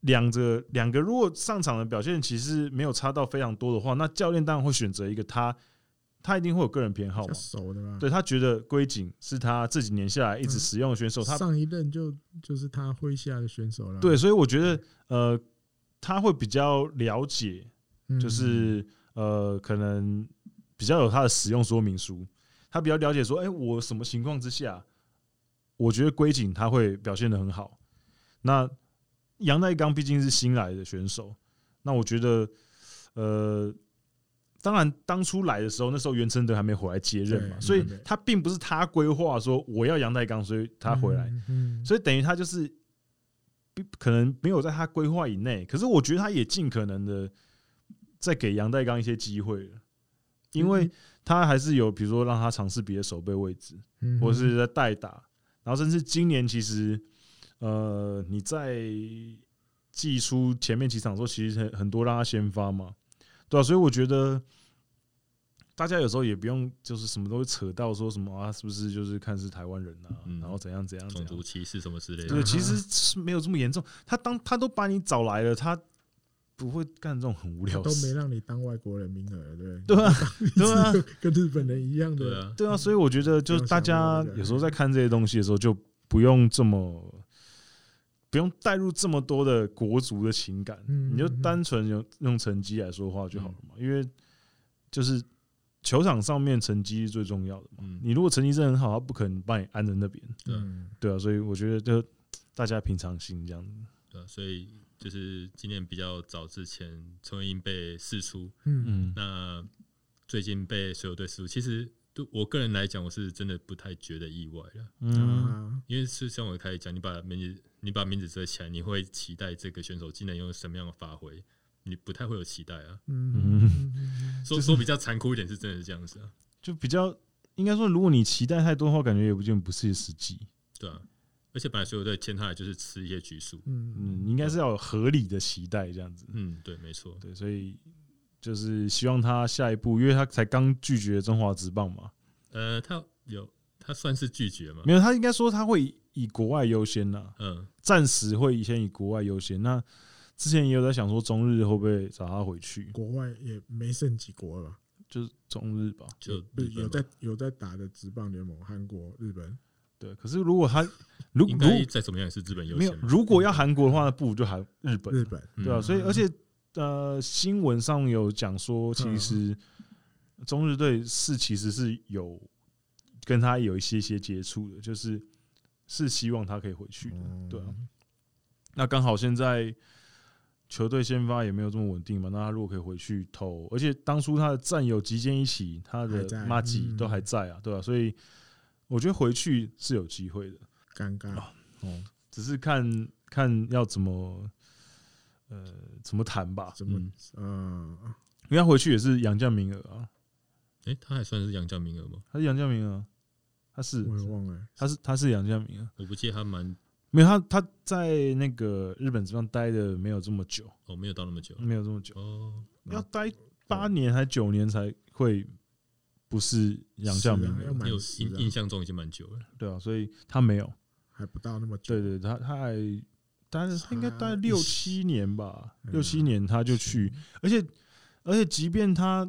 [SPEAKER 1] 两个两个如果上场的表现其实没有差到非常多的话，那教练当然会选择一个他，他一定会有个人偏好
[SPEAKER 2] 比较
[SPEAKER 1] 嘛。
[SPEAKER 2] 熟的吧？
[SPEAKER 1] 对他觉得龟井是他这几年下来一直
[SPEAKER 2] 嗯
[SPEAKER 1] 使用的选手，他
[SPEAKER 2] 上一嗯任就就是他麾下的选手了。
[SPEAKER 1] 对，所以我觉得呃，他会比较了解
[SPEAKER 2] 嗯，
[SPEAKER 1] 就是呃，可能比较有他的使用说明书，他比较了解说，哎、我什么情况之下，我觉得龟井他会表现的很好。那杨代刚毕竟是新来的选手，那我觉得呃，当然当初来的时候，那时候袁成德还没回来接任嘛，
[SPEAKER 2] 对
[SPEAKER 1] 所以
[SPEAKER 2] 对
[SPEAKER 1] 他并不是他规划说我要杨代刚，所以他回来，
[SPEAKER 2] 嗯，嗯，
[SPEAKER 1] 所以等于他就是不可能没有在他规划以内，可是我觉得他也尽可能的在给杨代刚一些机会了，因为他还是有比如说让他尝试别的守备位置，
[SPEAKER 2] 嗯
[SPEAKER 1] 或者是在代打，然后甚至今年其实呃你在季初前面几场的时候，其实很很多让他先发嘛，对啊，所以我觉得。大家有时候也不用就是什么都会扯到说什么啊，是不是就是看是台湾人啊，
[SPEAKER 4] 嗯
[SPEAKER 1] 然后怎样怎样怎
[SPEAKER 4] 种
[SPEAKER 1] 样，
[SPEAKER 4] 族歧视什么之类的
[SPEAKER 1] 对，嗯
[SPEAKER 2] 啊。
[SPEAKER 1] 其实是没有这么严重。他当他都把你找来了，他不会干这种很无聊
[SPEAKER 2] 都
[SPEAKER 1] 的
[SPEAKER 2] 没
[SPEAKER 1] 事。
[SPEAKER 2] 让你当外国人名额，对不
[SPEAKER 1] 对 啊，对啊，
[SPEAKER 2] 对，跟日本人一样
[SPEAKER 4] 对
[SPEAKER 2] 的。
[SPEAKER 4] 啊，
[SPEAKER 1] 对啊，所以我觉得就是大家有时候在看这些东西的时候，就不用这么不用带入这么多的国足的情感，
[SPEAKER 2] 嗯
[SPEAKER 1] 你就单纯用用成绩来说话就好了嘛。因为就是球场上面成绩是最重要的嘛。
[SPEAKER 4] 嗯，
[SPEAKER 1] 你如果成绩真的很好，他不可能把你安在那边，
[SPEAKER 4] 对啊
[SPEAKER 2] 嗯
[SPEAKER 1] 对啊。所以我觉得就大家平常心这样子。
[SPEAKER 4] 对啊，所以就是今年比较早之前，陈伟英被释出，
[SPEAKER 2] 嗯
[SPEAKER 1] 嗯
[SPEAKER 4] 那最近被水手队释出，其实对我个人来讲，我是真的不太觉得意外了，
[SPEAKER 1] 嗯
[SPEAKER 2] 啊，
[SPEAKER 4] 因为是像我开始讲，你把名字你把名字遮起来，你会期待这个选手技能有什么样的发挥，你不太会有期待啊。
[SPEAKER 2] 嗯
[SPEAKER 1] 嗯
[SPEAKER 2] 嗯
[SPEAKER 4] 说说比较残酷一点，是真的是这样子啊，
[SPEAKER 1] 就比较应该说，如果你期待太多的话，感觉也不见不是实际。
[SPEAKER 4] 对啊。而且本来水手队签他来就是吃一些局数，
[SPEAKER 2] 嗯
[SPEAKER 1] 嗯，你应该是要有合理的期待这样子。
[SPEAKER 4] 嗯，对，没错，
[SPEAKER 1] 对，所以就是希望他下一步，因为他才刚拒绝中华职棒嘛，
[SPEAKER 4] 呃，他有他算是拒绝嘛，
[SPEAKER 1] 没有他应该说他会以国外优先呐，
[SPEAKER 4] 嗯，
[SPEAKER 1] 暂时会先以国外优先。那之前也有在想说中日会不会找他回去，
[SPEAKER 2] 国外也没剩几国了吧，
[SPEAKER 1] 就是中日吧。
[SPEAKER 4] 就
[SPEAKER 2] 不
[SPEAKER 4] 日本
[SPEAKER 2] 有
[SPEAKER 4] 嘛
[SPEAKER 2] 在有在打的职棒联盟，韩国、日本，
[SPEAKER 1] 对，可是如果他如
[SPEAKER 4] 应
[SPEAKER 1] 如
[SPEAKER 4] 该再怎么样也是日本优
[SPEAKER 1] 没有
[SPEAKER 4] 先嘛，
[SPEAKER 1] 如果要韩国的话，那不如就韩日本
[SPEAKER 2] 日本，
[SPEAKER 4] 嗯
[SPEAKER 1] 对啊，所以而且呃，新闻上有讲说，其
[SPEAKER 2] 嗯
[SPEAKER 1] 实中日队是其实是有跟他有一些些接触的，就是是希望他可以回去
[SPEAKER 2] 嗯
[SPEAKER 1] 的。对啊，那刚好现在球队先发也没有这么稳定嘛，那他如果可以回去投，而且当初他的战友集建一起，他
[SPEAKER 2] 还
[SPEAKER 1] 的
[SPEAKER 2] 在
[SPEAKER 1] 马吉
[SPEAKER 2] 嗯
[SPEAKER 1] 都还在啊，对啊，所以我觉得回去是有机会的，
[SPEAKER 2] 尴尬，
[SPEAKER 1] 哦，只是看看要怎么。呃，怎么谈吧？
[SPEAKER 2] 怎么
[SPEAKER 4] 嗯
[SPEAKER 2] 嗯，
[SPEAKER 1] 因为他回去也是杨将名额啊，
[SPEAKER 4] 诶，他还算是杨将名额吗？
[SPEAKER 1] 他是杨将名额啊，他是
[SPEAKER 2] 我也忘了，
[SPEAKER 1] 他是他是杨将名额，
[SPEAKER 4] 我不记得他蛮
[SPEAKER 1] 没有他他在那个日本这边待的没有这么久，
[SPEAKER 4] 哦，没有到那么久
[SPEAKER 1] 没有这么久，
[SPEAKER 4] 哦，
[SPEAKER 1] 要待
[SPEAKER 2] 哦
[SPEAKER 1] 八年还九年才会不是杨将名
[SPEAKER 2] 是啊要
[SPEAKER 1] 额，
[SPEAKER 2] 买
[SPEAKER 4] 因为我
[SPEAKER 2] 是
[SPEAKER 4] 印
[SPEAKER 2] 啊
[SPEAKER 4] 印象中已经蛮久了，
[SPEAKER 1] 对啊，所以他没有，
[SPEAKER 2] 还不到那么久，
[SPEAKER 1] 对对，他他还待了他应该待了
[SPEAKER 2] 差一
[SPEAKER 1] 六七年吧，
[SPEAKER 2] 嗯
[SPEAKER 1] 六七年他就去，而且而且即便他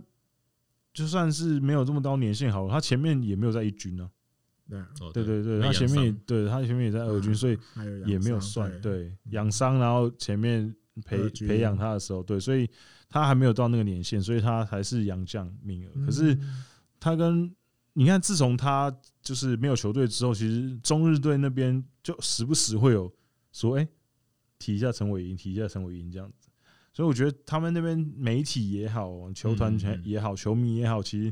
[SPEAKER 1] 就算是没有这么高年限好了，他前面也没有在一军啊。
[SPEAKER 2] 对啊，
[SPEAKER 4] 哦，
[SPEAKER 1] 对对对，
[SPEAKER 4] 那
[SPEAKER 1] 他
[SPEAKER 4] 杨
[SPEAKER 1] 前面也
[SPEAKER 4] 尚
[SPEAKER 1] 对他前面也在二军，所以
[SPEAKER 2] 还有
[SPEAKER 1] 也没有
[SPEAKER 2] 啊养伤
[SPEAKER 1] 算。
[SPEAKER 2] 对，
[SPEAKER 1] 对，养伤，然后前面培
[SPEAKER 2] 二军
[SPEAKER 1] 培养他的时候，对，所以他还没有到那个年限，所以他还是洋将名额。可是
[SPEAKER 2] 嗯
[SPEAKER 1] 他跟你看，自从他就是没有球队之后，其实中日队那边就时不时会有说，哎、提一下陈伟霆，提一下陈伟霆这样子。所以我觉得他们那边媒体也好，球团
[SPEAKER 4] 嗯嗯
[SPEAKER 1] 也好，球迷也好，其实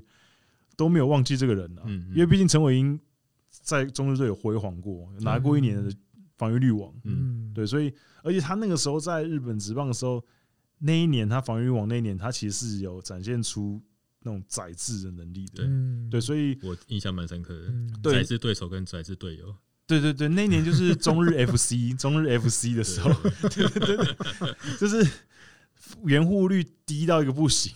[SPEAKER 1] 都没有忘记这个人啊。
[SPEAKER 4] 嗯嗯
[SPEAKER 1] 因为毕竟陈伟霆在中日队有辉煌过，拿过一年的防御率王。
[SPEAKER 4] 嗯，
[SPEAKER 2] 嗯，
[SPEAKER 1] 对，所以而且他那个时候在日本职棒的时候，那一年他防御率王那一年，他其实是有展现出那种宰制的能力的。
[SPEAKER 2] 嗯，
[SPEAKER 1] 对，所以
[SPEAKER 4] 我印象蛮深刻的。
[SPEAKER 2] 嗯
[SPEAKER 1] 对
[SPEAKER 4] 宰制对手跟宰制队友，
[SPEAKER 1] 对对对，那一年就 是中日 FC 中日 FC 的时候，对对对，就是圆护率低到一个不行，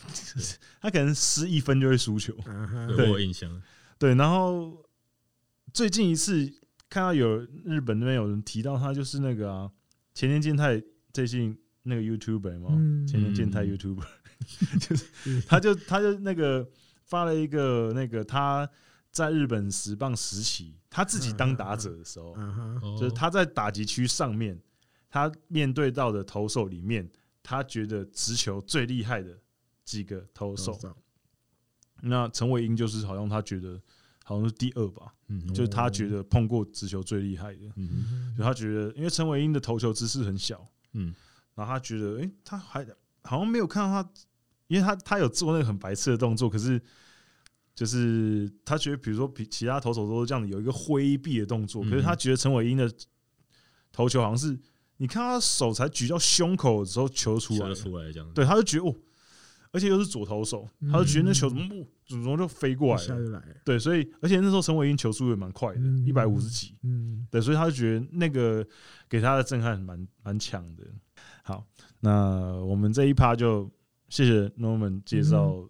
[SPEAKER 1] 他可能失一分就会输球。
[SPEAKER 2] 啊哈
[SPEAKER 4] 对
[SPEAKER 1] 对
[SPEAKER 4] 我有印象。
[SPEAKER 1] 对，然后最近一次看到有日本那边有人提到他，就是那个啊，前田健太最近那个 YouTuber 嘛，
[SPEAKER 2] 嗯
[SPEAKER 1] 前田健太
[SPEAKER 4] 嗯
[SPEAKER 1] YouTuber，、就是他就他就那个发了一个那个他在日本十棒时期，他自己当打者的时候，
[SPEAKER 2] 啊哈，
[SPEAKER 4] 哦
[SPEAKER 1] 就是他在打击区上面，他面对到的投手里面，他觉得直球最厉害的几个投手，那陈伟英就是好像他觉得好像是第二吧，
[SPEAKER 4] 嗯
[SPEAKER 1] 就是他觉得碰过直球最厉害的，
[SPEAKER 4] 嗯
[SPEAKER 1] 就他觉得因为陈伟英的投球姿势很小，
[SPEAKER 4] 嗯，
[SPEAKER 1] 然后他觉得诶，他还好像没有看到他，因为他他有做那个很白痴的动作，可是。就是他觉得，比如说比其他投手都是这样的，有一个挥臂的动作，可是他
[SPEAKER 4] 嗯
[SPEAKER 1] 觉得陈伟英的投球好像是，你看他手才举到胸口的时候，球出来
[SPEAKER 4] 射
[SPEAKER 1] 了，
[SPEAKER 4] 出来这样子。
[SPEAKER 1] 对，他就觉得哦，而且又是左投手，他就觉
[SPEAKER 4] 嗯
[SPEAKER 1] 得那球怎么不怎么就飞过
[SPEAKER 2] 一
[SPEAKER 1] 来
[SPEAKER 2] 下
[SPEAKER 1] 了？
[SPEAKER 2] 就来了，
[SPEAKER 1] 对，所以而且那时候陈伟英球速也蛮快的，
[SPEAKER 2] 嗯
[SPEAKER 1] 一百五十几，
[SPEAKER 2] 嗯，
[SPEAKER 1] 对，所以他就觉得那个给他的震撼蛮蛮强的。好，那我们这一趴就谢谢 Norman 介绍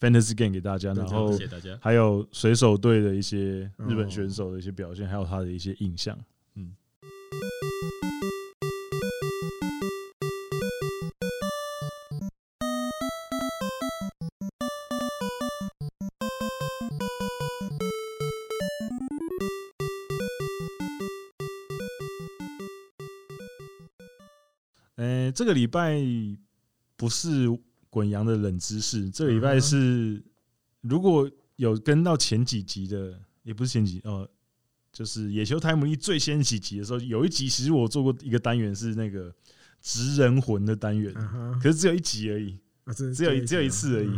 [SPEAKER 1] Fantasy Game 给大家，
[SPEAKER 2] 嗯对
[SPEAKER 1] 然
[SPEAKER 4] 好
[SPEAKER 1] 后
[SPEAKER 4] 谢谢大家。
[SPEAKER 1] 还有水手队的一些日本
[SPEAKER 2] 哦
[SPEAKER 1] 选手的一些表现，还有他的一些印象。
[SPEAKER 4] 嗯。
[SPEAKER 1] 呃、这个礼拜不是滚阳的冷知识，这个礼拜是如果有跟到前几集的，也不是前几呃，就是野球台姆一最先几集的时候，有一集其实我做过一个单元是那个职人魂的单元，
[SPEAKER 2] 啊哈，
[SPEAKER 1] 可是只有一集而已。
[SPEAKER 2] 啊，嗯只
[SPEAKER 1] 只有一只有一次而已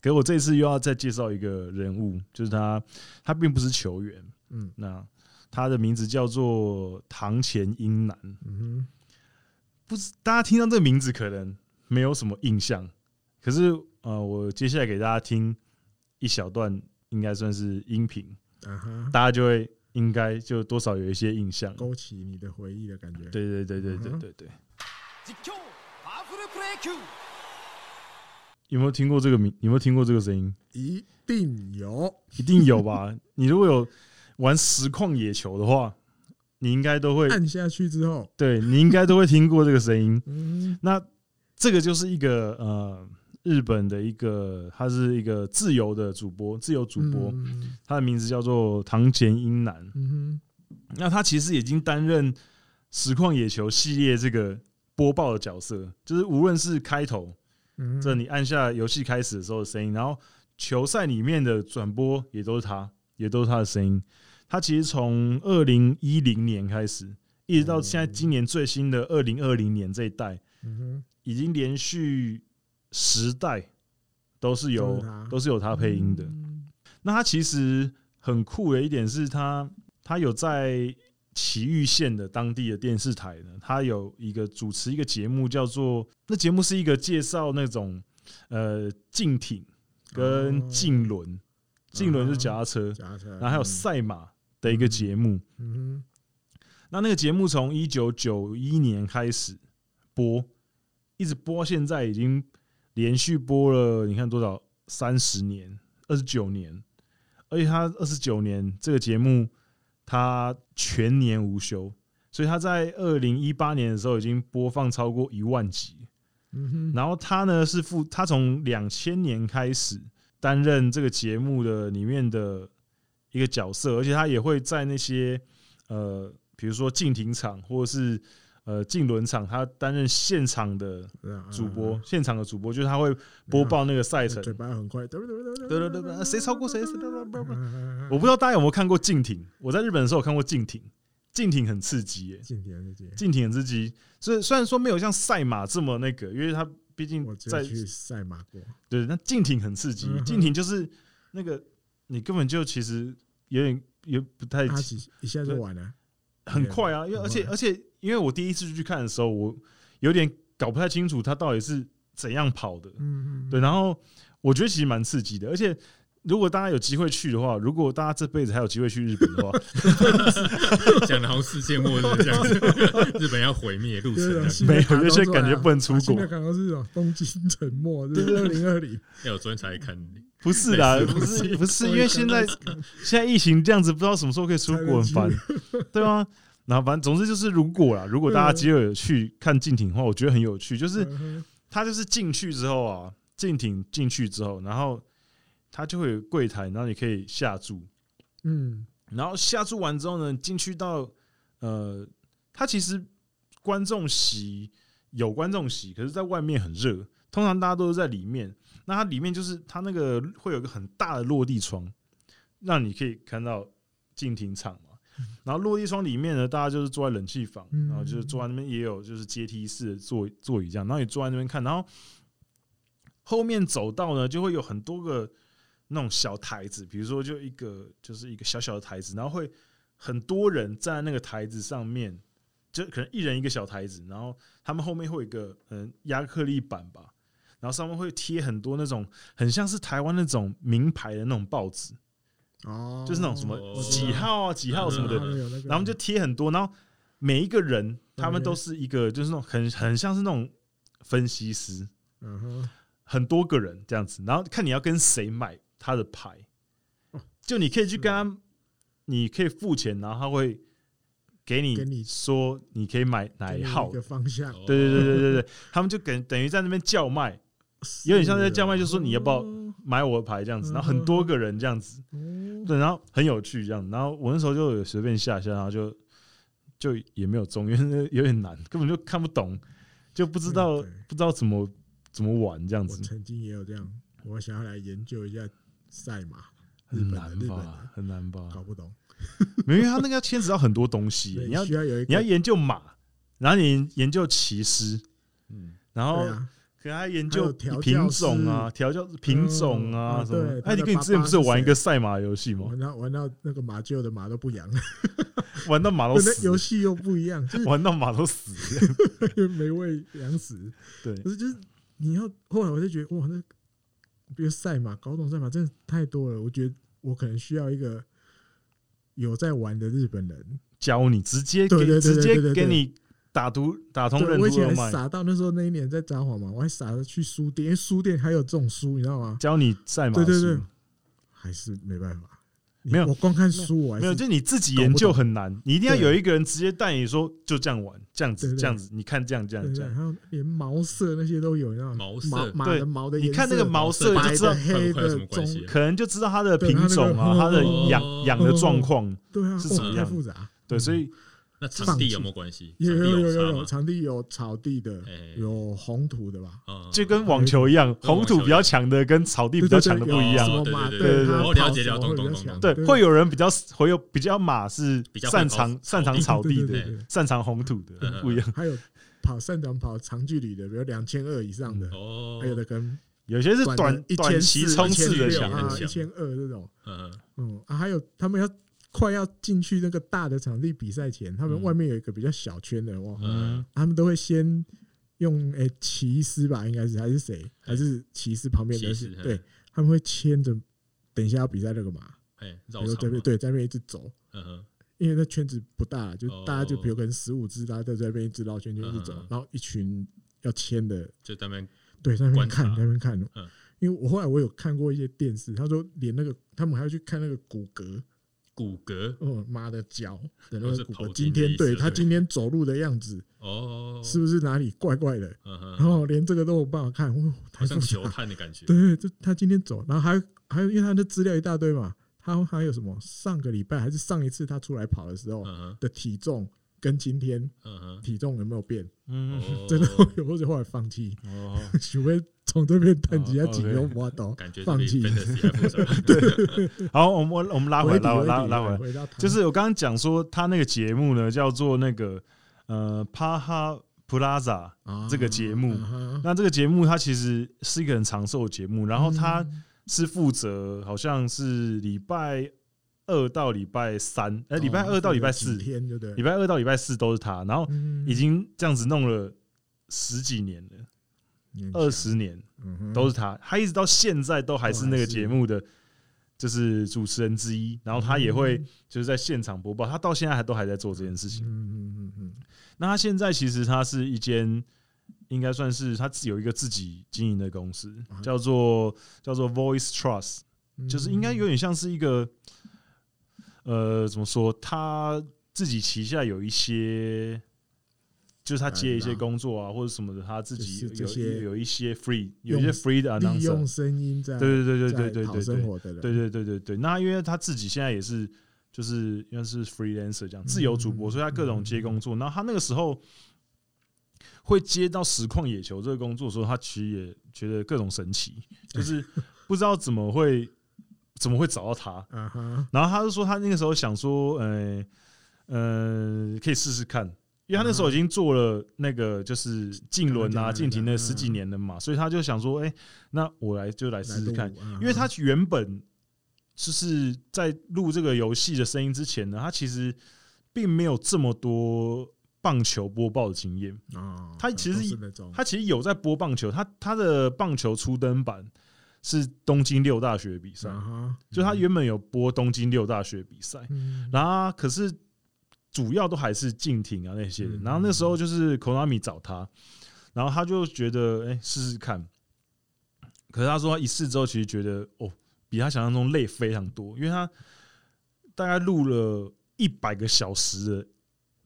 [SPEAKER 1] 可是我这一次又要再介绍一个人物，就是他，他并不是球员，
[SPEAKER 2] 嗯
[SPEAKER 1] 那他的名字叫做堂前英男。
[SPEAKER 2] 嗯
[SPEAKER 1] 不知大家听到这个名字可能没有什么印象，可是呃，我接下来给大家听一小段，应该算是音频，
[SPEAKER 2] 哼，啊哈，
[SPEAKER 1] 大家就会应该就多少有一些印象。
[SPEAKER 2] 勾起你的回忆的感觉，，
[SPEAKER 1] 对对对对对对对，
[SPEAKER 5] 実況パワフルプロ野球
[SPEAKER 1] 有没有听过这个名？有没有听过这个声音？
[SPEAKER 2] 一定有，
[SPEAKER 1] 一定有吧？你如果有玩实况野球的话，你应该都会，
[SPEAKER 2] 按下去之后，
[SPEAKER 1] 对你应该都会听过这个声音。
[SPEAKER 2] 嗯，
[SPEAKER 1] 那这个就是一个呃，日本的一个，他是一个自由的主播，自由主播，
[SPEAKER 2] 嗯
[SPEAKER 1] 他的名字叫做堂前英男。
[SPEAKER 2] 嗯
[SPEAKER 1] 那他其实已经担任实况野球系列这个播报的角色，就是无论是开头，
[SPEAKER 2] 嗯哼，
[SPEAKER 1] 这你按下游戏开始的时候的声音，然后球赛里面的转播也都是他，也都是他的声音。他其实从二零一零年开始，一直到现在今年最新的二零二零年这一代，
[SPEAKER 2] 嗯哼，
[SPEAKER 1] 已经连续十代都是
[SPEAKER 2] 都
[SPEAKER 1] 由
[SPEAKER 2] 是他
[SPEAKER 1] 都是有他配音的。
[SPEAKER 2] 嗯
[SPEAKER 1] 那他其实很酷的一点是他，他有在崎玉县的当地的电视台呢，他有一个主持一个节目，叫做那节目是一个介绍那种呃竞艇跟竞轮，竞轮是脚踏车，
[SPEAKER 2] 脚踏车，
[SPEAKER 1] 然后还有
[SPEAKER 2] 哦嗯，
[SPEAKER 1] 赛马的一个节目。
[SPEAKER 2] 嗯
[SPEAKER 1] 那那个节目从一九九一年开始播，一直播到现在已经连续播了，你看多少三十年，二十九年，而且他二十九年这个节目他全年无休，所以他在二零一八年的时候已经播放超过一万集。
[SPEAKER 2] 哼，嗯哼，
[SPEAKER 1] 然后他呢是负，他从两千年开始担任这个节目的里面的一个角色，而且他也会在那些呃，比如说竞艇场或者是呃进轮场，他担任现场的
[SPEAKER 2] 是啊
[SPEAKER 1] 主
[SPEAKER 2] 啊
[SPEAKER 1] 播
[SPEAKER 2] 啊，
[SPEAKER 1] 现场的主播就是他会播报那个赛
[SPEAKER 2] 啊
[SPEAKER 1] 程，
[SPEAKER 2] 嘴巴很快，嗯对嗯对对
[SPEAKER 1] 对对对对，谁超过谁，谁
[SPEAKER 2] 我
[SPEAKER 1] 我不知道大家有没有看过竞艇，我在日本的时候有看过竞艇，竞艇很刺激耶、
[SPEAKER 2] 今天是今天，
[SPEAKER 1] 竞艇很刺激。所以虽然说没有像赛马这么那个，因为它毕竟
[SPEAKER 2] 我只
[SPEAKER 1] 在
[SPEAKER 2] 有去赛马过，
[SPEAKER 1] 对，那竞艇很刺激
[SPEAKER 2] 嗯，哼
[SPEAKER 1] 竞艇就是那个你根本就其实有点有不太
[SPEAKER 2] 他几一下就完了，
[SPEAKER 1] 很快啊，因为
[SPEAKER 2] 很
[SPEAKER 1] 而且
[SPEAKER 2] 快
[SPEAKER 1] 而且因为我第一次去看的时候，我有点搞不太清楚它到底是怎样跑的，
[SPEAKER 2] 嗯，嗯
[SPEAKER 1] 对，，然后我觉得其实蛮刺激的，而且。如果大家有机会去的话，如果大家这辈子还有机会去日本的话，
[SPEAKER 4] 讲的好像世界末日这样子，日本要毁灭
[SPEAKER 2] 啊
[SPEAKER 4] 路程这样子。
[SPEAKER 1] 没有有些感觉不能出国
[SPEAKER 2] 现在刚刚是哦，东京沉没，这是二
[SPEAKER 1] 啊
[SPEAKER 2] 零二零，
[SPEAKER 4] 哎，我昨天才看，
[SPEAKER 1] 不是啦，
[SPEAKER 4] 类似
[SPEAKER 1] 不是不是，
[SPEAKER 4] 我
[SPEAKER 1] 因
[SPEAKER 4] 也
[SPEAKER 1] 为
[SPEAKER 4] 想
[SPEAKER 1] 现
[SPEAKER 4] 到
[SPEAKER 1] 在现在疫情这样子，不知道什么时候可以出国，很
[SPEAKER 2] 才能
[SPEAKER 1] 烦，对啊，然后反正总之就是，如果啦，如果大家机会有去看竞艇的话，我觉得很有趣，就是
[SPEAKER 2] 嗯
[SPEAKER 1] 他就是进去之后啊，竞艇进去之后，然后他就会有柜台，然后你可以下注，
[SPEAKER 2] 嗯，
[SPEAKER 1] 然后下注完之后呢，进去到呃，他其实观众席有观众席，可是在外面很热，通常大家都是在里面。那它里面就是它那个会有一个很大的落地窗，让你可以看到竞艇场嘛。然后落地窗里面呢，大家就是坐在冷气房，
[SPEAKER 2] 嗯
[SPEAKER 1] 然后就是坐在那边也有就是阶梯式的座座椅这样，然后你坐在那边看，然后后面走道呢就会有很多个那种小台子，比如说就一个就是一个小小的台子，然后会很多人站在那个台子上面，就可能一人一个小台子，然后他们后面会有一个嗯亚克力板吧，然后上面会贴很多那种很像是台湾那种名牌的那种报纸，
[SPEAKER 2] 哦，
[SPEAKER 1] 就是那种什
[SPEAKER 4] 哦
[SPEAKER 1] 么
[SPEAKER 4] 我知道
[SPEAKER 1] 几号啊几号什
[SPEAKER 4] 嗯
[SPEAKER 1] 么的，
[SPEAKER 4] 嗯
[SPEAKER 2] 的
[SPEAKER 1] 然后就贴很多，然后每一个人他们都是一个就是那种很很像是那种分析师，
[SPEAKER 2] 嗯哼，
[SPEAKER 1] 很多个人这样子，然后看你要跟谁买他的牌，
[SPEAKER 2] 哦
[SPEAKER 1] 就你可以去跟他，你可以付钱，然后他会给
[SPEAKER 2] 给你
[SPEAKER 1] 你说你可以买哪
[SPEAKER 2] 给
[SPEAKER 1] 一
[SPEAKER 2] 你
[SPEAKER 1] 号
[SPEAKER 2] 一个。方向，
[SPEAKER 4] 哦
[SPEAKER 1] 对对对对对对，他们就等等于在那边叫卖，有点像在叫卖，就说你要不要
[SPEAKER 2] 哦
[SPEAKER 1] 买我的牌这样子，
[SPEAKER 2] 嗯
[SPEAKER 1] 然后很多个人这样子，
[SPEAKER 2] 哦
[SPEAKER 1] 对，然后很有趣这样子，然后我那时候就有随便下一下，然后就就也没有中，因为那有点难，根本就看不懂，就不知道
[SPEAKER 2] 嗯对
[SPEAKER 1] 不知道怎么怎么玩这样
[SPEAKER 2] 我
[SPEAKER 1] 子，
[SPEAKER 2] 曾经也有这样，我想要来研究一下赛马，日
[SPEAKER 1] 很
[SPEAKER 2] 本
[SPEAKER 1] 难
[SPEAKER 2] 的日本
[SPEAKER 1] 吧
[SPEAKER 2] 的，
[SPEAKER 1] 很难吧，
[SPEAKER 2] 搞不懂，
[SPEAKER 1] 没有，因为它那个要牵扯到很多东西，
[SPEAKER 2] 对
[SPEAKER 1] 你要
[SPEAKER 2] 需要有一
[SPEAKER 1] 你要
[SPEAKER 2] 个，
[SPEAKER 1] 研究马，然后你研究骑师，
[SPEAKER 4] 嗯，
[SPEAKER 1] 然后
[SPEAKER 2] 对啊，
[SPEAKER 1] 可能还研
[SPEAKER 2] 还
[SPEAKER 1] 究
[SPEAKER 2] 有调
[SPEAKER 1] 品
[SPEAKER 2] 教
[SPEAKER 1] 种啊、
[SPEAKER 2] 师
[SPEAKER 1] 调教品种啊
[SPEAKER 2] 嗯
[SPEAKER 1] 什么的哎，
[SPEAKER 2] 对。他
[SPEAKER 1] 你
[SPEAKER 2] 的
[SPEAKER 1] 跟你
[SPEAKER 2] 爸
[SPEAKER 1] 之前不
[SPEAKER 2] 爸
[SPEAKER 1] 是有
[SPEAKER 2] 是
[SPEAKER 1] 玩一
[SPEAKER 2] 谁
[SPEAKER 1] 个赛马游戏吗
[SPEAKER 2] 玩？到玩到那个马厩的马都不养了，
[SPEAKER 1] 玩到马都
[SPEAKER 2] 那游
[SPEAKER 1] 死，
[SPEAKER 2] 戏又不一样，就是
[SPEAKER 1] 玩到马都死。
[SPEAKER 2] 没喂养死，
[SPEAKER 1] 对，
[SPEAKER 2] 可是就是你要后来我就觉得哇，那比如赛马、搞懂赛马真的太多了，我觉得我可能需要一个有在玩的日本人。
[SPEAKER 1] 教你直接
[SPEAKER 2] 对
[SPEAKER 1] 给
[SPEAKER 2] 对对
[SPEAKER 1] 直
[SPEAKER 2] 对
[SPEAKER 1] 接
[SPEAKER 2] 对对
[SPEAKER 1] 给你打图打通任
[SPEAKER 2] 对我以
[SPEAKER 1] 督
[SPEAKER 2] 前
[SPEAKER 1] 二
[SPEAKER 2] 还
[SPEAKER 1] 脉，
[SPEAKER 2] 傻到那时候那一年在札幌嘛，我还傻着去书店，因为书店还有这种书，你知道吗？
[SPEAKER 1] 教你赛马
[SPEAKER 2] 对对
[SPEAKER 1] 术
[SPEAKER 2] 对还是没办法，你
[SPEAKER 1] 没有
[SPEAKER 2] 我光看书我还
[SPEAKER 1] 没有，
[SPEAKER 2] 是
[SPEAKER 1] 就你自己
[SPEAKER 2] 搞
[SPEAKER 1] 研
[SPEAKER 2] 不
[SPEAKER 1] 究
[SPEAKER 2] 懂
[SPEAKER 1] 很难，你一定要
[SPEAKER 2] 对
[SPEAKER 1] 有一个人直接带你说就这样玩，这样
[SPEAKER 2] 对
[SPEAKER 1] 子
[SPEAKER 2] 对
[SPEAKER 1] 这样子，你看这样这
[SPEAKER 2] 对
[SPEAKER 1] 样这
[SPEAKER 2] 对，
[SPEAKER 1] 样。
[SPEAKER 2] 还有连毛色那些都有，你知道吗？
[SPEAKER 4] 毛色
[SPEAKER 2] 马马
[SPEAKER 1] 对
[SPEAKER 2] 的毛的
[SPEAKER 1] 你
[SPEAKER 2] 颜色，
[SPEAKER 1] 看那个毛色
[SPEAKER 4] 色
[SPEAKER 1] 你就
[SPEAKER 2] 白
[SPEAKER 1] 知道
[SPEAKER 2] 的、黑
[SPEAKER 4] 快有什
[SPEAKER 2] 的、
[SPEAKER 4] 么关
[SPEAKER 2] 棕
[SPEAKER 4] 系，啊
[SPEAKER 1] 可能就知道它的
[SPEAKER 2] 对
[SPEAKER 1] 品
[SPEAKER 2] 它那个
[SPEAKER 1] 种啊，它的
[SPEAKER 2] 哦
[SPEAKER 1] 养养的
[SPEAKER 2] 哦
[SPEAKER 1] 状况，
[SPEAKER 2] 对啊，
[SPEAKER 1] 是
[SPEAKER 2] 哦
[SPEAKER 1] 怎么
[SPEAKER 2] 太
[SPEAKER 1] 样
[SPEAKER 2] 复杂？
[SPEAKER 1] 对，所以
[SPEAKER 4] 那场地有没有关系？
[SPEAKER 2] 有有有有
[SPEAKER 4] 场地
[SPEAKER 2] 有，
[SPEAKER 4] 差吗？
[SPEAKER 2] 场地有草地的
[SPEAKER 4] 哎，
[SPEAKER 2] 有红土的吧？
[SPEAKER 4] 嗯
[SPEAKER 1] 就跟网球一样，
[SPEAKER 4] 跟网
[SPEAKER 1] 红土
[SPEAKER 4] 球
[SPEAKER 1] 比
[SPEAKER 4] 一样
[SPEAKER 1] 较强的跟草地比
[SPEAKER 2] 对
[SPEAKER 1] 较强的
[SPEAKER 2] 对
[SPEAKER 1] 不
[SPEAKER 2] 对
[SPEAKER 1] 一
[SPEAKER 2] 什
[SPEAKER 1] 样
[SPEAKER 4] 哦，
[SPEAKER 2] 么马
[SPEAKER 4] 对
[SPEAKER 1] 对对对
[SPEAKER 2] 它
[SPEAKER 4] 哦了解
[SPEAKER 2] 跑什么
[SPEAKER 4] 了懂懂
[SPEAKER 2] 会比较
[SPEAKER 4] 懂
[SPEAKER 2] 强
[SPEAKER 4] 懂
[SPEAKER 1] 对，
[SPEAKER 2] 对
[SPEAKER 1] 会有人比较会有比较马是
[SPEAKER 4] 比较会
[SPEAKER 1] 擅
[SPEAKER 4] 跑
[SPEAKER 1] 长
[SPEAKER 4] 草
[SPEAKER 1] 擅长
[SPEAKER 4] 地
[SPEAKER 1] 草地
[SPEAKER 2] 对
[SPEAKER 1] 的
[SPEAKER 2] 对对对，
[SPEAKER 1] 擅长红土的
[SPEAKER 4] 嗯嗯
[SPEAKER 1] 不一样，
[SPEAKER 2] 还有跑擅长跑长距离的，比如两千二以上
[SPEAKER 3] 嗯
[SPEAKER 2] 的，
[SPEAKER 4] 哦
[SPEAKER 2] 还，有的跟
[SPEAKER 1] 有些是短
[SPEAKER 2] 一
[SPEAKER 1] 短
[SPEAKER 2] 千
[SPEAKER 1] 期冲刺的
[SPEAKER 4] 强
[SPEAKER 1] 强
[SPEAKER 4] 很
[SPEAKER 2] 啊，
[SPEAKER 4] 强
[SPEAKER 2] 一千二这种，
[SPEAKER 4] 嗯，
[SPEAKER 2] 嗯啊，还有他们要快要进去那个大的场地比赛前，他们
[SPEAKER 4] 嗯
[SPEAKER 2] 外面有一个比较小圈的哇，
[SPEAKER 1] 嗯，
[SPEAKER 2] 他们都会先用诶骑师吧，应该是还是谁，还是骑师旁边的
[SPEAKER 4] 骑士嘿
[SPEAKER 3] 嗯
[SPEAKER 2] 对，他们会牵着等一下要比赛那个马，
[SPEAKER 4] 哎，绕
[SPEAKER 2] 然
[SPEAKER 4] 场
[SPEAKER 2] 后在那
[SPEAKER 4] 嘛
[SPEAKER 2] 边，对在那边一直走，
[SPEAKER 4] 嗯哼，
[SPEAKER 2] 因为那圈子不大，就大家就
[SPEAKER 4] 哦
[SPEAKER 2] 比如可能十五只，大家在这边一直绕圈圈一直走
[SPEAKER 4] 嗯嗯嗯，
[SPEAKER 2] 然后一群要签的，
[SPEAKER 4] 就在那边
[SPEAKER 2] 对，在那边
[SPEAKER 4] 观
[SPEAKER 2] 看，
[SPEAKER 4] 察
[SPEAKER 2] 在那边看
[SPEAKER 4] 嗯。
[SPEAKER 2] 因为我后来我有看过一些电视，他说连那个他们还要去看那个骨骼，
[SPEAKER 4] 骨骼
[SPEAKER 2] 哦妈的脚的那
[SPEAKER 4] 哦
[SPEAKER 2] 个
[SPEAKER 4] 是
[SPEAKER 2] 骨
[SPEAKER 4] 跑
[SPEAKER 2] 骼，
[SPEAKER 4] 进
[SPEAKER 2] 今
[SPEAKER 4] 的
[SPEAKER 2] 天
[SPEAKER 4] 意思
[SPEAKER 2] 对
[SPEAKER 4] 了
[SPEAKER 2] 他
[SPEAKER 4] 对
[SPEAKER 2] 今天走路的样子
[SPEAKER 4] 哦，
[SPEAKER 2] 是不是哪里怪怪的？
[SPEAKER 4] 嗯哼，
[SPEAKER 2] 然后连这个都有办法看，哇，
[SPEAKER 4] 好
[SPEAKER 2] 太
[SPEAKER 4] 像
[SPEAKER 2] 复
[SPEAKER 4] 球
[SPEAKER 2] 杂。
[SPEAKER 4] 探的感觉，
[SPEAKER 2] 对，就他今天走，然后还还有因为他的资料一大堆嘛，他还有什么上个礼拜还是上一次他出来跑的时候
[SPEAKER 4] 嗯哼，
[SPEAKER 2] 的体重跟今天
[SPEAKER 4] 嗯哼，
[SPEAKER 2] 体重有没有变，
[SPEAKER 1] 嗯，
[SPEAKER 4] 哦
[SPEAKER 2] 真的会有，或者后来放弃，
[SPEAKER 1] 哦，
[SPEAKER 2] 许威从这边探几下
[SPEAKER 1] 哦
[SPEAKER 2] 紧
[SPEAKER 1] ，OK
[SPEAKER 2] 又摸到，
[SPEAKER 4] 感觉这
[SPEAKER 2] 放
[SPEAKER 4] 比
[SPEAKER 2] 弃
[SPEAKER 4] fantasy 还复杂。
[SPEAKER 1] 嗯好，我们我们拉回来，拉回来，拉回来拉回来。
[SPEAKER 2] 回到他
[SPEAKER 1] 就是我刚刚讲说，他那个节目呢叫做那个呃帕哈 Plaza。
[SPEAKER 2] 啊
[SPEAKER 1] 这个节目
[SPEAKER 2] 啊哈
[SPEAKER 1] 那这个节目它其实是一个很长寿的节目，然后它
[SPEAKER 2] 嗯
[SPEAKER 1] 是负责好像是礼拜二到礼拜三，呃，礼拜二到礼拜四
[SPEAKER 2] 哦几，天就对了，
[SPEAKER 1] 礼拜二到礼拜四都是他，然后
[SPEAKER 2] 嗯
[SPEAKER 1] 已经这样子弄了十几年了，二十年
[SPEAKER 2] 嗯
[SPEAKER 1] 都是他，他一直到现在嗯都还是那个节目的就是主持人之一，然后他也会就是在现场播报，他到现在还都还在做这件事
[SPEAKER 2] 嗯
[SPEAKER 1] 情。
[SPEAKER 2] 嗯嗯嗯
[SPEAKER 1] 那他现在其实他是一间，应该算是他自有一个自己经营的公司
[SPEAKER 2] 啊，
[SPEAKER 1] 叫做叫做 Voice Trust，
[SPEAKER 2] 嗯，
[SPEAKER 1] 就是应该有点像是一个，呃，怎么说？他自己旗下有一些，就是他接一些工作啊，或者什么的，他自己
[SPEAKER 2] 就是这
[SPEAKER 1] 有
[SPEAKER 2] 些
[SPEAKER 1] 有有一些 free，有一些
[SPEAKER 2] 用
[SPEAKER 1] free 的
[SPEAKER 2] 利用
[SPEAKER 1] announcer，
[SPEAKER 2] 声音在
[SPEAKER 1] 对对对对对
[SPEAKER 2] 在
[SPEAKER 1] 对
[SPEAKER 2] 讨
[SPEAKER 1] 对
[SPEAKER 2] 生
[SPEAKER 1] 对。
[SPEAKER 2] 活的人，
[SPEAKER 1] 对对对对对，那因为他自己现在也是就是因为是 freelancer 这样自由主播，所以他各种接工作。然后他那个时候会接到实况野球这个工作的时候，他其实也觉得各种神奇，就是不知道怎么会怎么会找到他。
[SPEAKER 2] 啊哈，
[SPEAKER 1] 然后他就说他那个时候想说，呃呃，可以试试看。因为他那时候已经做了那个就是竞轮
[SPEAKER 2] 刚
[SPEAKER 1] 啊、
[SPEAKER 2] 刚讲
[SPEAKER 1] 竞
[SPEAKER 2] 的
[SPEAKER 1] 停那十
[SPEAKER 2] 嗯
[SPEAKER 1] 几年了嘛，所以他就想说，哎，那我来就来试试看
[SPEAKER 2] 来。录，啊
[SPEAKER 1] 因为
[SPEAKER 2] 哈
[SPEAKER 1] 他原本就是在录这个游戏的声音之前呢，他其实并没有这么多棒球播报的经验。
[SPEAKER 2] 哦
[SPEAKER 1] 他
[SPEAKER 2] 嗯
[SPEAKER 1] 其实
[SPEAKER 2] 都是那种
[SPEAKER 1] 他其实有在播棒球，他他的棒球初登版是东京六大学比赛，
[SPEAKER 2] 啊哈，
[SPEAKER 1] 就他原本有播东京六大学比赛，
[SPEAKER 2] 嗯
[SPEAKER 1] 然后他可是主要都还是竞艇啊那些的
[SPEAKER 2] 嗯。
[SPEAKER 1] 然后那时候就是 Konami 找他，然后他就觉得哎试试看，可是他说他一试之后，其实觉得哦比他想象中累非常多，因为他大概录了一百个小时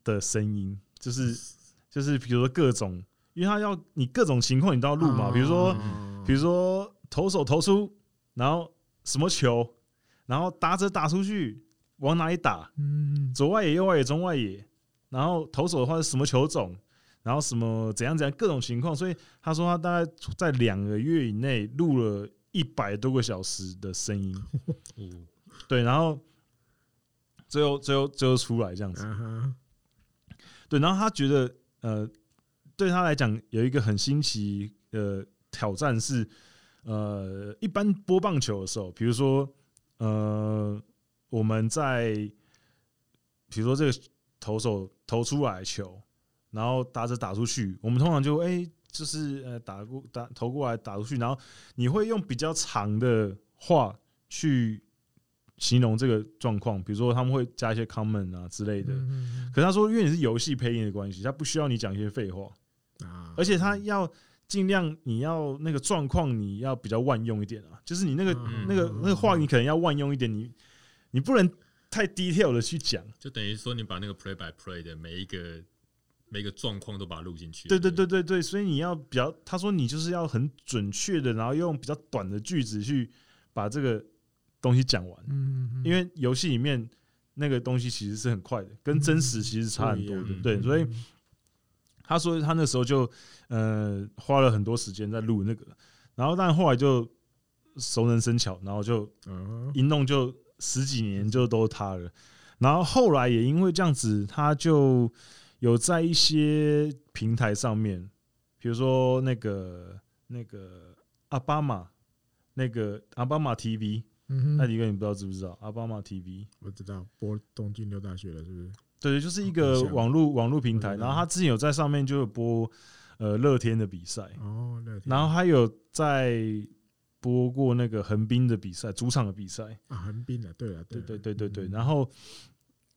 [SPEAKER 1] 的的声音，就是就是比如说各种，因为他要你各种情况你都要录嘛，比如说
[SPEAKER 2] 哦
[SPEAKER 1] 比如说投手投出，然后什么球，然后打者打出去往哪里打，
[SPEAKER 2] 嗯
[SPEAKER 1] 左外野、右外野、中外野，然后投手的话是什么球种，然后什么怎样怎样各种情况，所以他说他大概在两个月以内录了一百多个小时的声音，
[SPEAKER 4] 哦
[SPEAKER 1] 对，然后最后最后最后出来这样子，
[SPEAKER 2] 啊哈，
[SPEAKER 1] 对，然后他觉得呃，对他来讲有一个很新奇的挑战是，呃，一般播棒球的时候，比如说呃，我们在比如说这个投手投出来的球，然后打者打出去，我们通常就哎、就是呃打过打投过来打出去，然后你会用比较长的话去。形容这个状况，比如说他们会加一些 comment 啊之类的，
[SPEAKER 2] 嗯
[SPEAKER 1] 可是他说，因为你是游戏配音的关系，他不需要你讲一些废话，
[SPEAKER 2] 啊
[SPEAKER 1] 而且他要尽量你要那个状况，你要比较万用一点啊，就是你那个、
[SPEAKER 2] 嗯
[SPEAKER 1] 那个那个话，你可能要万用一点，你你不能太 detail 的去讲。
[SPEAKER 4] 就等于说你把那个 play by play 的每一个每一个状况都把它录进去。
[SPEAKER 1] 对对对对对，所以你要比较，他说你就是要很准确的，然后用比较短的句子去把这个东西讲完，
[SPEAKER 2] 嗯，
[SPEAKER 1] 因为游戏里面那个东西其实是很快的，跟真实其实差很多
[SPEAKER 2] 不
[SPEAKER 1] 的
[SPEAKER 4] 一，样
[SPEAKER 1] 对，所以。他说他那时候就呃花了很多时间在录那个，然后但后来就熟能生巧，然后就
[SPEAKER 2] 啊
[SPEAKER 1] 一弄就十几年就都是他了。然后后来也因为这样子，他就有在一些平台上面，比如说那个那个阿巴马，那个阿巴马 TV，
[SPEAKER 2] 嗯
[SPEAKER 1] 那
[SPEAKER 2] 哼，
[SPEAKER 1] 李哥你不知道知不知道阿巴马 TV？
[SPEAKER 2] 我知道，播东京六大学了，是不是？
[SPEAKER 1] 对，就是一个
[SPEAKER 2] 好像
[SPEAKER 1] 网络网络平台。
[SPEAKER 2] 嗯
[SPEAKER 1] 然后他之前有在上面就有播呃乐天的比赛，
[SPEAKER 2] 哦，那
[SPEAKER 1] 然后还有在播过那个横滨的比赛，主场的比赛，
[SPEAKER 2] 啊，横滨的，对了，
[SPEAKER 1] 对
[SPEAKER 2] 了
[SPEAKER 1] 对对对对。
[SPEAKER 2] 嗯
[SPEAKER 1] 然后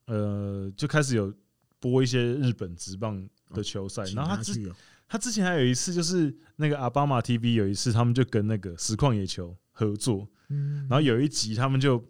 [SPEAKER 1] 呃，就开始有播一些日本职棒的球赛。
[SPEAKER 2] 请
[SPEAKER 1] 然嗯后他之
[SPEAKER 2] 去哦，
[SPEAKER 1] 他之前还有一次，就是那个阿巴马 TV 有一次，他们就跟那个实况野球合作，
[SPEAKER 2] 嗯
[SPEAKER 1] 然后有一集他们就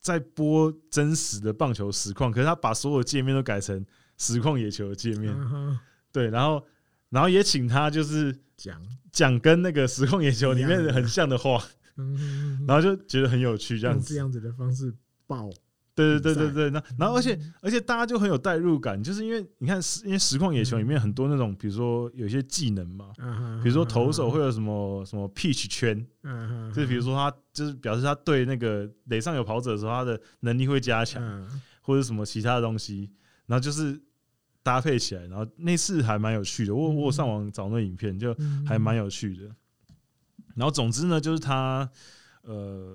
[SPEAKER 1] 在播真实的棒球实况，可是他把所有界面都改成实况野球的界面，
[SPEAKER 2] 啊哈
[SPEAKER 1] 对，然后然后也请他就是。
[SPEAKER 2] 讲，
[SPEAKER 1] 讲跟那个实况野球里面的很像的话，
[SPEAKER 2] 嗯，
[SPEAKER 1] 然后就觉得很有趣，这
[SPEAKER 2] 这
[SPEAKER 1] 样
[SPEAKER 2] 用这
[SPEAKER 1] 子。
[SPEAKER 2] 样子的方式爆
[SPEAKER 1] 对对
[SPEAKER 2] 比赛
[SPEAKER 1] 对对对，那然后而
[SPEAKER 2] 嗯
[SPEAKER 1] 且而且大家就很有代入感，就是因为你看实，因为实况野球里面很多那种，比如说有一些技能嘛，
[SPEAKER 2] 啊，
[SPEAKER 1] 比如说投手会有什么什么 pitch 圈，
[SPEAKER 2] 啊，啊
[SPEAKER 1] 就是比如说他就是表示他对那个垒上有跑者的时候，他的能力会加强，
[SPEAKER 2] 啊
[SPEAKER 1] 或者什么其他的东西，然后就是搭配起来，然后那次还蛮有趣的，我我有上网找那影片就
[SPEAKER 2] 嗯
[SPEAKER 1] 还蛮有趣的。然后总之呢，就是他呃，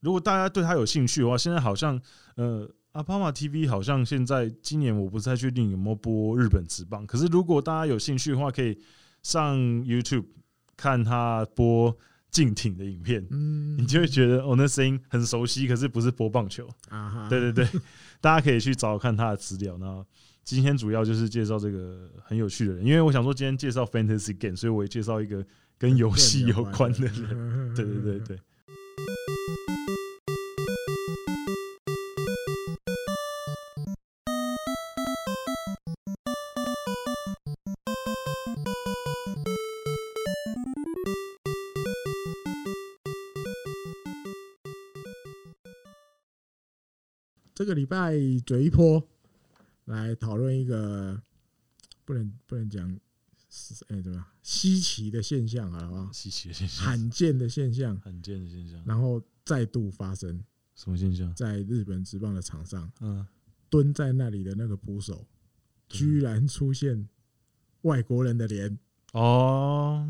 [SPEAKER 1] 如果大家对他有兴趣的话，现在好像呃。阿帕玛 TV 好像现在今年我不太确定有没有播日本职棒，可是如果大家有兴趣的话，可以上 YouTube 看他播近挺的影片，
[SPEAKER 2] 嗯
[SPEAKER 1] 你就会觉得哦，那声音很熟悉，可是不是播棒球。
[SPEAKER 2] 啊哈，
[SPEAKER 1] 对对对，大家可以去找看他的资料。那今天主要就是介绍这个很有趣的人，因为我想说今天介绍 fantasy game，所以我也介绍一个跟游戏有关的人。
[SPEAKER 2] 人
[SPEAKER 1] 对对对对。
[SPEAKER 2] 这个礼拜嘴一波来讨论一个不能不能讲是哎怎么样稀奇的现象好不好？
[SPEAKER 1] 稀奇的现象，
[SPEAKER 2] 罕见的现象，
[SPEAKER 1] 罕见的现象，
[SPEAKER 2] 然后再度发生
[SPEAKER 1] 什么现象？
[SPEAKER 2] 在日本职棒的场上，
[SPEAKER 1] 嗯，
[SPEAKER 2] 蹲在那里的那个捕手，居然出现外国人的脸，
[SPEAKER 1] 哦，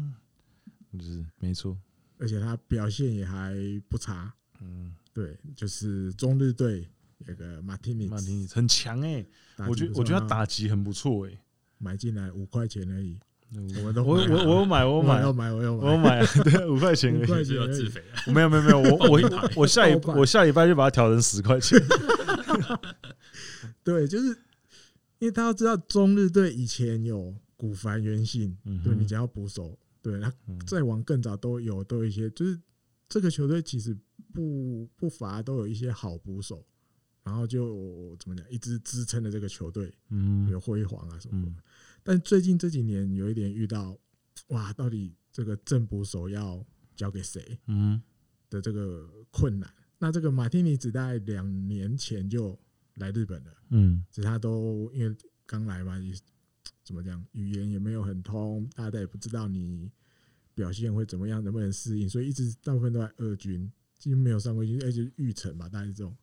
[SPEAKER 1] 就是没错，
[SPEAKER 2] 而且他表现也还不差。
[SPEAKER 1] 嗯，
[SPEAKER 2] 对，就是中日队有个马丁尼，
[SPEAKER 1] 曼尼很强哎、我觉得我觉得他打击很不错哎、
[SPEAKER 2] 买进来五块钱而已，
[SPEAKER 1] 那
[SPEAKER 2] 我
[SPEAKER 1] 我
[SPEAKER 2] 们都
[SPEAKER 1] 我
[SPEAKER 2] 买啊
[SPEAKER 1] 我我有买，我有
[SPEAKER 2] 我
[SPEAKER 1] 买啊
[SPEAKER 2] 要，买，我要
[SPEAKER 1] 我有
[SPEAKER 2] 买，
[SPEAKER 1] 买，对，五块钱而
[SPEAKER 2] 五
[SPEAKER 1] 已。
[SPEAKER 2] 块
[SPEAKER 4] 是
[SPEAKER 2] 钱
[SPEAKER 4] 要
[SPEAKER 2] 而
[SPEAKER 4] 自
[SPEAKER 2] 已。
[SPEAKER 4] 肥啊，
[SPEAKER 1] 没有没有没有，我我
[SPEAKER 4] 爆
[SPEAKER 1] 我下一
[SPEAKER 2] 爆版
[SPEAKER 1] 我下礼拜就把它调成十块 钱。
[SPEAKER 2] 对，就是因为大家知道中日队以前有古凡原信，
[SPEAKER 1] 嗯哼
[SPEAKER 2] 对你只要捕手，对他
[SPEAKER 1] 嗯
[SPEAKER 2] 再往更早都有都有一些，就是这个球队其实不不乏都有一些好捕手，然后就怎么讲，一直支撑了这个球队
[SPEAKER 1] 嗯
[SPEAKER 2] 有辉煌啊什么的
[SPEAKER 1] 嗯。
[SPEAKER 2] 但最近这几年有一点遇到，哇，到底这个正捕手要交给谁
[SPEAKER 1] 嗯
[SPEAKER 2] 的这个困难？那这个马丁尼只在两年前就来日本了。
[SPEAKER 1] 嗯
[SPEAKER 2] 只是他都因为刚来嘛，也怎么讲，语言也没有很通，大家也不知道你表现会怎么样，能不能适应，所以一直大部分都在二军，几乎没有上过军，而且育成嘛，大概是这种。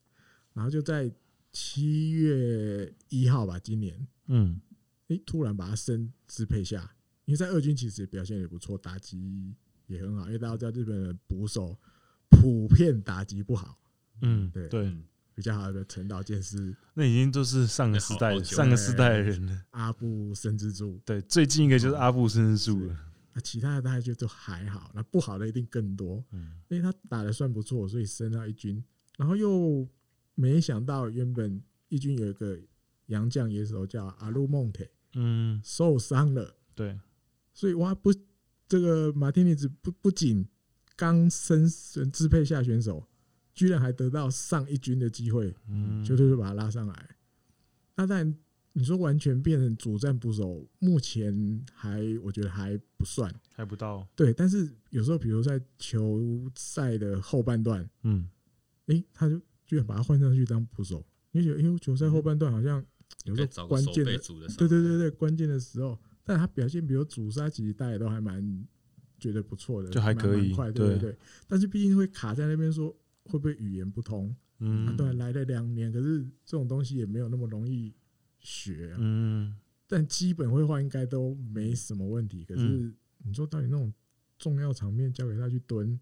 [SPEAKER 2] 然后就在七月一号吧，今年，
[SPEAKER 1] 嗯
[SPEAKER 2] 诶，突然把他升支配下，因为在二军其实表现也不错，打击也很好，因为大家知道日本的捕手普遍打击不好，
[SPEAKER 1] 嗯，
[SPEAKER 2] 对
[SPEAKER 1] 对，
[SPEAKER 4] 嗯，
[SPEAKER 2] 比较好的陈岛健是
[SPEAKER 1] 那已经都是上个时代
[SPEAKER 4] 那好
[SPEAKER 1] 的
[SPEAKER 4] 好久
[SPEAKER 1] 上个时代的人了。
[SPEAKER 2] 阿布生之助，
[SPEAKER 1] 对，最近一个
[SPEAKER 2] 嗯
[SPEAKER 1] 就是阿布森树了。
[SPEAKER 2] 那其他的大概就都还好，那不好的一定更多。
[SPEAKER 1] 嗯
[SPEAKER 2] 因为他打的算不错，所以升到一军，然后又没想到原本一军有一个洋将野手叫阿鲁蒙特
[SPEAKER 1] 嗯，
[SPEAKER 2] 受伤了，
[SPEAKER 1] 对，
[SPEAKER 2] 所以哇不，这个马天尼子不不仅刚升选支配下选手，居然还得到上一军的机会，
[SPEAKER 1] 嗯，
[SPEAKER 2] 球队就把他拉上来。那当然，你说完全变成主战捕手，目前还我觉得还不算。
[SPEAKER 1] 还不到。
[SPEAKER 2] 对，但是有时候，比如在球赛的后半段，
[SPEAKER 1] 嗯，
[SPEAKER 2] 诶、他就居然把他换上去当捕手，你就觉得，因为球赛后半段好像有时
[SPEAKER 4] 该
[SPEAKER 2] 候
[SPEAKER 4] 找个
[SPEAKER 2] 关
[SPEAKER 4] 手
[SPEAKER 2] 键
[SPEAKER 4] 背
[SPEAKER 2] 的，
[SPEAKER 4] 组的上
[SPEAKER 2] 对
[SPEAKER 4] 来，
[SPEAKER 2] 对对对，关键的时候，但他表现，比如主杀，其实大家都还蛮觉得不错的，
[SPEAKER 1] 就还
[SPEAKER 2] 蛮
[SPEAKER 1] 可
[SPEAKER 2] 蛮
[SPEAKER 1] 以
[SPEAKER 2] 快，对对
[SPEAKER 1] 对
[SPEAKER 2] 对。但是毕竟会卡在那边，说会不会语言不通？啊，
[SPEAKER 1] 嗯，
[SPEAKER 2] 对，来了两年，可是这种东西也没有那么容易学啊、
[SPEAKER 1] 嗯，
[SPEAKER 2] 但基本绘画应该都没什么问题。可
[SPEAKER 1] 嗯
[SPEAKER 2] 是你说到底那种重要场面交给他去蹲，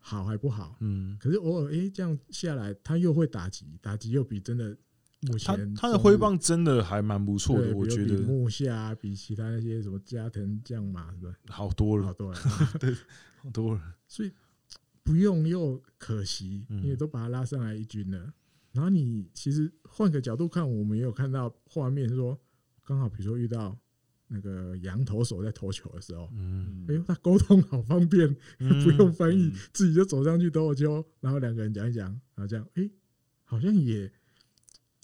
[SPEAKER 2] 好还不好？
[SPEAKER 1] 嗯，
[SPEAKER 2] 可是偶尔诶、这样下来他又会打击，打击又比真的目
[SPEAKER 1] 他
[SPEAKER 2] 前
[SPEAKER 1] 他的挥棒真的还蛮不错
[SPEAKER 2] 中日，
[SPEAKER 1] 的，
[SPEAKER 2] 对，
[SPEAKER 1] 我
[SPEAKER 2] 比如
[SPEAKER 1] 觉
[SPEAKER 2] 比
[SPEAKER 1] 得
[SPEAKER 2] 木下比其他那些什么加藤将马什么
[SPEAKER 1] 好多
[SPEAKER 2] 好
[SPEAKER 1] 了，
[SPEAKER 2] 多了，
[SPEAKER 1] 好多了。
[SPEAKER 2] 所以不用又可惜，
[SPEAKER 1] 嗯
[SPEAKER 2] 因为都把他拉上来一军了。然后你其实换个角度看，我们也有看到画面说，刚好比如说遇到那个羊投手在投球的时候，
[SPEAKER 1] 嗯，
[SPEAKER 2] 哎
[SPEAKER 4] 嗯，
[SPEAKER 2] 呦，他沟通好方便，
[SPEAKER 1] 嗯
[SPEAKER 2] 不用翻译
[SPEAKER 4] 嗯，
[SPEAKER 2] 自己就走上去投球，然后两个人讲一讲，然后这样，哎，好像也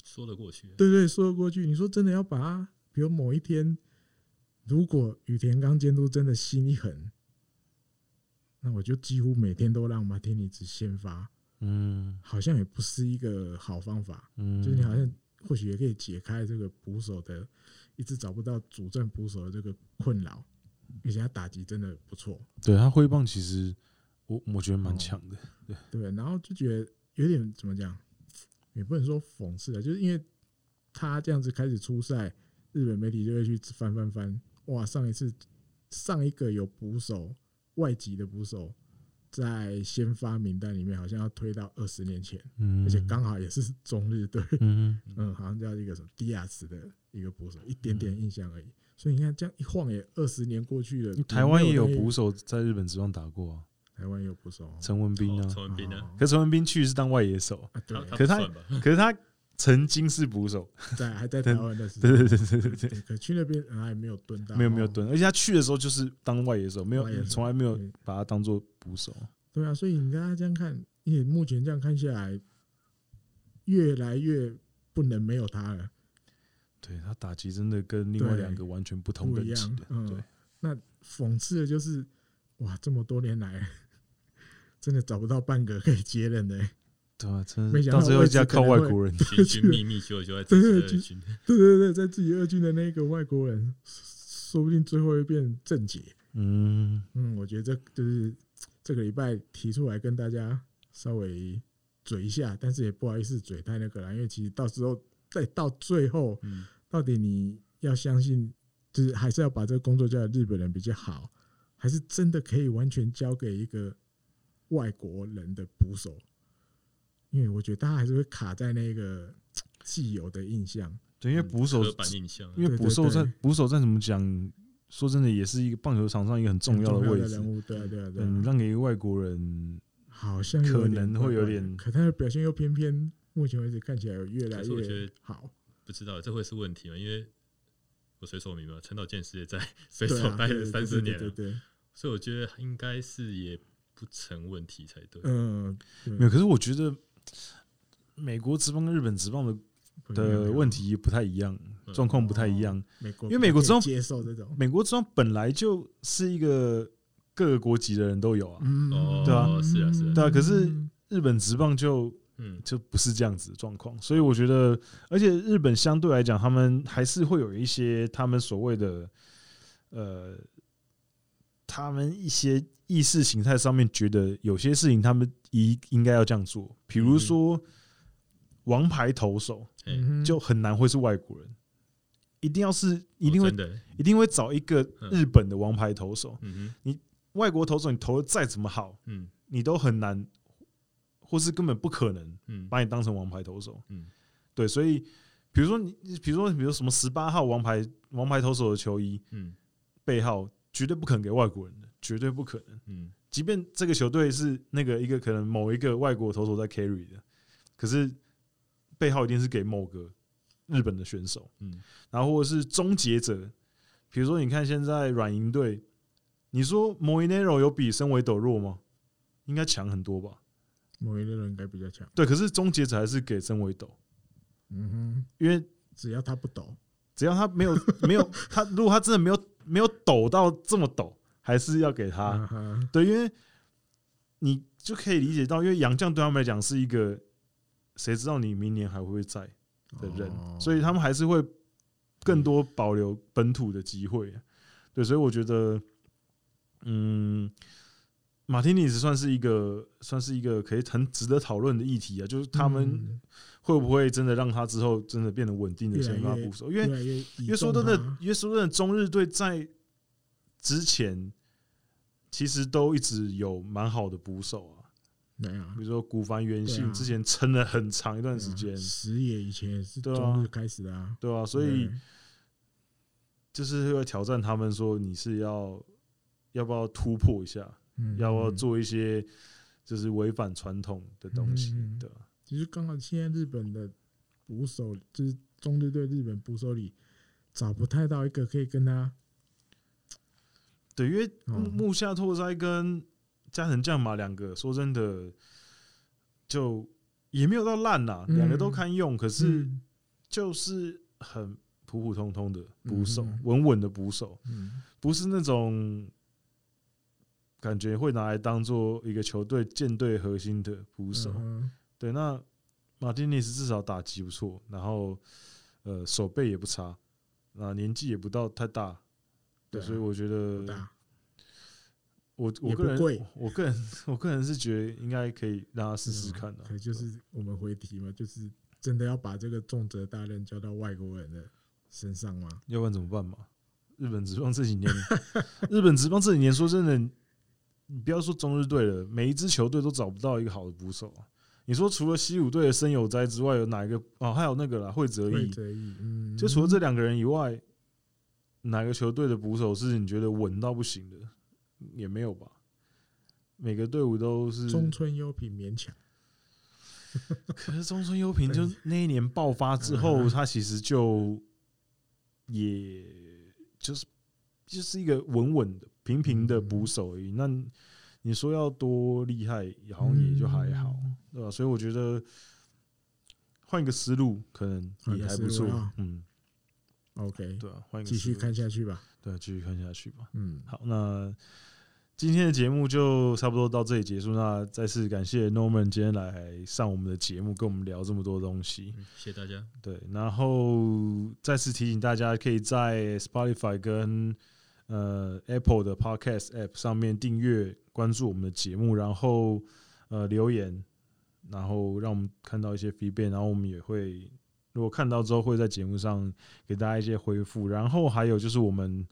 [SPEAKER 4] 说得过去，啊
[SPEAKER 2] 对对，说得过去。你说真的要把他，比如某一天，如果羽田刚监督真的心一狠，那我就几乎每天都让马天尼只先发，
[SPEAKER 1] 嗯
[SPEAKER 2] 好像也不是一个好方法。
[SPEAKER 1] 嗯，
[SPEAKER 2] 就是你好像或许也可以解开这个捕手的一直找不到主战捕手的这个困扰，而且他打击真的不错，
[SPEAKER 1] 对他挥棒其实我我觉得蛮
[SPEAKER 2] 哦
[SPEAKER 1] 强的，
[SPEAKER 2] 对不对？然后就觉得有点怎么讲，也不能说讽刺啊，就是因为他这样子开始出赛，日本媒体就会去翻翻翻，哇，上一次上一个有捕手外籍的捕手在先发名单里面，好像要推到二十年前，
[SPEAKER 1] 嗯，
[SPEAKER 2] 而且刚好也是中日队。
[SPEAKER 1] 嗯
[SPEAKER 2] 嗯，好像叫一个什么迪亚斯的一个捕手，一点
[SPEAKER 1] 嗯
[SPEAKER 2] 点印象而已。所以你看，这样一晃也二十年过去了
[SPEAKER 1] 哼，。台湾也有
[SPEAKER 2] 没
[SPEAKER 1] 捕
[SPEAKER 2] 东西，
[SPEAKER 1] 手在日本职棒打过啊，
[SPEAKER 2] 台湾也有捕手哦，
[SPEAKER 1] 陈文斌啊
[SPEAKER 4] 哦，陈文斌呢？
[SPEAKER 2] 哦
[SPEAKER 1] 可陈文斌去是当外野手，
[SPEAKER 2] 啊，
[SPEAKER 4] 他他
[SPEAKER 2] 对，
[SPEAKER 1] 可
[SPEAKER 4] 不
[SPEAKER 1] 他
[SPEAKER 4] 算吧？
[SPEAKER 1] 可是他曾经是捕手，
[SPEAKER 2] 在还在台湾的时候，
[SPEAKER 1] 对对对对对对，
[SPEAKER 2] 对可去那边嗯还没有蹲到，
[SPEAKER 1] 没有没有
[SPEAKER 2] 哦。
[SPEAKER 1] 蹲，而且他去的时候就是当外野手，没
[SPEAKER 2] 外野
[SPEAKER 1] 有
[SPEAKER 2] 手嗯
[SPEAKER 1] 从来没有
[SPEAKER 2] 对
[SPEAKER 1] 把他当做捕手。
[SPEAKER 2] 对啊，所以你刚刚这样看，你目前这样看下来，越来越不能没有他了。
[SPEAKER 1] 对他打击真的跟另外
[SPEAKER 2] 对
[SPEAKER 1] 两个完全不同
[SPEAKER 2] 不
[SPEAKER 1] 等
[SPEAKER 2] 一
[SPEAKER 1] 级
[SPEAKER 2] 样
[SPEAKER 1] 的，
[SPEAKER 2] 嗯
[SPEAKER 1] 对，
[SPEAKER 2] 那讽刺的就是，哇，这么多年来，真的找不到半个可以接任的欸。
[SPEAKER 1] 对吧？真
[SPEAKER 2] 没
[SPEAKER 1] 的
[SPEAKER 2] 想
[SPEAKER 1] 到
[SPEAKER 2] 到
[SPEAKER 1] 最后
[SPEAKER 2] 位
[SPEAKER 1] 一家
[SPEAKER 2] 置可
[SPEAKER 1] 靠
[SPEAKER 2] 能
[SPEAKER 1] 外
[SPEAKER 2] 会
[SPEAKER 1] 国人，
[SPEAKER 4] 寻寻觅觅，结果就在自己
[SPEAKER 2] 对
[SPEAKER 4] 的
[SPEAKER 2] 就
[SPEAKER 4] 二军。
[SPEAKER 2] 对对对，在自己二军的那个外国人，说不定最后会变正解。
[SPEAKER 1] 嗯，
[SPEAKER 2] 嗯，我觉得这就是这个礼拜提出来跟大家稍微嘴一下，但是也不好意思嘴太那个了，因为其实到时候再到最后，
[SPEAKER 4] 嗯，
[SPEAKER 2] 到底你要相信，就是还是要把这个工作交给日本人比较好，还是真的可以完全交给一个外国人的捕手？因为我觉得大家还是会卡在那个既有的印象。
[SPEAKER 1] 对，因为捕手
[SPEAKER 4] 刻板印象啊，
[SPEAKER 1] 因为
[SPEAKER 2] 对
[SPEAKER 1] 捕
[SPEAKER 2] 对
[SPEAKER 1] 手在
[SPEAKER 2] 对
[SPEAKER 1] 捕手在怎么讲，说真的也是一个棒球场上一个很重
[SPEAKER 2] 很
[SPEAKER 1] 要的位置
[SPEAKER 2] 人。物，对啊，对啊，对
[SPEAKER 1] 嗯，
[SPEAKER 2] 啊，
[SPEAKER 1] 让给一个外国人，
[SPEAKER 2] 好像有
[SPEAKER 1] 可
[SPEAKER 2] 点
[SPEAKER 1] 能会
[SPEAKER 2] 怪
[SPEAKER 1] 有
[SPEAKER 2] 怪的
[SPEAKER 1] 点
[SPEAKER 2] 可他的表现又偏偏，目前为止看起来有越来
[SPEAKER 4] 可是我觉
[SPEAKER 2] 越
[SPEAKER 4] 得
[SPEAKER 2] 好，
[SPEAKER 4] 不知道这会是问题吗？因为我水手迷嘛，陈岛健士也在水
[SPEAKER 2] 对
[SPEAKER 4] 手
[SPEAKER 2] 啊，
[SPEAKER 4] 待
[SPEAKER 2] 对
[SPEAKER 4] 了
[SPEAKER 2] 对
[SPEAKER 4] 三
[SPEAKER 2] 对
[SPEAKER 4] 四
[SPEAKER 2] 对
[SPEAKER 4] 年
[SPEAKER 2] 对
[SPEAKER 4] 了，
[SPEAKER 2] 对， 对
[SPEAKER 4] 所以我觉得应该是也不成问题才对。
[SPEAKER 2] 嗯，对
[SPEAKER 1] 没有。可是我觉得美国职棒跟日本职棒的
[SPEAKER 2] 不一样
[SPEAKER 1] 的问，题不太一样，
[SPEAKER 4] 嗯
[SPEAKER 1] 状况不
[SPEAKER 2] 哦
[SPEAKER 1] 太一样。
[SPEAKER 2] 美国
[SPEAKER 1] 因为美国
[SPEAKER 2] 比
[SPEAKER 1] 这种
[SPEAKER 2] 较可以接受这种，
[SPEAKER 1] 美国职棒本来就是一个各个国籍的人都有啊，
[SPEAKER 2] 嗯
[SPEAKER 4] 哦
[SPEAKER 1] 对啊
[SPEAKER 4] 是啊是啊
[SPEAKER 1] 对啊可是日本职棒就
[SPEAKER 4] 嗯，
[SPEAKER 1] 就不是这样子的状况，所以我觉得，而且日本相对来讲，他们还是会有一些他们所谓的，呃，他们一些意识形态上面觉得有些事情他们应应该要这样做，比如说王牌投手
[SPEAKER 4] 哎，
[SPEAKER 2] 嗯
[SPEAKER 1] 就很难会是外国人，一定要是一定
[SPEAKER 4] 哦
[SPEAKER 1] 会
[SPEAKER 4] 真的，
[SPEAKER 1] 一定会找一个日本的王牌投手，
[SPEAKER 4] 嗯哼，
[SPEAKER 1] 外国投手你投的再怎么好，
[SPEAKER 4] 嗯
[SPEAKER 1] 你都很难，或是根本不可能
[SPEAKER 4] 嗯，
[SPEAKER 1] 把你当成王牌投手。
[SPEAKER 4] 嗯，
[SPEAKER 1] 对，所以比如说你，比如说，比如什么十八号王牌王牌投手的球衣
[SPEAKER 4] 嗯
[SPEAKER 1] 背号，绝对不可能给外国人的，绝对不可能。
[SPEAKER 4] 嗯，
[SPEAKER 1] 即便这个球队是那个一个可能某一个外国投手在 carry 的，可是背号一定是给某个日本的选手。
[SPEAKER 4] 嗯，
[SPEAKER 1] 然后或者是终结者，比如说你看现在软银队，你说 Moinero 有比身为斗弱吗？应该强很多吧？
[SPEAKER 2] 某一类人应该比较强，
[SPEAKER 1] 对，可是终结者还是给身为斗，
[SPEAKER 2] 嗯哼，
[SPEAKER 1] 因为
[SPEAKER 2] 只要他不抖，
[SPEAKER 1] 只要他没有 没有他，如果他真的没有没有抖到这么抖，还是要给他。
[SPEAKER 2] 啊哈，
[SPEAKER 1] 对，因为你就可以理解到，因为杨绛对他们来讲是一个，谁知道你明年还会不会在的人，
[SPEAKER 2] 哦
[SPEAKER 1] 所以他们还是会更多保留本土的机会。对，所以我觉得，嗯，马丁尼斯算是一个算是一个可以很值得讨论的议题啊，就是他们
[SPEAKER 2] 嗯
[SPEAKER 1] 会不会真的让他之后真的变得稳定的先发捕手？因为
[SPEAKER 2] 越来越
[SPEAKER 1] 因
[SPEAKER 2] 倚
[SPEAKER 1] 为说
[SPEAKER 2] 重
[SPEAKER 1] 真
[SPEAKER 2] 啊
[SPEAKER 1] 的
[SPEAKER 2] 他，
[SPEAKER 1] 因为说真的，中日队在之前其实都一直有蛮好的捕手啊，
[SPEAKER 2] 没有啊
[SPEAKER 1] 比如说古凡元
[SPEAKER 2] 对
[SPEAKER 1] 信
[SPEAKER 2] 啊
[SPEAKER 1] 之前撑了很长一段时间
[SPEAKER 2] 对啊，石野以前也是
[SPEAKER 1] 对啊
[SPEAKER 2] 中日开始的啊，
[SPEAKER 1] 对啊，所以
[SPEAKER 2] 对
[SPEAKER 1] 就是会挑战他们说你是要要不要突破一下，
[SPEAKER 2] 嗯
[SPEAKER 1] 要不要
[SPEAKER 2] 嗯
[SPEAKER 1] 做一些就是违反传统的东西
[SPEAKER 2] 嗯嗯嗯，
[SPEAKER 1] 对吧？
[SPEAKER 2] 其实刚好现在日本的捕手，就是中日队日本捕手里找不太到一个可以跟他
[SPEAKER 1] 对，因为
[SPEAKER 2] 嗯
[SPEAKER 1] 木木下拓哉跟加藤将马两个，说真的，就也没有到烂啦，
[SPEAKER 2] 嗯
[SPEAKER 1] 两个都堪用，可是
[SPEAKER 2] 嗯
[SPEAKER 1] 就是很普普通通的捕手
[SPEAKER 2] 嗯，
[SPEAKER 1] 稳稳的捕手，
[SPEAKER 2] 嗯
[SPEAKER 1] 不是那种感觉会拿来当做一个球队舰队核心的捕手。
[SPEAKER 2] 嗯
[SPEAKER 1] 对，那马丁内斯至少打击不错，然后呃手背也不差，那年纪也不到太大，对，
[SPEAKER 2] 对啊
[SPEAKER 1] 所以我觉
[SPEAKER 2] 哼，
[SPEAKER 1] 得
[SPEAKER 2] 打
[SPEAKER 1] 我我
[SPEAKER 2] 也
[SPEAKER 1] 个
[SPEAKER 2] 不
[SPEAKER 1] 人
[SPEAKER 2] 贵
[SPEAKER 1] 我个人我个人是觉得应该可以让他试试看啊的、
[SPEAKER 2] 嗯可就是我们回题嘛，就是真的要把这个重责大任交到外国人的身上吗？
[SPEAKER 1] 要不然怎么办嘛？日本职棒这几年， 日本职棒这几年说真的，你不要说中日队了，每一支球队都找不到一个好的捕手啊。你说除了西武队的森友哉之外，有哪一个？哦，还有那个啦，惠泽
[SPEAKER 2] 会
[SPEAKER 1] 义，
[SPEAKER 2] 则意，嗯，
[SPEAKER 1] 就除了这两个人以外，哪个球队的捕手是你觉得稳到不行的？也没有吧。每个队伍都是，
[SPEAKER 2] 中村优品勉强，
[SPEAKER 1] 可是中村优平就那一年爆发之后，他其实就也就是就是一个稳稳的、平平的捕手而已。那你说要多厉害，好像也就还好，对吧？所以我觉得换一个思路可能
[SPEAKER 2] 换
[SPEAKER 1] 也
[SPEAKER 2] 个
[SPEAKER 1] 还
[SPEAKER 2] 思
[SPEAKER 1] 不
[SPEAKER 2] 路
[SPEAKER 1] 错
[SPEAKER 2] 啊。
[SPEAKER 1] 嗯，
[SPEAKER 2] ，OK，
[SPEAKER 1] 对啊，换一个
[SPEAKER 2] 继续
[SPEAKER 1] 思路
[SPEAKER 2] 看，下去吧。
[SPEAKER 1] 对啊，继续看下去吧。
[SPEAKER 2] 嗯，
[SPEAKER 1] 好，那今天的节目就差不多到这里结束。那再次感谢 Norman 今天来上我们的节目，跟我们聊这么多东西。
[SPEAKER 4] 嗯谢谢大家，
[SPEAKER 1] 对，然后再次提醒大家，可以在 Spotify 跟呃 Apple 的 Podcast App 上面订阅、关注我们的节目，然后呃留言，然后让我们看到一些 feedback，然后我们也会如果看到之后会在节目上给大家一些回复。然后还有就是我们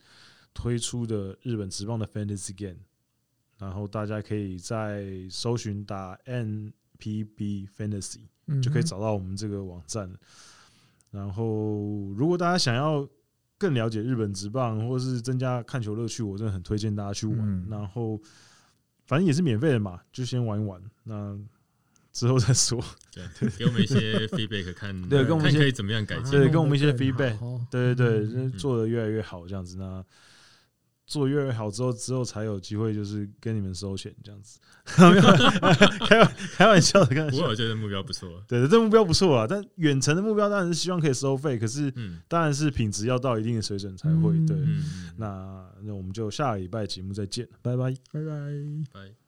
[SPEAKER 1] 推出的日本职棒的 Fantasy Game，然后大家可以在搜寻打 NPB Fantasy。
[SPEAKER 2] 嗯
[SPEAKER 1] 就可以找到我们这个网站了。然后，如果大家想要更了解日本职棒，或是增加看球乐趣，我真的很推荐大家去玩。
[SPEAKER 2] 嗯
[SPEAKER 1] 然后，反正也是免费的嘛，就先玩一玩。那之后再说。
[SPEAKER 4] 对，给我们一些 feedback，看
[SPEAKER 1] 对跟我们一
[SPEAKER 4] 看
[SPEAKER 1] 些
[SPEAKER 4] 可以怎么样改
[SPEAKER 2] 把它
[SPEAKER 4] 进。
[SPEAKER 1] 对
[SPEAKER 2] 弄
[SPEAKER 1] 跟我
[SPEAKER 2] 得
[SPEAKER 1] 们一些
[SPEAKER 2] 更
[SPEAKER 1] feedback
[SPEAKER 2] 好哦
[SPEAKER 1] 对对
[SPEAKER 2] 嗯
[SPEAKER 1] 对，做的越来越好，这样子那做得越来越好之后，之后才有机会就是跟你们收钱这样子。 没有 开玩开玩笑的，开玩
[SPEAKER 4] 不
[SPEAKER 1] 笑
[SPEAKER 4] 过
[SPEAKER 1] 的。
[SPEAKER 4] 我觉得目标不错，
[SPEAKER 1] 对对，这目标不错啊，但远程的目标当然是希望可以收费，可是
[SPEAKER 4] 嗯
[SPEAKER 1] 当然是品质要到一定的水准才会、
[SPEAKER 2] 嗯
[SPEAKER 1] 对。
[SPEAKER 4] 嗯，嗯
[SPEAKER 1] 那那我们就下个礼拜节目再见，拜拜。
[SPEAKER 2] 拜拜。
[SPEAKER 4] 拜。